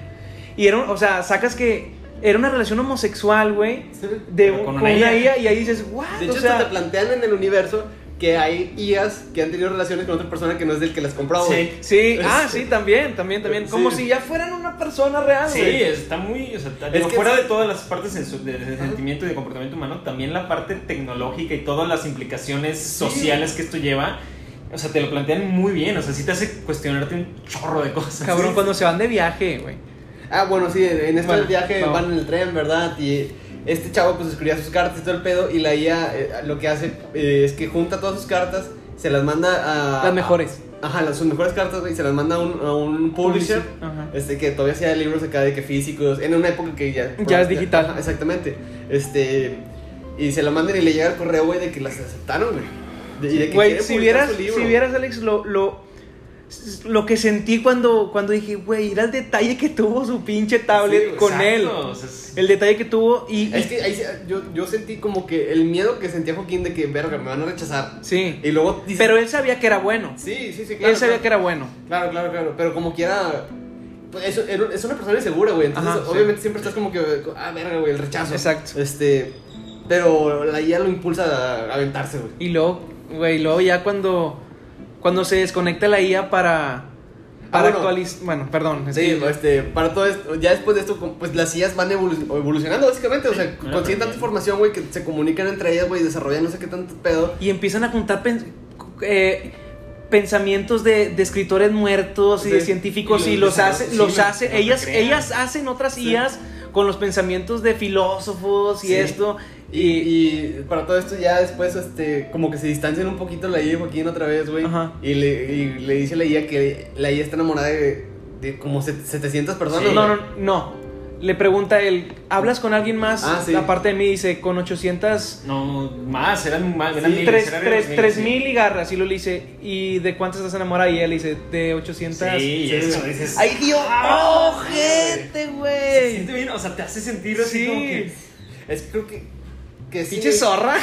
A: Y era, un- o sea, sacas que era una relación homosexual, güey,
C: Sí.
A: de
B: Pero
A: un-
B: con
A: con,
B: una
A: una
B: IA.
A: IA, y ahí dices, what,
C: De
A: o
C: hecho,
A: sea,
C: hasta te plantean en el universo que hay IAs que han tenido relaciones con otra persona que no es del que las compró, güey.
B: Sí.
A: sí, ah, sí, también, también, también, como
C: Sí.
A: si ya fueran una persona real,
B: Sí,
A: güey.
B: está muy. O sea, está-
C: Es
B: digo,
C: que-
B: fuera de todas las partes de, su- de- de sentimiento y de comportamiento humano, también la parte tecnológica y todas las implicaciones sociales que esto lleva. O sea, te lo plantean muy bien. O sea, sí te hace cuestionarte un chorro de cosas.
A: Cabrón,
B: Sí.
A: cuando se van de viaje, güey.
C: Ah, bueno, sí, en en este
A: Bueno,
C: viaje
A: vamos.
C: van en el tren, ¿verdad? Y este chavo pues escribía sus cartas y todo el pedo y la IA eh, lo que hace eh, es que junta todas sus cartas, se las manda a...
B: Ah,
A: Las mejores.
C: a- ajá, las, sus mejores cartas, güey, se las manda a un, a un publisher,
A: Publisher, ajá.
C: este que todavía hacía libros acá de que físicos, en una época que ya...
A: Ya es digital.
C: ajá, exactamente. Este... Y se la mandan y le llega el correo, güey, de que las aceptaron, güey. De- y de que
A: Güey,
C: quieren
A: si
C: publicar
A: vieras,
C: su libro.
A: si vieras, Alex, lo, lo, lo que sentí cuando, cuando dije, güey, era el detalle que tuvo su pinche tablet
C: Sí, güey,
A: con
B: Exacto,
A: él.
B: o sea, es-
A: El detalle que tuvo y...
C: Es que ahí se- yo, yo sentí como que el miedo que sentía Joaquín de que, verga, me van a rechazar.
A: Sí.
C: Y luego dice-
A: Pero él sabía que era bueno.
C: Sí, sí, sí, claro.
A: él sabía
C: claro.
A: que era bueno.
C: Claro, claro, claro. Pero como quiera. Pues es, es una persona insegura, güey. Entonces,
A: Ajá, sí.
C: obviamente siempre estás como que. Ah, verga, güey, el rechazo.
A: Exacto.
C: Este. Pero la IA lo impulsa a aventarse, güey.
A: Y luego, güey, luego ya cuando, cuando se desconecta la IA para... Para
C: Ah, bueno.
A: actualizar... Bueno, perdón. es
C: Sí,
A: que-
C: este, para todo esto, ya después de esto, como, pues las IAs van evolu- evolucionando básicamente, o sea,
B: claro,
C: consiguen tanta
B: sí.
C: información, güey, que se comunican entre ellas, güey, desarrollan no sé qué tanto pedo.
A: Y empiezan a juntar pen- eh, pensamientos de, de escritores muertos y de
C: Sí.
A: científicos
B: Y
A: y
B: los
A: los hace,
B: desarroll-
A: los
B: sí,
A: hace,
B: los
A: ellas,
B: recrean.
A: ellas hacen otras
C: Sí.
A: IAs con los pensamientos de filósofos y
C: Sí.
A: esto.
C: Y, y para todo esto ya después, este, como que se distancian un poquito la IA y Joaquín otra vez, güey.
A: Ajá.
C: Y le, y le dice a la IA que la IA está enamorada de, de como set- 700 personas.
B: Sí.
A: No,
C: güey.
A: no, no. Le pregunta él, ¿hablas con alguien más?
C: Ah, sí.
A: Aparte de mí, dice, con 800...
B: No, más, eran más. Eran
A: Sí,
B: miles,
A: tres,
B: eran
A: tres,
B: miles,
A: tres
B: sí.
A: mil y garras, y lo le dice, ¿y de cuántas estás enamorada? Y él le dice, de 800.
B: Sí,
C: Sí.
B: eso dices.
A: Ahí dije yo,
B: Ah,
A: ¡oh, gente,
B: Se
A: güey!
B: siente bien, o sea, te hace sentir así
A: Sí.
B: como que.
C: Es que creo que. que sí.
A: Pinche zorra.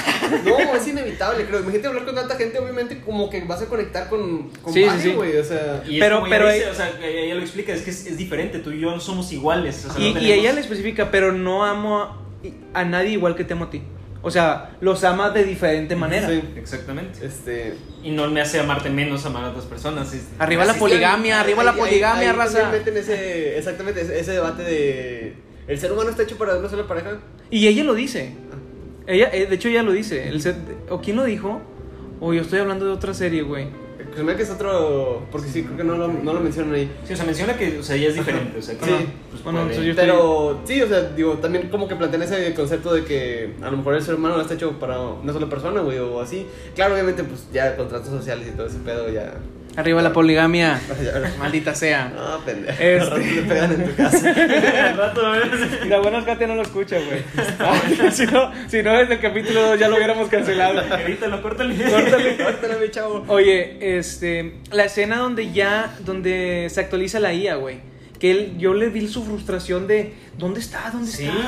C: No, es inevitable, creo. Imagínate hablar con tanta gente, obviamente, como que vas a conectar con, con
A: Sí, sí,
C: varios,
A: sí.
C: güey. O sea.
B: Y
A: Pero-
B: pero, pero
A: pero
B: ella, dice,
A: hay-
B: o sea, que ella lo explica, es que es, es diferente, tú y yo no somos iguales. O sea,
A: Y,
B: no
A: y ella le
B: tenemos-
A: especifica, pero no amo a, a nadie igual que te amo a ti. O sea, los ama de diferente manera.
C: Sí.
B: Exactamente.
C: Este.
B: Y no me hace amarte menos, amar a otras personas. es-
A: Arriba la
B: así-
A: poligamia, arriba la poligamia, raza.
C: también meten ese, exactamente ese, ese debate de. ¿El ser humano está hecho para una sola pareja?
A: Y ella lo dice. Ella, eh, de hecho, ella lo dice. El set- ¿O quién lo dijo? O yo estoy hablando de otra serie, güey.
C: Se me hace Pues que es otro. Porque sí, creo que no lo, no lo mencionan ahí.
B: Sí, o sea, menciona que o sea, ella es diferente. O sea, que
C: Sí.
B: pues,
A: Bueno,
B: puede-
A: entonces Yo
C: Pero sí, o sea, digo, también como que plantean ese concepto de que a lo mejor el ser humano no está hecho para una sola persona, güey, o así. Claro, obviamente, pues ya contratos sociales y todo ese pedo ya.
A: Arriba la poligamia.
C: ya-
A: Maldita sea.
C: No, pendejo.
A: Este.
C: Al rato Te pegan en tu casa.
B: Al rato, ¿verdad?
A: Y la buena Katia no lo escucha, güey. si, no, si no, desde el capítulo 2 ya lo hubiéramos cancelado.
B: Edítalo, córtale.
C: Córtale, mi chavo.
A: Oye, este, la escena donde ya, donde se actualiza la IA, güey. Que él, yo le vi su frustración de, ¿dónde está? ¿Dónde
B: Sí.
A: está?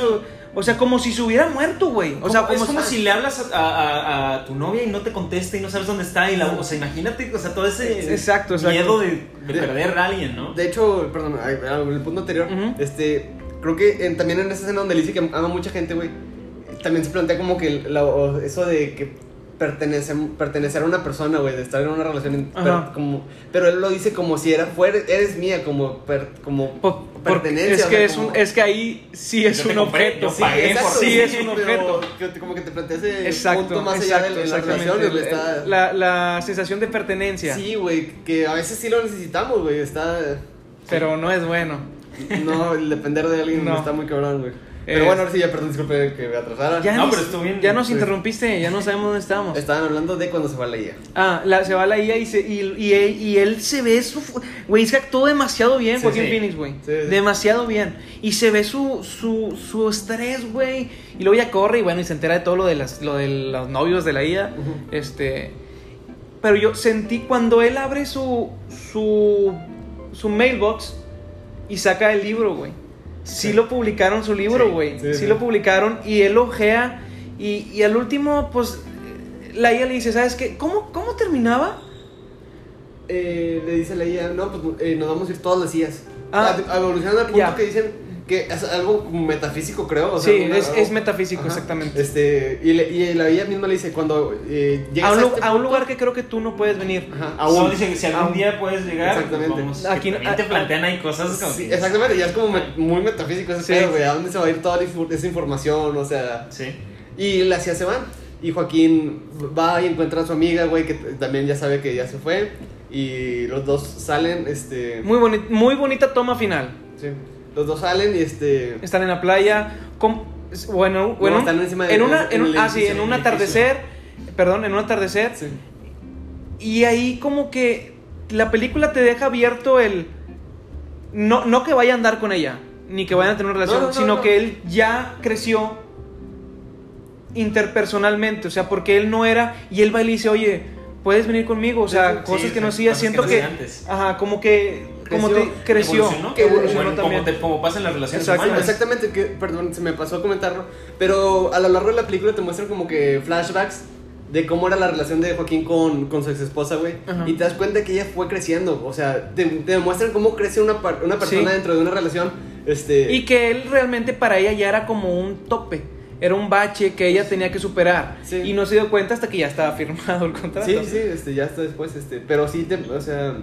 A: O sea, como si se hubiera muerto, güey. O sea,
B: Como- es
A: como
B: como
A: si-
B: si le hablas a, a- a- a tu novia y no te contesta y no sabes dónde está. Y la, o sea, imagínate, o sea, todo ese
A: Exacto, exacto.
B: miedo de, de
C: De-
B: perder a alguien, ¿no?
C: De hecho, perdón, ay, en el punto anterior,
A: Ujú.
C: este, creo que en- también en esa escena donde le dice que ama mucha gente, güey, también se plantea como que la- o eso de que pertenece, pertenecer a una persona, güey, de estar en una relación, per-
A: Ajá.
C: como, pero él lo dice como si era, fuera, eres mía, como, per- como
A: Po- porque
C: pertenencia.
A: Es
C: o
A: que,
C: sea,
A: es, un,
C: como-
A: es que ahí sí es
B: Yo te
A: un
B: compré,
A: objeto.
B: yo pagué
A: sí,
B: por
A: exacto,
B: ti.
A: sí es un
C: pero
A: objeto.
C: que te- como que te plantea ese
A: Exacto,
C: punto más allá
A: exacto,
C: de, las
A: exactamente.
C: relaciones, güey,
A: El-
C: está-
A: La, la sensación de pertenencia,
C: Sí, güey, que a veces sí lo necesitamos, güey, está...
A: pero no es bueno.
C: No, el depender de alguien
A: No.
C: está muy cabrón, güey.
A: Eh,
C: Pero bueno, ahora sí, ya, perdón, disculpe que me atrasara.
A: Ya
B: No,
A: nos-
B: pero estuvo bien. pues.
A: Ya nos
C: Sí.
A: interrumpiste, ya no sabemos dónde estábamos.
C: Estaban hablando de cuando se va la IA.
A: Ah, la- se va la IA y, se, y, y él, y él se ve su... fu- Güey, es que actuó demasiado bien
B: Sí,
A: Joaquín
B: sí.
A: Phoenix, güey.
C: Sí, sí.
A: Demasiado bien. Y se ve su, su, su estrés, güey. Y luego ya corre y bueno, y se entera de todo lo de, las, lo de los novios de la IA.
C: Ujú.
A: Este... Pero yo sentí cuando él abre su, su, su mailbox y saca el libro, güey. Sí,
C: Sí.
A: lo publicaron su libro,
C: Sí,
A: güey. Sí,
C: sí, sí.
A: lo publicaron y él ojea y, y al último, pues, la IA le dice, ¿sabes qué? ¿Cómo, cómo terminaba?
C: Eh, le dice la IA, no, pues eh, nos vamos a ir todas las IAs.
A: Ah.
C: Ah, evolucionan al punto
A: Ya.
C: que dicen que es algo como metafísico, creo. o sea,
A: sí,
C: una-
A: es,
C: algo-
A: es metafísico,
C: Ajá.
A: exactamente.
C: Este, y, le- y la IA misma le dice, cuando eh, llegas
A: a,
C: a,
A: un, lu-
C: este
A: a un
C: punto-
A: lugar que creo que tú no puedes venir.
C: Ajá, a
B: Solo
C: un-
B: dice que si algún
C: a un-
B: día puedes llegar, pues
C: Exactamente.
B: vamos,
A: Aquí- ah,
B: Aquí,
A: a-
B: te
A: a-
B: plantean ahí cosas como
C: Sí,
B: que-
C: exactamente, ya es como me- muy metafísico ese
A: Sí.
C: pedo, güey. ¿A dónde se va a ir toda la infor- esa información? O sea,
B: Sí.
C: Y las ya se van. Y Joaquín va y encuentra a su amiga, güey, que t- también ya sabe que ya se fue. Y los dos salen, este.
A: Muy, boni- muy bonita toma final.
C: sí, los dos salen y este.
A: Están en la playa, con- bueno, bueno,
C: están encima de-
A: en una,
C: en
A: en un-
C: el
A: ah, sí,
C: edificio,
A: en
C: en
A: un
C: el edificio.
A: atardecer, perdón, en un atardecer,
C: sí.
A: Y ahí como que la película te deja abierto el... No, no que vaya a andar con ella, ni que vayan a tener una relación,
C: No, no, no,
A: sino
C: no.
A: que él ya creció interpersonalmente, o sea, porque él no era... Y él va y le dice, oye, puedes venir conmigo, o sea,
B: Sí,
A: cosas
B: sí,
A: que no
B: sí,
A: hacía,
B: cosas
A: siento
B: que no
A: que...
B: hacía antes.
A: Ajá, como que... Como
C: Creció,
A: te creció,
B: Evolucionó,
A: que evolucionó
B: bueno,
A: también.
B: Como, te, como pasa en las relaciones
A: Exacto.
B: humanas.
C: Exactamente, que, perdón, se me pasó a comentarlo. Pero a lo largo de la película te muestran como que flashbacks de cómo era la relación de Joaquín con, con su ex esposa, güey.
A: Ajá.
C: Y te das cuenta que ella fue creciendo. O sea, te, te demuestran cómo crece una, par- una persona
A: Sí.
C: dentro de una relación. Este.
A: Y que él realmente para ella ya era como un tope. Era un bache que ella tenía que superar.
C: Sí.
A: Y no se dio cuenta hasta que ya estaba firmado el contrato.
C: Sí, sí, este, ya está después, este, pero sí, te, o sea,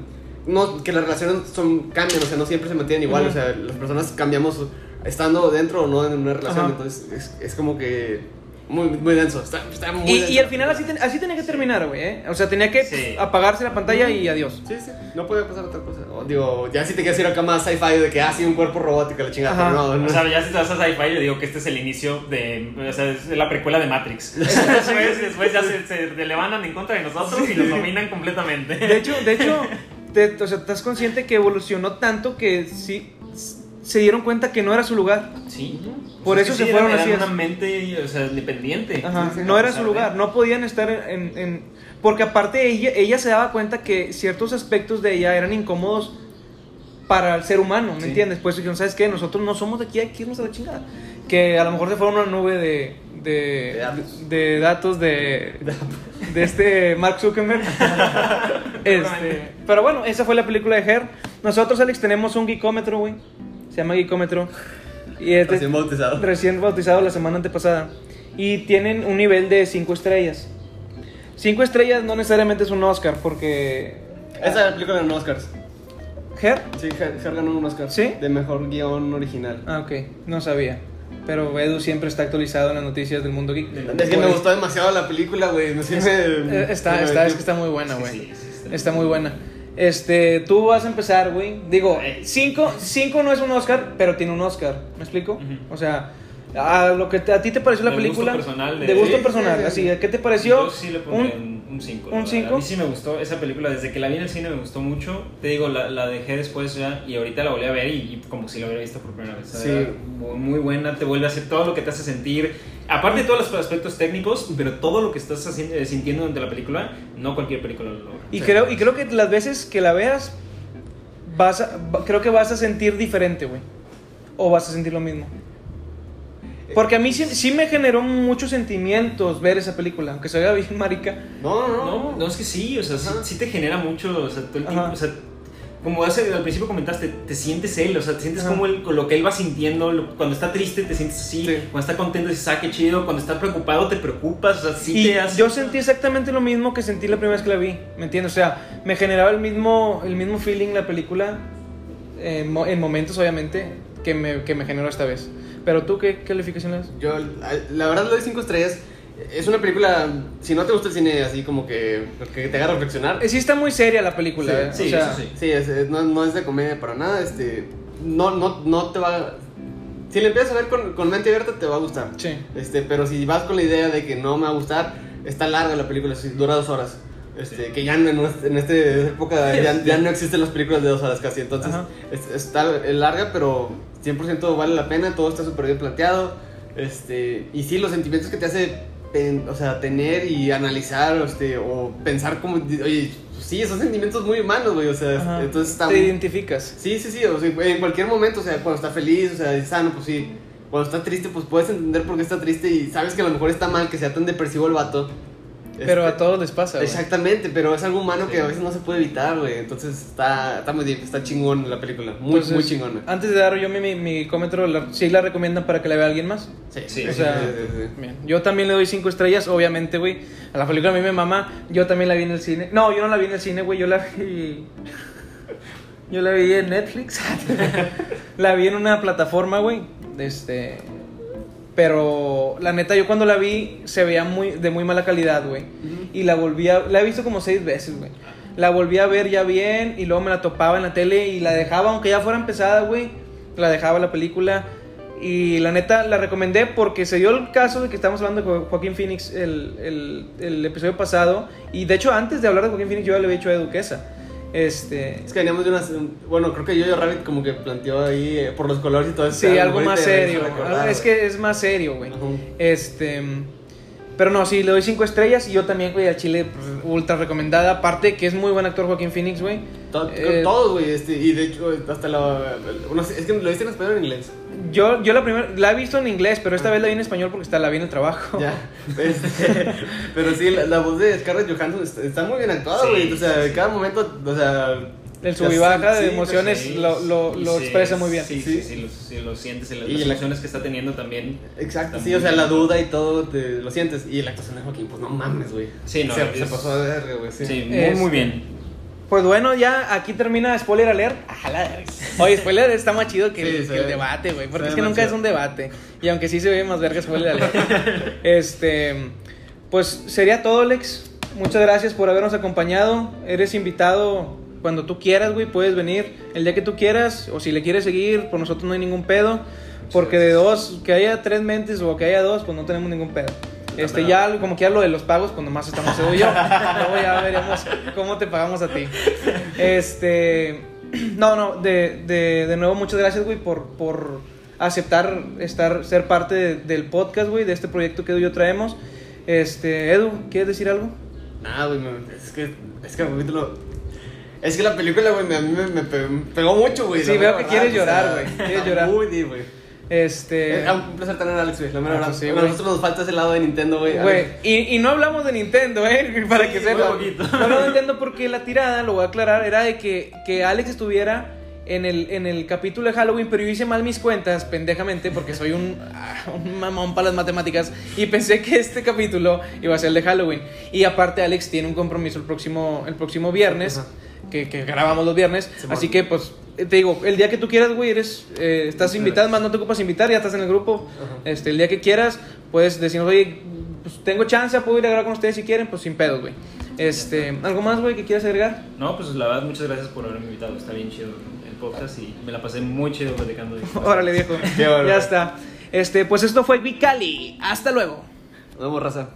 C: no, que las relaciones son, cambian, o sea, no siempre se mantienen igual,
A: Ujú.
C: o sea, las personas cambiamos estando dentro o no en una relación,
A: Ajá.
C: entonces es, es como que muy, muy denso, está, está muy
A: Y,
C: denso.
A: y al final así, ten- así tenía que terminar, güey. ¿eh? O sea, tenía que
B: Sí.
A: pf, apagarse la pantalla y adiós.
C: Sí, sí, no puede pasar otra cosa, O, digo, ya si te quieres ir acá más sci-fi de que, ah, sí, un cuerpo robótico, la chingada,
A: Ajá.
C: pero no, no.
B: O sea, ya si te vas a sci-fi, yo digo que este es el inicio de. O sea, es la precuela de Matrix. después, después ya se, se levantan en contra de nosotros y nos dominan completamente.
A: De hecho, de hecho, te- o sea, estás consciente que evolucionó tanto que sí s- se dieron cuenta que no era su lugar.
B: Sí.
A: Por
B: O sea,
A: eso
B: es
A: se
B: que sí,
A: fueron
B: eran-
A: así
B: eran
A: es.
B: una mente, o sea, independiente.
A: Ajá,
C: Sí, sí,
A: no
B: a
A: era
B: pesar
A: su
B: de-
A: lugar, no podían estar en, en- en- Porque aparte ella, ella se daba cuenta que ciertos aspectos de ella eran incómodos para el ser humano, ¿me
B: Sí.
A: entiendes? Pues dijeron, ¿sabes qué? Nosotros no somos de aquí, hay que irnos a la chingada. Que a lo mejor se fueron a una nube de... De,
C: De datos.
A: de datos de, de este Mark Zuckerberg. este,
B: Seguramente.
A: pero bueno, esa fue la película de Her. Nosotros, Alex, tenemos un gicómetro, güey. Se llama gicómetro. Y este,
C: Recién bautizado.
A: recién bautizado la semana antepasada. Y tienen un nivel de 5 estrellas. 5 estrellas no necesariamente es un Oscar, porque. ah,
C: Esa película ganó Oscars.
A: ¿Her?
C: Sí, Her, Her ganó un Oscar.
A: ¿Sí?
C: De mejor guión original.
A: Ah, ok, no sabía. Pero Edu siempre está actualizado en las noticias del mundo geek.
C: Es que me gustó demasiado la película, güey. No sé, me-
A: Pues- Eh, Está,
C: me
A: está,
C: metió.
A: es que está muy buena, güey.
B: Sí, sí, sí,
A: Está muy buena. Este, tú vas a empezar, güey. Digo,
C: Eh.
A: cinco, cinco no es un Oscar, pero tiene un Oscar. ¿Me explico?
B: Ujú.
A: O sea, a lo que te- a ti te pareció la
B: De
A: película.
B: gusto personal,
A: de,
B: de-
A: gusto
C: Sí,
A: personal.
C: sí, sí.
A: Así, ¿qué te pareció?
B: Yo sí le
A: Un-
B: pondría un 5.
A: un cinco?
B: A mí sí me gustó esa película. Desde que la vi en el cine me gustó mucho. Te digo, la, la dejé después ya y ahorita la volví a ver y, y como si la hubiera visto por primera vez.
C: Sí.
B: Era Muy, muy buena, te vuelve a hacer todo lo que te hace sentir. Aparte de todos los aspectos técnicos, pero todo lo que estás haciendo- eh, sintiendo durante la película, no cualquier película lo logra.
A: Y
C: Sí.
A: creo, y creo que las veces que la veas, vas a- va- creo que vas a sentir diferente, güey. O vas a sentir lo mismo. Porque a mí sí, sí me generó muchos sentimientos ver esa película, aunque se vea bien marica.
C: No, no, no.
B: No, no, es que sí, o sea, sí,
C: Ajá.
B: sí te genera mucho, o sea, todo el
A: Ajá.
B: tiempo, o sea, como hace, al principio comentaste, te sientes él, o sea, te sientes
A: Ajá.
B: como él, con lo que él va sintiendo, lo- cuando está triste te sientes así,
C: Sí.
B: cuando está contento dices, ah, qué chido, cuando está preocupado te preocupas, o sea, sí
A: y
B: te hace...
A: yo sentí exactamente lo mismo que sentí la primera vez que la vi, ¿me entiendes? O sea, me generaba el mismo, el mismo feeling la película, en, mo- en momentos obviamente, que me, que me generó esta vez. Pero tú, ¿qué calificación le das?
C: Yo, la la verdad, lo de 5 estrellas es una película. Si no te gusta el cine así como que, que te haga reflexionar.
A: Eh, Sí está muy seria la película,
C: Sí,
A: ¿eh?
B: sí,
A: o sea,
B: eso sí.
C: Sí, es- es- no, no es de comedia para nada. Este, no, no, no te va. Si le empiezas a ver con, con mente abierta, te va a gustar.
A: Sí.
C: Este, pero si vas con la idea de que no me va a gustar, está larga la película, sí, dura dos horas. Este, Que ya en, nuestra- en esta época ya, ya no existen las películas de dos horas casi. Entonces,
A: Ajá.
C: es- está larga, pero 100% vale la pena. Todo está súper bien planteado. Este, y sí, los sentimientos que te hace pen- o sea, tener y analizar este, o pensar como. Oye, sí, son sentimientos muy humanos, güey. O sea,
A: Ajá.
C: entonces está.
A: Te identificas.
C: Sí, sí, sí, o sea, en cualquier momento, o sea, cuando está feliz, o sea, es sano, pues sí. Cuando está triste, pues puedes entender por qué está triste y sabes que a lo mejor está mal que sea tan depresivo el vato.
A: Pero
C: Este,
A: a todos les pasa, güey.
C: Exactamente, pero es algo humano que a veces no se puede evitar, güey. Entonces está, está muy bien, está chingón la película, muy,
A: Entonces,
C: muy chingona.
A: Antes de dar yo mi, mi, mi comentario, la- ¿sí la recomiendan para que la vea alguien más?
B: Sí,
A: o sea,
C: sí,
A: Bien. Yo también le doy cinco estrellas, obviamente, güey. A la película a mí me mamá, yo también la vi en el cine. No, yo no la vi en el cine, güey, yo la vi... Yo la vi en Netflix. la vi en una plataforma, güey. Este... Pero la neta, yo cuando la vi se veía muy, de muy mala calidad, güey. Y la volví a... La he visto como seis veces, güey. La volví a ver ya bien y luego me la topaba en la tele y la dejaba, aunque ya fuera empezada, güey. La dejaba la película. Y la neta, la recomendé porque se dio el caso de que estábamos hablando de Jo- Joaquín Phoenix el, el- el episodio pasado. Y de hecho, antes de hablar de Joaquín Phoenix, yo ya le había hecho a Duquesa. Este...
C: Es que veníamos de unas. Bueno, creo que yo Rabbit como que planteó ahí eh, por los colores y todo eso.
A: Sí,
C: a lo
A: algo
C: mejor
A: más
C: te hizo
A: serio.
C: recordar,
A: algo- Es
C: güey.
A: que es más serio, güey.
C: Ajá.
A: Este. Pero no, sí, le doy cinco estrellas y yo también, güey, a Chile pues, ultra recomendada. Aparte que es muy buen actor Joaquín Phoenix, güey.
C: To-
A: Eh,
C: todos, güey, este, y de hecho, hasta la. no sé, es que lo viste en español o en inglés.
A: Yo, yo la primera, la he visto en inglés, pero esta vez la vi en español porque está, la vi en el trabajo.
C: Ya. Este, pero sí, la, la voz de Scarlett Johansson está, está muy bien actuada,
B: Sí,
C: güey. o sea,
B: sí, sí.
C: cada momento, o sea.
A: El
C: ya
A: sub y baja
C: sí,
A: de
C: sí,
A: emociones lo, lo,
B: Y
A: lo
B: sí,
A: expresa muy bien.
B: Sí,
C: Sí.
B: sí, sí, lo, sí, lo sientes, en las,
C: Y
B: las
C: la-
B: emociones que está teniendo también.
C: pues, Exacto,
B: Está
C: sí,
B: muy
C: o sea,
B: bien.
C: la duda y todo, te, lo sientes. Y la actuación de Joaquín, pues no mames, güey.
B: Sí, no,
C: se,
B: es-
C: se pasó de verga, güey. Sí.
B: Sí, muy,
A: Es-
B: muy bien.
A: Pues bueno, ya aquí termina Spoiler Alert. Ajá, la verga. Oye, Spoiler está más chido que,
C: Sí,
A: el,
C: se
A: que el
C: ve-
A: debate, güey. Porque
C: se
A: es que
C: ve más
A: nunca es
C: chido.
A: un debate. Y aunque sí se ve más verga Spoiler Alert. este. Pues sería todo, Lex. Muchas gracias por habernos acompañado. Eres invitado cuando tú quieras, güey. Puedes venir el día que tú quieras. O si le quieres seguir, por nosotros no hay ningún pedo. Porque de dos, que haya tres mentes o que haya dos, pues no tenemos ningún pedo. Este, ya, como que ya lo de los pagos, pues nomás estamos Edu y yo. Luego ya veremos cómo te pagamos a ti. Este. No, no, de, de, de nuevo, muchas gracias, güey, por, por aceptar estar, ser parte de- del podcast, güey, de este proyecto que Edu y yo traemos. Este, Edu, ¿quieres decir algo?
C: Nah, güey, me- es que, es que, güey, te lo- Es que la película, güey, me- a mí me, me pe- me pegó mucho, güey.
A: Sí,
C: la
A: veo
C: mera
A: que quieres
C: verdad,
A: llorar,
C: o sea,
A: güey, quieres
C: está
A: llorar.
C: Muy bien, güey.
A: Este.
C: Eh, un placer tener a Alex, güey. La mera
A: Ah,
C: verdad.
A: pues sí,
C: a
A: güey.
C: nosotros nos falta ese lado de Nintendo, güey.
A: Güey, y, y no hablamos de Nintendo, ¿eh? Para
B: Sí,
A: que
B: muy
A: sepan.
B: poquito.
A: No hablamos de Nintendo porque la tirada, lo voy a aclarar, era de que, que Alex estuviera en el, en el capítulo de Halloween, pero yo hice mal mis cuentas, pendejamente, porque soy un, ah, un mamón para las matemáticas, y pensé que este capítulo iba a ser el de Halloween. Y aparte, Alex tiene un compromiso el próximo, el próximo viernes,
C: Ajá.
A: que, que grabamos los viernes,
C: Simón.
A: así que pues... eh, Te digo, el día que tú quieras, güey, eres, eh, estás invitado, más no te ocupas invitar, ya estás en el grupo.
C: Ajá.
A: Este, el día que quieras, puedes decirnos, oye, pues tengo chance, puedo ir a grabar con ustedes si quieren, pues sin pedos, güey. Este, ¿algo más, güey, que quieras agregar?
B: No, pues la verdad, muchas gracias por haberme invitado. Está bien chido el podcast y me la pasé muy chido platicando. de-
A: Órale, viejo.
C: Qué bárbaro.
A: ya está. Este, pues esto fue Vicali. Hasta luego.
C: Nos vemos, raza.